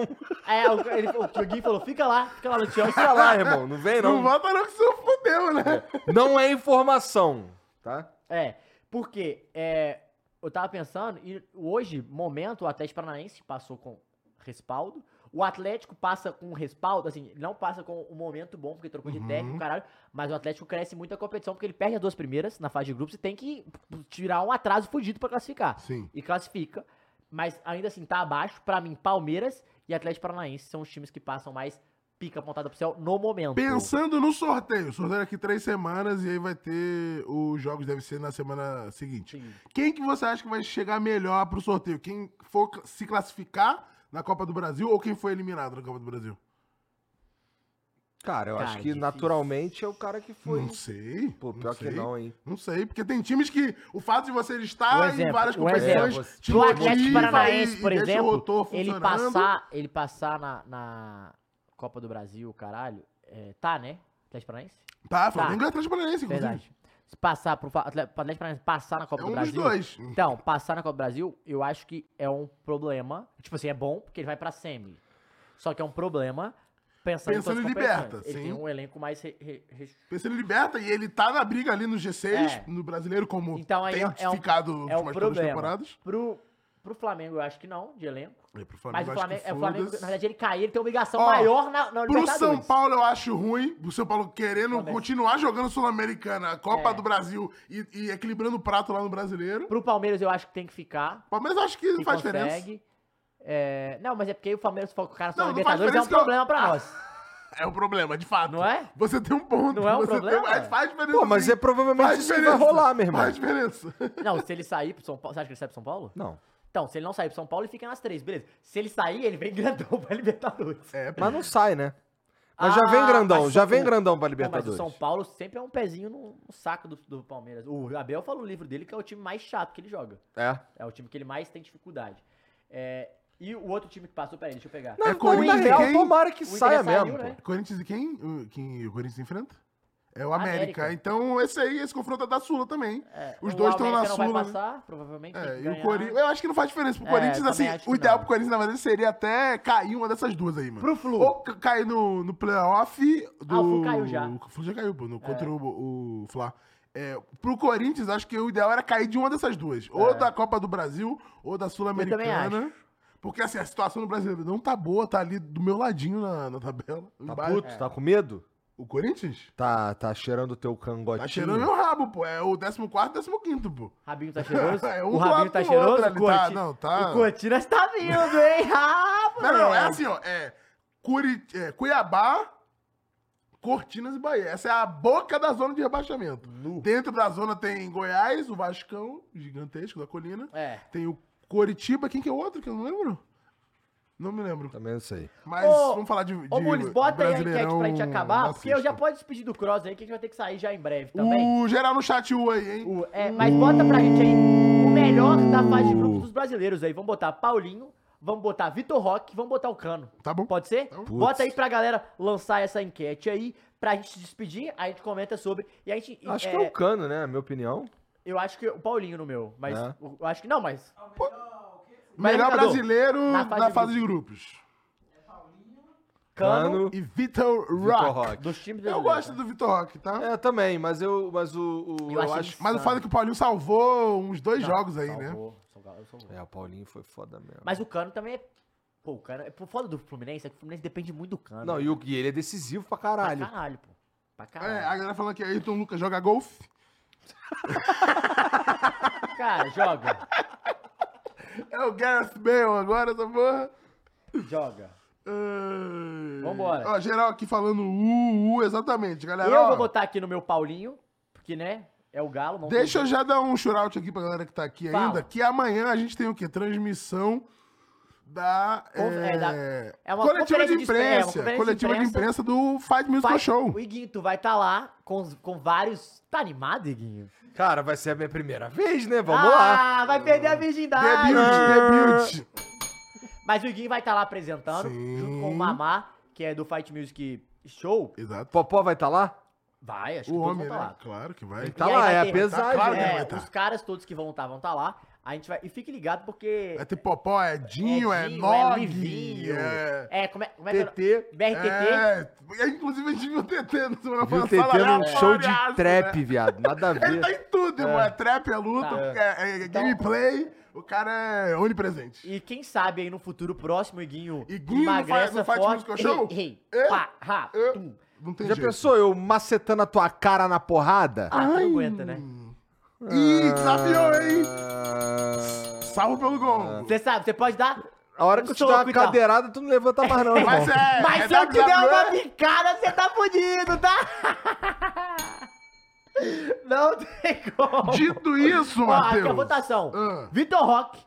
Speaker 1: É, o, ele, o Dioguinho falou, fica lá, fica lá no Tião.
Speaker 2: Fica lá, irmão. Não vem
Speaker 3: Não
Speaker 2: não.
Speaker 3: volta não que isso fudeu, né?
Speaker 2: Não é informação, tá?
Speaker 1: É, porque é, eu tava pensando, e hoje, momento, o Atlético Paranaense passou com respaldo. O Atlético passa com respaldo, assim, não passa com um momento bom, porque trocou de
Speaker 3: Uhum.
Speaker 1: técnico, caralho. Mas o Atlético cresce muito a competição, porque ele perde as duas primeiras na fase de grupos e tem que tirar um atraso fudido pra classificar.
Speaker 3: Sim.
Speaker 1: E classifica, mas ainda assim tá abaixo. Pra mim, Palmeiras e Atlético Paranaense são os times que passam mais pica apontada pro céu no momento.
Speaker 3: Pensando no sorteio. Sorteio daqui três semanas e aí vai ter. Os jogos deve ser na semana seguinte.
Speaker 1: Sim.
Speaker 3: Quem que você acha que vai chegar melhor pro sorteio? Quem for cl- se classificar na Copa do Brasil ou quem foi eliminado na Copa do Brasil?
Speaker 2: Cara, eu
Speaker 1: Cara,
Speaker 2: acho que
Speaker 1: difícil.
Speaker 2: naturalmente é o cara que foi.
Speaker 3: Não sei.
Speaker 2: Pô, pior
Speaker 3: sei.
Speaker 2: que não, hein?
Speaker 3: Não sei, porque tem times que o fato de você estar
Speaker 1: Um
Speaker 3: em
Speaker 1: exemplo,
Speaker 3: várias
Speaker 1: um
Speaker 3: competições
Speaker 2: exemplo.
Speaker 3: te
Speaker 1: Do
Speaker 3: motiva
Speaker 1: Atlético
Speaker 3: e-
Speaker 1: Paranaense,
Speaker 3: e
Speaker 1: por
Speaker 3: deixa o
Speaker 1: exemplo,
Speaker 3: rotor
Speaker 1: ele
Speaker 3: funcionando.
Speaker 1: passar, ele passar na, na Copa do Brasil, caralho, é, tá, né? Atlético Paranaense?
Speaker 3: Tá, Flamengo é Atlético Paranaense, inclusive.
Speaker 1: Verdade. Se passar pro Fa- Atle- pro Atlético Paranaense passar na Copa
Speaker 3: É
Speaker 1: do
Speaker 3: um dos
Speaker 1: Brasil.
Speaker 3: dois.
Speaker 1: Então, passar na Copa do Brasil, eu acho que é um problema. Tipo assim, é bom porque ele vai pra semi. Só que é um problema pensando, em
Speaker 3: Pensando
Speaker 1: todas as
Speaker 3: em
Speaker 1: competições.
Speaker 3: liberta,
Speaker 1: Ele
Speaker 3: sim.
Speaker 1: tem um elenco mais re- re- re-
Speaker 3: Pensa ele liberta e ele tá na briga ali no G6,
Speaker 1: É.
Speaker 3: no brasileiro, como
Speaker 1: Então aí
Speaker 3: tem
Speaker 1: é um-
Speaker 3: ficado nas
Speaker 1: é um
Speaker 3: últimas duas
Speaker 1: problema.
Speaker 3: temporadas.
Speaker 1: pro, Pro Flamengo, eu acho que não, de elenco.
Speaker 3: É, pro
Speaker 1: Mas o
Speaker 3: Flamengo, eu acho
Speaker 1: Flamengo,
Speaker 3: que
Speaker 1: é, o Flamengo,
Speaker 3: foda-se.
Speaker 1: na verdade, ele cair, ele tem obrigação
Speaker 3: Ó,
Speaker 1: maior na, na
Speaker 3: Pro
Speaker 1: Libertadores.
Speaker 3: São Paulo eu acho ruim, pro São Paulo querendo
Speaker 1: Também.
Speaker 3: continuar jogando Sul-Americana, a Copa
Speaker 1: É.
Speaker 3: do Brasil e, e equilibrando o prato lá no Brasileiro.
Speaker 1: Pro Palmeiras, eu acho que tem que ficar.
Speaker 3: O Palmeiras eu acho que não
Speaker 1: que
Speaker 3: faz diferença.
Speaker 1: consegue. É, não, mas é porque o Palmeiras focar só na
Speaker 3: Não, não faz
Speaker 1: Libertadores é um
Speaker 3: diferença que
Speaker 1: problema
Speaker 3: eu-
Speaker 1: pra nós.
Speaker 3: É um problema, de fato.
Speaker 1: Não é?
Speaker 3: Você tem um ponto.
Speaker 1: Não é um
Speaker 3: você tem-
Speaker 1: problema?
Speaker 3: mas faz diferença.
Speaker 2: Pô, mas
Speaker 3: sim.
Speaker 2: é provavelmente
Speaker 3: Faz
Speaker 2: isso que vai
Speaker 3: diferença.
Speaker 2: rolar, meu irmão.
Speaker 3: Faz diferença.
Speaker 1: Não, se ele sair pro São Paulo. Você acha que ele sai pro São Paulo?
Speaker 2: Não.
Speaker 1: Então, se ele não sair pro São Paulo, ele fica nas três, beleza. Se ele sair, ele vem grandão pra Libertadores.
Speaker 3: É,
Speaker 2: Mas não sai, né? Mas
Speaker 1: Ah,
Speaker 2: já vem grandão,
Speaker 1: mas
Speaker 2: já
Speaker 1: só-
Speaker 2: vem grandão
Speaker 1: Não, mas
Speaker 2: pra
Speaker 1: o
Speaker 2: Libertadores.
Speaker 1: São Paulo sempre é um pezinho no, no saco do, do Palmeiras. O Abel falou no livro dele que é o time mais chato que ele joga.
Speaker 2: É.
Speaker 1: É o time que ele mais tem dificuldade. É, e o outro time que passou, peraí, deixa eu pegar.
Speaker 2: Não, não, na
Speaker 3: Corinthians,
Speaker 2: real,
Speaker 3: quem?
Speaker 2: tomara que
Speaker 1: O Inter
Speaker 2: saia
Speaker 1: já saiu,
Speaker 2: mesmo.
Speaker 1: né?
Speaker 2: pô.
Speaker 3: Corinthians e quem? O- Quem o Corinthians enfrenta? É o América.
Speaker 1: América.
Speaker 3: Então, esse aí, esse confronto é da Sula também.
Speaker 1: É,
Speaker 3: Os
Speaker 1: o
Speaker 3: dois estão na
Speaker 1: América não
Speaker 3: Sula,
Speaker 1: vai
Speaker 3: né?
Speaker 1: passar, provavelmente. tem
Speaker 3: É,
Speaker 1: que
Speaker 3: e o
Speaker 1: ganhar.
Speaker 3: Corinthians. Eu acho que não faz diferença pro
Speaker 1: É,
Speaker 3: Corinthians,
Speaker 1: também
Speaker 3: assim.
Speaker 1: acho que
Speaker 3: O ideal
Speaker 1: não.
Speaker 3: pro Corinthians, na verdade, seria até cair uma dessas duas aí, mano.
Speaker 1: Pro Flu.
Speaker 3: Ou ca- cair no, no playoff do.
Speaker 1: Ah, o Flu caiu já. É.
Speaker 3: O Flu já caiu, pô, no, contra o, o Fla. É, pro Corinthians, acho que o ideal era cair de uma dessas duas. Ou da Copa do Brasil, ou
Speaker 1: É.
Speaker 3: da
Speaker 1: Eu também
Speaker 3: Sul-Americana. Porque assim, a situação no brasileiro não tá boa, tá ali do meu ladinho na, na tabela.
Speaker 2: Tá
Speaker 3: embaixo.
Speaker 2: puto, tá com medo?
Speaker 3: O Corinthians?
Speaker 2: Tá, tá cheirando o teu cangotinho.
Speaker 3: Tá cheirando meu rabo, pô. É o 14 e 15, pô.
Speaker 1: Rabinho tá cheiroso?
Speaker 3: É, um
Speaker 1: o
Speaker 3: do
Speaker 1: Rabinho
Speaker 3: lado
Speaker 1: tá
Speaker 3: do outro
Speaker 1: cheiroso?
Speaker 3: ali,
Speaker 1: o
Speaker 3: tá,
Speaker 1: Corti-
Speaker 3: não, tá.
Speaker 1: O Cortinas tá vindo, hein? Ah,
Speaker 3: Não, não, é
Speaker 1: moleque.
Speaker 3: assim, ó. É, Curi- é, Cuiabá, Cortinas e Bahia. Essa é a boca da zona de rebaixamento.
Speaker 1: Nu.
Speaker 3: Dentro da zona tem Goiás, o Vascão, gigantesco da colina.
Speaker 1: É.
Speaker 3: Tem o Coritiba, quem que é o outro que eu não lembro? Não me lembro.
Speaker 2: Também não sei.
Speaker 3: Mas
Speaker 1: Ô,
Speaker 3: vamos falar de, de
Speaker 1: Ô, Muniz, bota aí a enquete pra gente
Speaker 3: Brasileirão
Speaker 1: acabar, porque eu já
Speaker 3: racista. Um
Speaker 1: posso despedir do Cross aí, que a gente vai ter que sair já em breve também.
Speaker 3: O Uh, geral no chat U aí, hein?
Speaker 1: O- é, mas bota pra gente aí o melhor da fase de grupos dos brasileiros aí. Vamos botar Paulinho, vamos botar Vitor Roque, vamos botar o Cano.
Speaker 3: Tá bom?
Speaker 1: Uh, Pode ser?
Speaker 3: Putz.
Speaker 1: Bota aí pra galera lançar essa enquete aí, pra gente se despedir, a gente comenta sobre. E a gente.
Speaker 2: Acho
Speaker 1: é,
Speaker 2: que é o cano, né? Minha opinião.
Speaker 1: Eu acho que o Paulinho no meu, mas.
Speaker 2: É.
Speaker 1: Eu acho que não, mas. Mas,
Speaker 3: Melhor
Speaker 1: Ricardo,
Speaker 3: brasileiro
Speaker 1: na
Speaker 3: na
Speaker 1: fase
Speaker 3: fase,
Speaker 1: de
Speaker 3: de grupos.
Speaker 1: Cano,
Speaker 2: Cano,
Speaker 3: E Vitor
Speaker 2: Vitor
Speaker 3: Rock.
Speaker 2: Rock.
Speaker 1: dos times
Speaker 3: Eu
Speaker 1: brasileiros. né?
Speaker 3: gosto do Vitor Rock, tá?
Speaker 2: É, também, mas eu. Mas o.
Speaker 1: Eu
Speaker 2: o- eu,
Speaker 1: acho
Speaker 2: acho.
Speaker 3: Mas o fato é que o Paulinho salvou uns dois jogos aí, né?
Speaker 1: Salvou, salvou, salvou.
Speaker 2: É, o Paulinho foi foda mesmo.
Speaker 1: Mas o Cano também é. Pô, o Cano. É por foda do Fluminense, é que o Fluminense depende muito do Cano. né?
Speaker 2: Não, e, o, e ele é decisivo pra
Speaker 1: pra
Speaker 2: caralho.
Speaker 1: caralho, pô. Pra
Speaker 3: É, a
Speaker 1: caralho.
Speaker 3: galera falando que Ayrton Lucas joga golfe.
Speaker 1: Cara, joga.
Speaker 3: É o Gareth Bale agora, essa porra.
Speaker 1: joga.
Speaker 3: Ai.
Speaker 1: Vambora.
Speaker 3: Ó, geral aqui falando uh, uh, exatamente, galera.
Speaker 1: Eu
Speaker 3: ó,
Speaker 1: vou botar aqui no meu Paulinho, porque, né? É o Galo. não tem
Speaker 3: Deixa eu
Speaker 1: jeito.
Speaker 3: já dar um shoutout aqui pra galera que tá aqui
Speaker 1: Fala.
Speaker 3: ainda, que amanhã a gente tem o quê? Transmissão da...
Speaker 1: Conf-
Speaker 3: é,
Speaker 1: é, da- é uma
Speaker 3: coletiva
Speaker 1: conferência
Speaker 3: de
Speaker 1: de imprensa,
Speaker 3: imprensa.
Speaker 1: conferência de
Speaker 3: coletiva de
Speaker 1: imprensa.
Speaker 3: imprensa do Fight Music
Speaker 1: Vai-
Speaker 3: Show.
Speaker 1: O Iguinho, tu vai estar lá com, os- com vários. Tá animado, Iguinho?
Speaker 2: Cara, vai ser a minha primeira vez, né? Vamos lá.
Speaker 1: ah, vai perder a virgindade.
Speaker 3: Debut, debut.
Speaker 1: Mas o Iguinho vai estar lá apresentando,
Speaker 3: Sim.
Speaker 1: junto com o Mamá, que é do Fight Music Show.
Speaker 3: Exato.
Speaker 2: Popó vai estar tá lá?
Speaker 1: Vai, acho
Speaker 3: O
Speaker 1: que todos vão
Speaker 3: homem,
Speaker 1: estar
Speaker 3: né?
Speaker 1: lá. Então,
Speaker 3: Claro que vai.
Speaker 2: Ele tá
Speaker 1: E aí
Speaker 2: lá,
Speaker 1: vai
Speaker 2: é
Speaker 1: ter-
Speaker 2: a pesagem.
Speaker 3: Tá claro que
Speaker 2: né?
Speaker 3: vai
Speaker 1: É,
Speaker 3: tá.
Speaker 1: os caras todos que vão estar vão estar lá. A gente vai. E fique ligado porque.
Speaker 3: Vai ter Popó, é Dinho, é,
Speaker 1: Dinho,
Speaker 3: Nog,
Speaker 1: Livinho,
Speaker 3: é...
Speaker 1: É, como é, como é
Speaker 2: tá
Speaker 1: que é? o nome?
Speaker 2: TT.
Speaker 1: BRTT.
Speaker 3: É, inclusive a gente viu o TT na semana
Speaker 2: Viu o
Speaker 3: passada.
Speaker 2: TT num
Speaker 3: aleatório,
Speaker 2: show de
Speaker 3: né?
Speaker 2: trap, viado. Nada a
Speaker 3: Ele tá
Speaker 2: ver.
Speaker 3: em tudo, irmão. É trap, é luta,
Speaker 1: Tá.
Speaker 3: é, é
Speaker 1: Então-
Speaker 3: gameplay. O cara é onipresente.
Speaker 1: E quem sabe aí no futuro próximo, Iguinho.
Speaker 3: Iguinho no Fight- no Fight Music Show?
Speaker 1: Ei,
Speaker 3: É?
Speaker 1: pá, ra,
Speaker 3: É?
Speaker 1: tum.
Speaker 3: Não tem
Speaker 2: Já
Speaker 3: jeito.
Speaker 2: pensou eu macetando a tua cara na porrada?
Speaker 1: Ah, tu não aguenta, né?
Speaker 3: Ih, desafiou, hein?
Speaker 2: Ah,
Speaker 3: Salvo pelo gongo.
Speaker 1: Você sabe, você pode dar.
Speaker 2: A hora que eu te
Speaker 1: Soco
Speaker 2: dar
Speaker 1: e
Speaker 2: uma
Speaker 1: tal.
Speaker 2: cadeirada, tu não levanta mais não, irmão.
Speaker 3: Mas é...
Speaker 1: Mas
Speaker 3: é
Speaker 1: se eu te der
Speaker 3: WWE,
Speaker 1: uma bicada, você tá fudido, tá? Não tem como.
Speaker 3: Dito isso,
Speaker 1: Ó, aqui a
Speaker 3: Matheus.
Speaker 1: é votação.
Speaker 3: Ah.
Speaker 1: Vitor Rock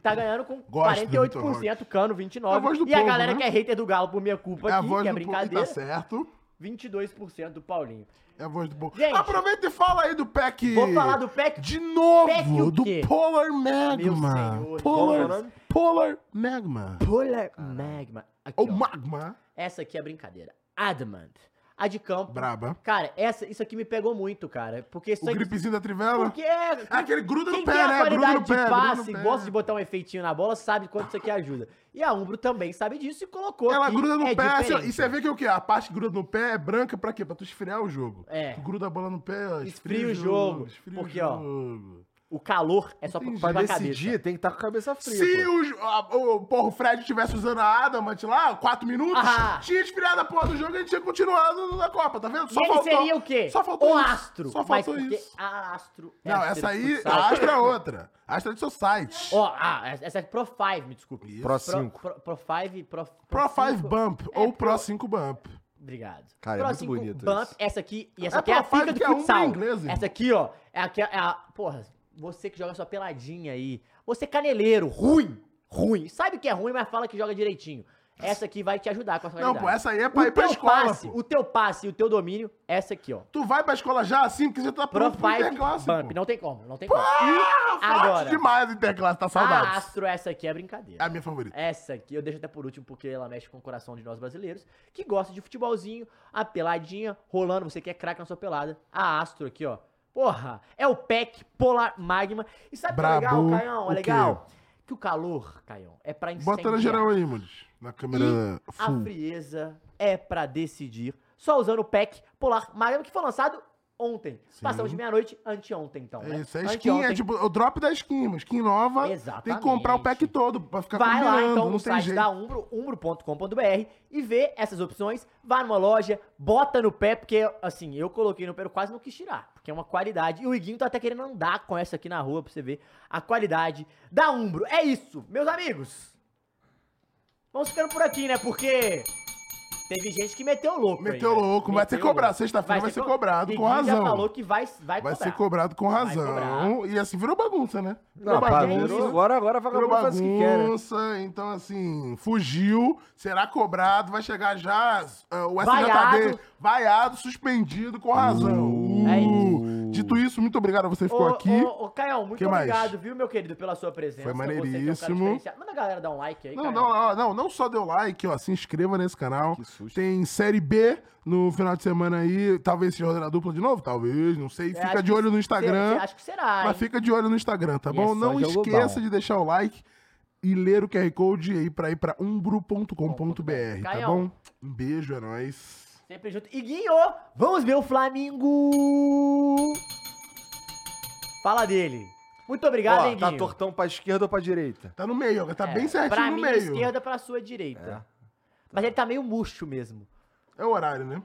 Speaker 1: tá ganhando com
Speaker 3: Gosto do Vitor
Speaker 1: 48%, Cano 29%.
Speaker 3: É a voz do
Speaker 1: e a
Speaker 3: povo,
Speaker 1: galera
Speaker 3: né?
Speaker 1: que é hater do Galo por minha culpa
Speaker 3: É a
Speaker 1: aqui,
Speaker 3: voz
Speaker 1: que é
Speaker 3: do povo e tá
Speaker 1: brincadeira,
Speaker 3: certo.
Speaker 1: 22% do Paulinho.
Speaker 3: É a voz do povo.
Speaker 1: Gente.
Speaker 3: Aproveita e fala aí do PEC.
Speaker 1: Vou falar do PEC
Speaker 3: De novo,
Speaker 1: Pack o
Speaker 3: do
Speaker 1: quê?
Speaker 3: Polar Magma.
Speaker 1: Meu senhor.
Speaker 2: Qual é o
Speaker 3: Polar,
Speaker 2: nome?
Speaker 3: Polar Magma.
Speaker 1: Polar Magma. Aqui,
Speaker 3: Ou
Speaker 1: ó.
Speaker 3: Magma.
Speaker 1: Essa aqui é brincadeira. Adamant. A de campo.
Speaker 3: Braba.
Speaker 1: Cara, essa, isso aqui me pegou muito, cara. Porque isso
Speaker 3: O
Speaker 1: aqui.
Speaker 3: gripezinho da Trivela.
Speaker 1: Porque é.
Speaker 3: É aquele gruda no
Speaker 1: Quem
Speaker 3: pé,
Speaker 1: tem a
Speaker 3: né? Gruda
Speaker 1: qualidade
Speaker 3: no pé.
Speaker 1: de
Speaker 3: gruda no
Speaker 1: passe,
Speaker 3: pé.
Speaker 1: gosta de botar um efeitinho na bola, sabe quanto isso aqui ajuda. E a Umbro também sabe disso e colocou.
Speaker 3: Ela
Speaker 1: que
Speaker 3: gruda no
Speaker 1: é
Speaker 3: pé. assim, ó,
Speaker 1: diferente.
Speaker 3: e você vê que o quê? A parte que gruda no pé é branca pra quê? Pra tu esfriar o jogo.
Speaker 1: É.
Speaker 3: Tu gruda a bola no pé, ó,
Speaker 1: Esfria o jogo,
Speaker 3: Esfria
Speaker 1: porque,
Speaker 3: o jogo.
Speaker 1: O calor é só pra
Speaker 3: Entendi.
Speaker 1: pra
Speaker 2: Pra
Speaker 1: cabeça.
Speaker 2: decidir, tem que estar com a cabeça fria.
Speaker 3: Se
Speaker 2: pô.
Speaker 3: o, jo- a- o- porra, o Fred tivesse usando a Adamant lá, quatro minutos,
Speaker 1: Ah.
Speaker 3: tinha esfriado a porra do jogo e a gente tinha continuado na Copa, tá vendo?
Speaker 1: E ele seria o quê?
Speaker 3: Só faltou
Speaker 1: o
Speaker 3: isso.
Speaker 1: astro.
Speaker 3: Só
Speaker 1: mas
Speaker 3: faltou
Speaker 1: porque
Speaker 3: isso.
Speaker 1: A astro. é
Speaker 3: Não,
Speaker 1: a
Speaker 3: essa aí,
Speaker 1: futsal.
Speaker 3: a Astra é outra. A Astra é do seu site.
Speaker 1: Ó, ah, essa é Pro 5, me desculpe.
Speaker 3: Isso.
Speaker 2: Pro
Speaker 1: Pro
Speaker 2: 5.
Speaker 1: 5. Pro 5, Pro
Speaker 3: Pro 5
Speaker 1: cinco. é,
Speaker 3: Bump ou Pro 5 Bump.
Speaker 1: Obrigado.
Speaker 2: Cara, é muito
Speaker 1: cinco,
Speaker 2: bonito
Speaker 1: Bump,
Speaker 2: isso.
Speaker 1: essa aqui, e essa
Speaker 3: É
Speaker 1: aqui é a
Speaker 3: Pro Five
Speaker 1: pica do
Speaker 3: que é um pra
Speaker 1: futsal.
Speaker 3: inglês, irmão.
Speaker 1: essa aqui, ó, é a, que- é a... Porra, você que joga sua peladinha aí. Você é caneleiro, ruim, ruim. Sabe que é ruim, mas fala que joga direitinho. Essa aqui vai te ajudar com a sua
Speaker 3: Não, pô,
Speaker 1: qualidade.
Speaker 3: essa aí é pra
Speaker 1: o
Speaker 3: ir pra
Speaker 1: teu
Speaker 3: escola,
Speaker 1: passe,
Speaker 3: pô.
Speaker 1: o teu passe e o teu domínio, essa aqui, ó.
Speaker 3: Tu vai pra escola já assim, porque você tá
Speaker 1: Pro
Speaker 3: pronto pro
Speaker 1: 5,
Speaker 3: interclasse,
Speaker 1: Bump,
Speaker 3: pô.
Speaker 1: não tem como, não tem como.
Speaker 3: Ah,
Speaker 1: E
Speaker 3: forte
Speaker 1: agora, Ah,
Speaker 3: demais interclasse, tá
Speaker 1: a
Speaker 3: saudades.
Speaker 1: Astro, essa aqui é
Speaker 3: É
Speaker 1: brincadeira.
Speaker 3: a minha favorita.
Speaker 1: Essa aqui eu deixo até por último, porque ela mexe com o coração de nós brasileiros, que gosta de futebolzinho, a peladinha, rolando, você que é craque na sua pelada. A Astro aqui, ó. Porra, é o PEC Polar Magma. E sabe o que é legal,
Speaker 3: Brabo,
Speaker 1: Caião?
Speaker 3: o
Speaker 1: É legal que o calor, Caião, é pra incendiar.
Speaker 3: Bota na geral aí, Muniz. Na câmera
Speaker 1: A
Speaker 3: full.
Speaker 1: frieza é pra decidir. Só usando o PEC Polar Magma, que foi lançado ontem.
Speaker 3: Sim.
Speaker 1: Passamos de meia-noite, anteontem, então.
Speaker 3: É
Speaker 1: né?
Speaker 3: isso, é skin, é
Speaker 1: Anteontem.
Speaker 3: tipo o drop da skin, mas skin nova tem que comprar o pack
Speaker 1: Exatamente.
Speaker 3: todo pra ficar
Speaker 1: Vai lá
Speaker 3: combinando,
Speaker 1: então
Speaker 3: não
Speaker 1: no
Speaker 3: tem
Speaker 1: site
Speaker 3: jeito.
Speaker 1: da Umbro, umbro.com.br e vê essas opções, vai numa loja, bota no pé, porque assim, eu coloquei no pé, eu quase não quis tirar, porque é uma qualidade. E o Iguinho tá até querendo andar com essa aqui na rua pra você ver a qualidade da Umbro. É isso, meus amigos. Vamos ficando por aqui, né? Porque teve gente que meteu o louco. aí,
Speaker 3: Meteu
Speaker 1: né?
Speaker 3: louco, vai
Speaker 1: Meteu
Speaker 3: ser cobrado.
Speaker 1: louco.
Speaker 3: Sexta-feira vai ser
Speaker 1: co-
Speaker 3: cobrado, com
Speaker 1: Iguinho já
Speaker 3: razão.
Speaker 1: falou que vai, vai,
Speaker 3: Vai ser
Speaker 1: cobrar.
Speaker 3: cobrado com razão.
Speaker 1: cobrar.
Speaker 3: E assim, virou bagunça, né?
Speaker 2: Não,
Speaker 1: Mas
Speaker 2: pá,
Speaker 1: é
Speaker 2: virou-
Speaker 1: isso.
Speaker 2: agora, agora
Speaker 3: Virou
Speaker 2: vagabundo faz o que quer. né?
Speaker 3: bagunça, então assim, fugiu, será cobrado, vai chegar já ah, o SJD
Speaker 1: Vaiado.
Speaker 3: vaiado. suspendido com razão.
Speaker 1: É
Speaker 3: Uh, Dito isso, muito obrigado a você que ficou
Speaker 1: Ô,
Speaker 3: aqui.
Speaker 1: Ô, ô, Caião, muito
Speaker 3: Que mais?
Speaker 1: obrigado, viu, meu querido, pela sua presença.
Speaker 3: Foi
Speaker 1: Você que é um cara
Speaker 3: maneiríssimo.
Speaker 1: diferenciado. Manda a galera dar um like aí,
Speaker 3: Não,
Speaker 1: Caião.
Speaker 3: não, ó, não, não só dê o like, ó, se inscreva nesse canal.
Speaker 2: Que susto.
Speaker 3: Tem série B no final de semana aí, talvez seja rodada dupla de novo, talvez, não sei.
Speaker 1: É,
Speaker 3: Fica
Speaker 1: acho
Speaker 3: de
Speaker 1: que
Speaker 3: olho no
Speaker 1: se-
Speaker 3: Instagram.
Speaker 1: se- Acho que será, hein?
Speaker 3: Mas fica de olho no Instagram, tá
Speaker 1: E
Speaker 3: bom?
Speaker 1: é só
Speaker 3: não
Speaker 2: jogo
Speaker 3: esqueça
Speaker 2: bom.
Speaker 3: de deixar o like e ler o QR Code aí pra ir pra umbro.com.br, tá
Speaker 1: Caião.
Speaker 3: bom? Um beijo, é nóis.
Speaker 1: Sempre junto. E Guinho, vamos ver o Flamengo! Fala dele. Muito obrigado,
Speaker 2: Ó,
Speaker 1: hein,
Speaker 2: tá
Speaker 1: Guinho.
Speaker 2: tortão pra esquerda ou pra direita?
Speaker 3: Tá no meio, ó, tá
Speaker 1: É,
Speaker 3: bem certinho
Speaker 1: pra
Speaker 3: no
Speaker 1: mim,
Speaker 3: meio.
Speaker 1: esquerda pra sua direita. Mas ele tá meio murcho mesmo.
Speaker 3: É o horário, né?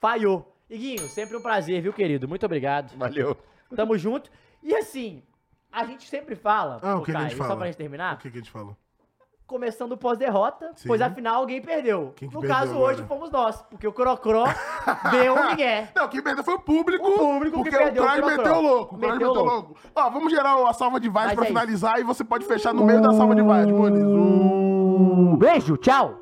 Speaker 1: Falhou. Iguinho, sempre um prazer, viu, querido? Muito obrigado.
Speaker 2: Valeu.
Speaker 1: Tamo junto. E assim, a gente sempre fala,
Speaker 3: Ah,
Speaker 1: ô,
Speaker 3: o que que a gente
Speaker 1: Caio,
Speaker 3: fala?
Speaker 1: só pra gente terminar,
Speaker 3: O que, que a gente falou?
Speaker 1: começando pós-derrota,
Speaker 3: Sim.
Speaker 1: pois afinal alguém perdeu.
Speaker 3: Quem que
Speaker 1: no
Speaker 3: perdeu
Speaker 1: caso,
Speaker 3: agora?
Speaker 1: hoje fomos nós, porque o Crocro deu um migué.
Speaker 3: Não, quem perdeu foi o público.
Speaker 1: O público que
Speaker 3: porque
Speaker 1: perdeu,
Speaker 3: o Croy
Speaker 1: o Croy.
Speaker 3: meteu louco. O Croy
Speaker 1: Meteu
Speaker 3: meteu
Speaker 1: louco.
Speaker 3: louco. Ó, vamos gerar a salva de vibes
Speaker 1: Mas
Speaker 3: pra
Speaker 1: é
Speaker 3: finalizar e você pode fechar no meio da salva de vibes, Muniz. Uh.
Speaker 1: Um beijo, tchau!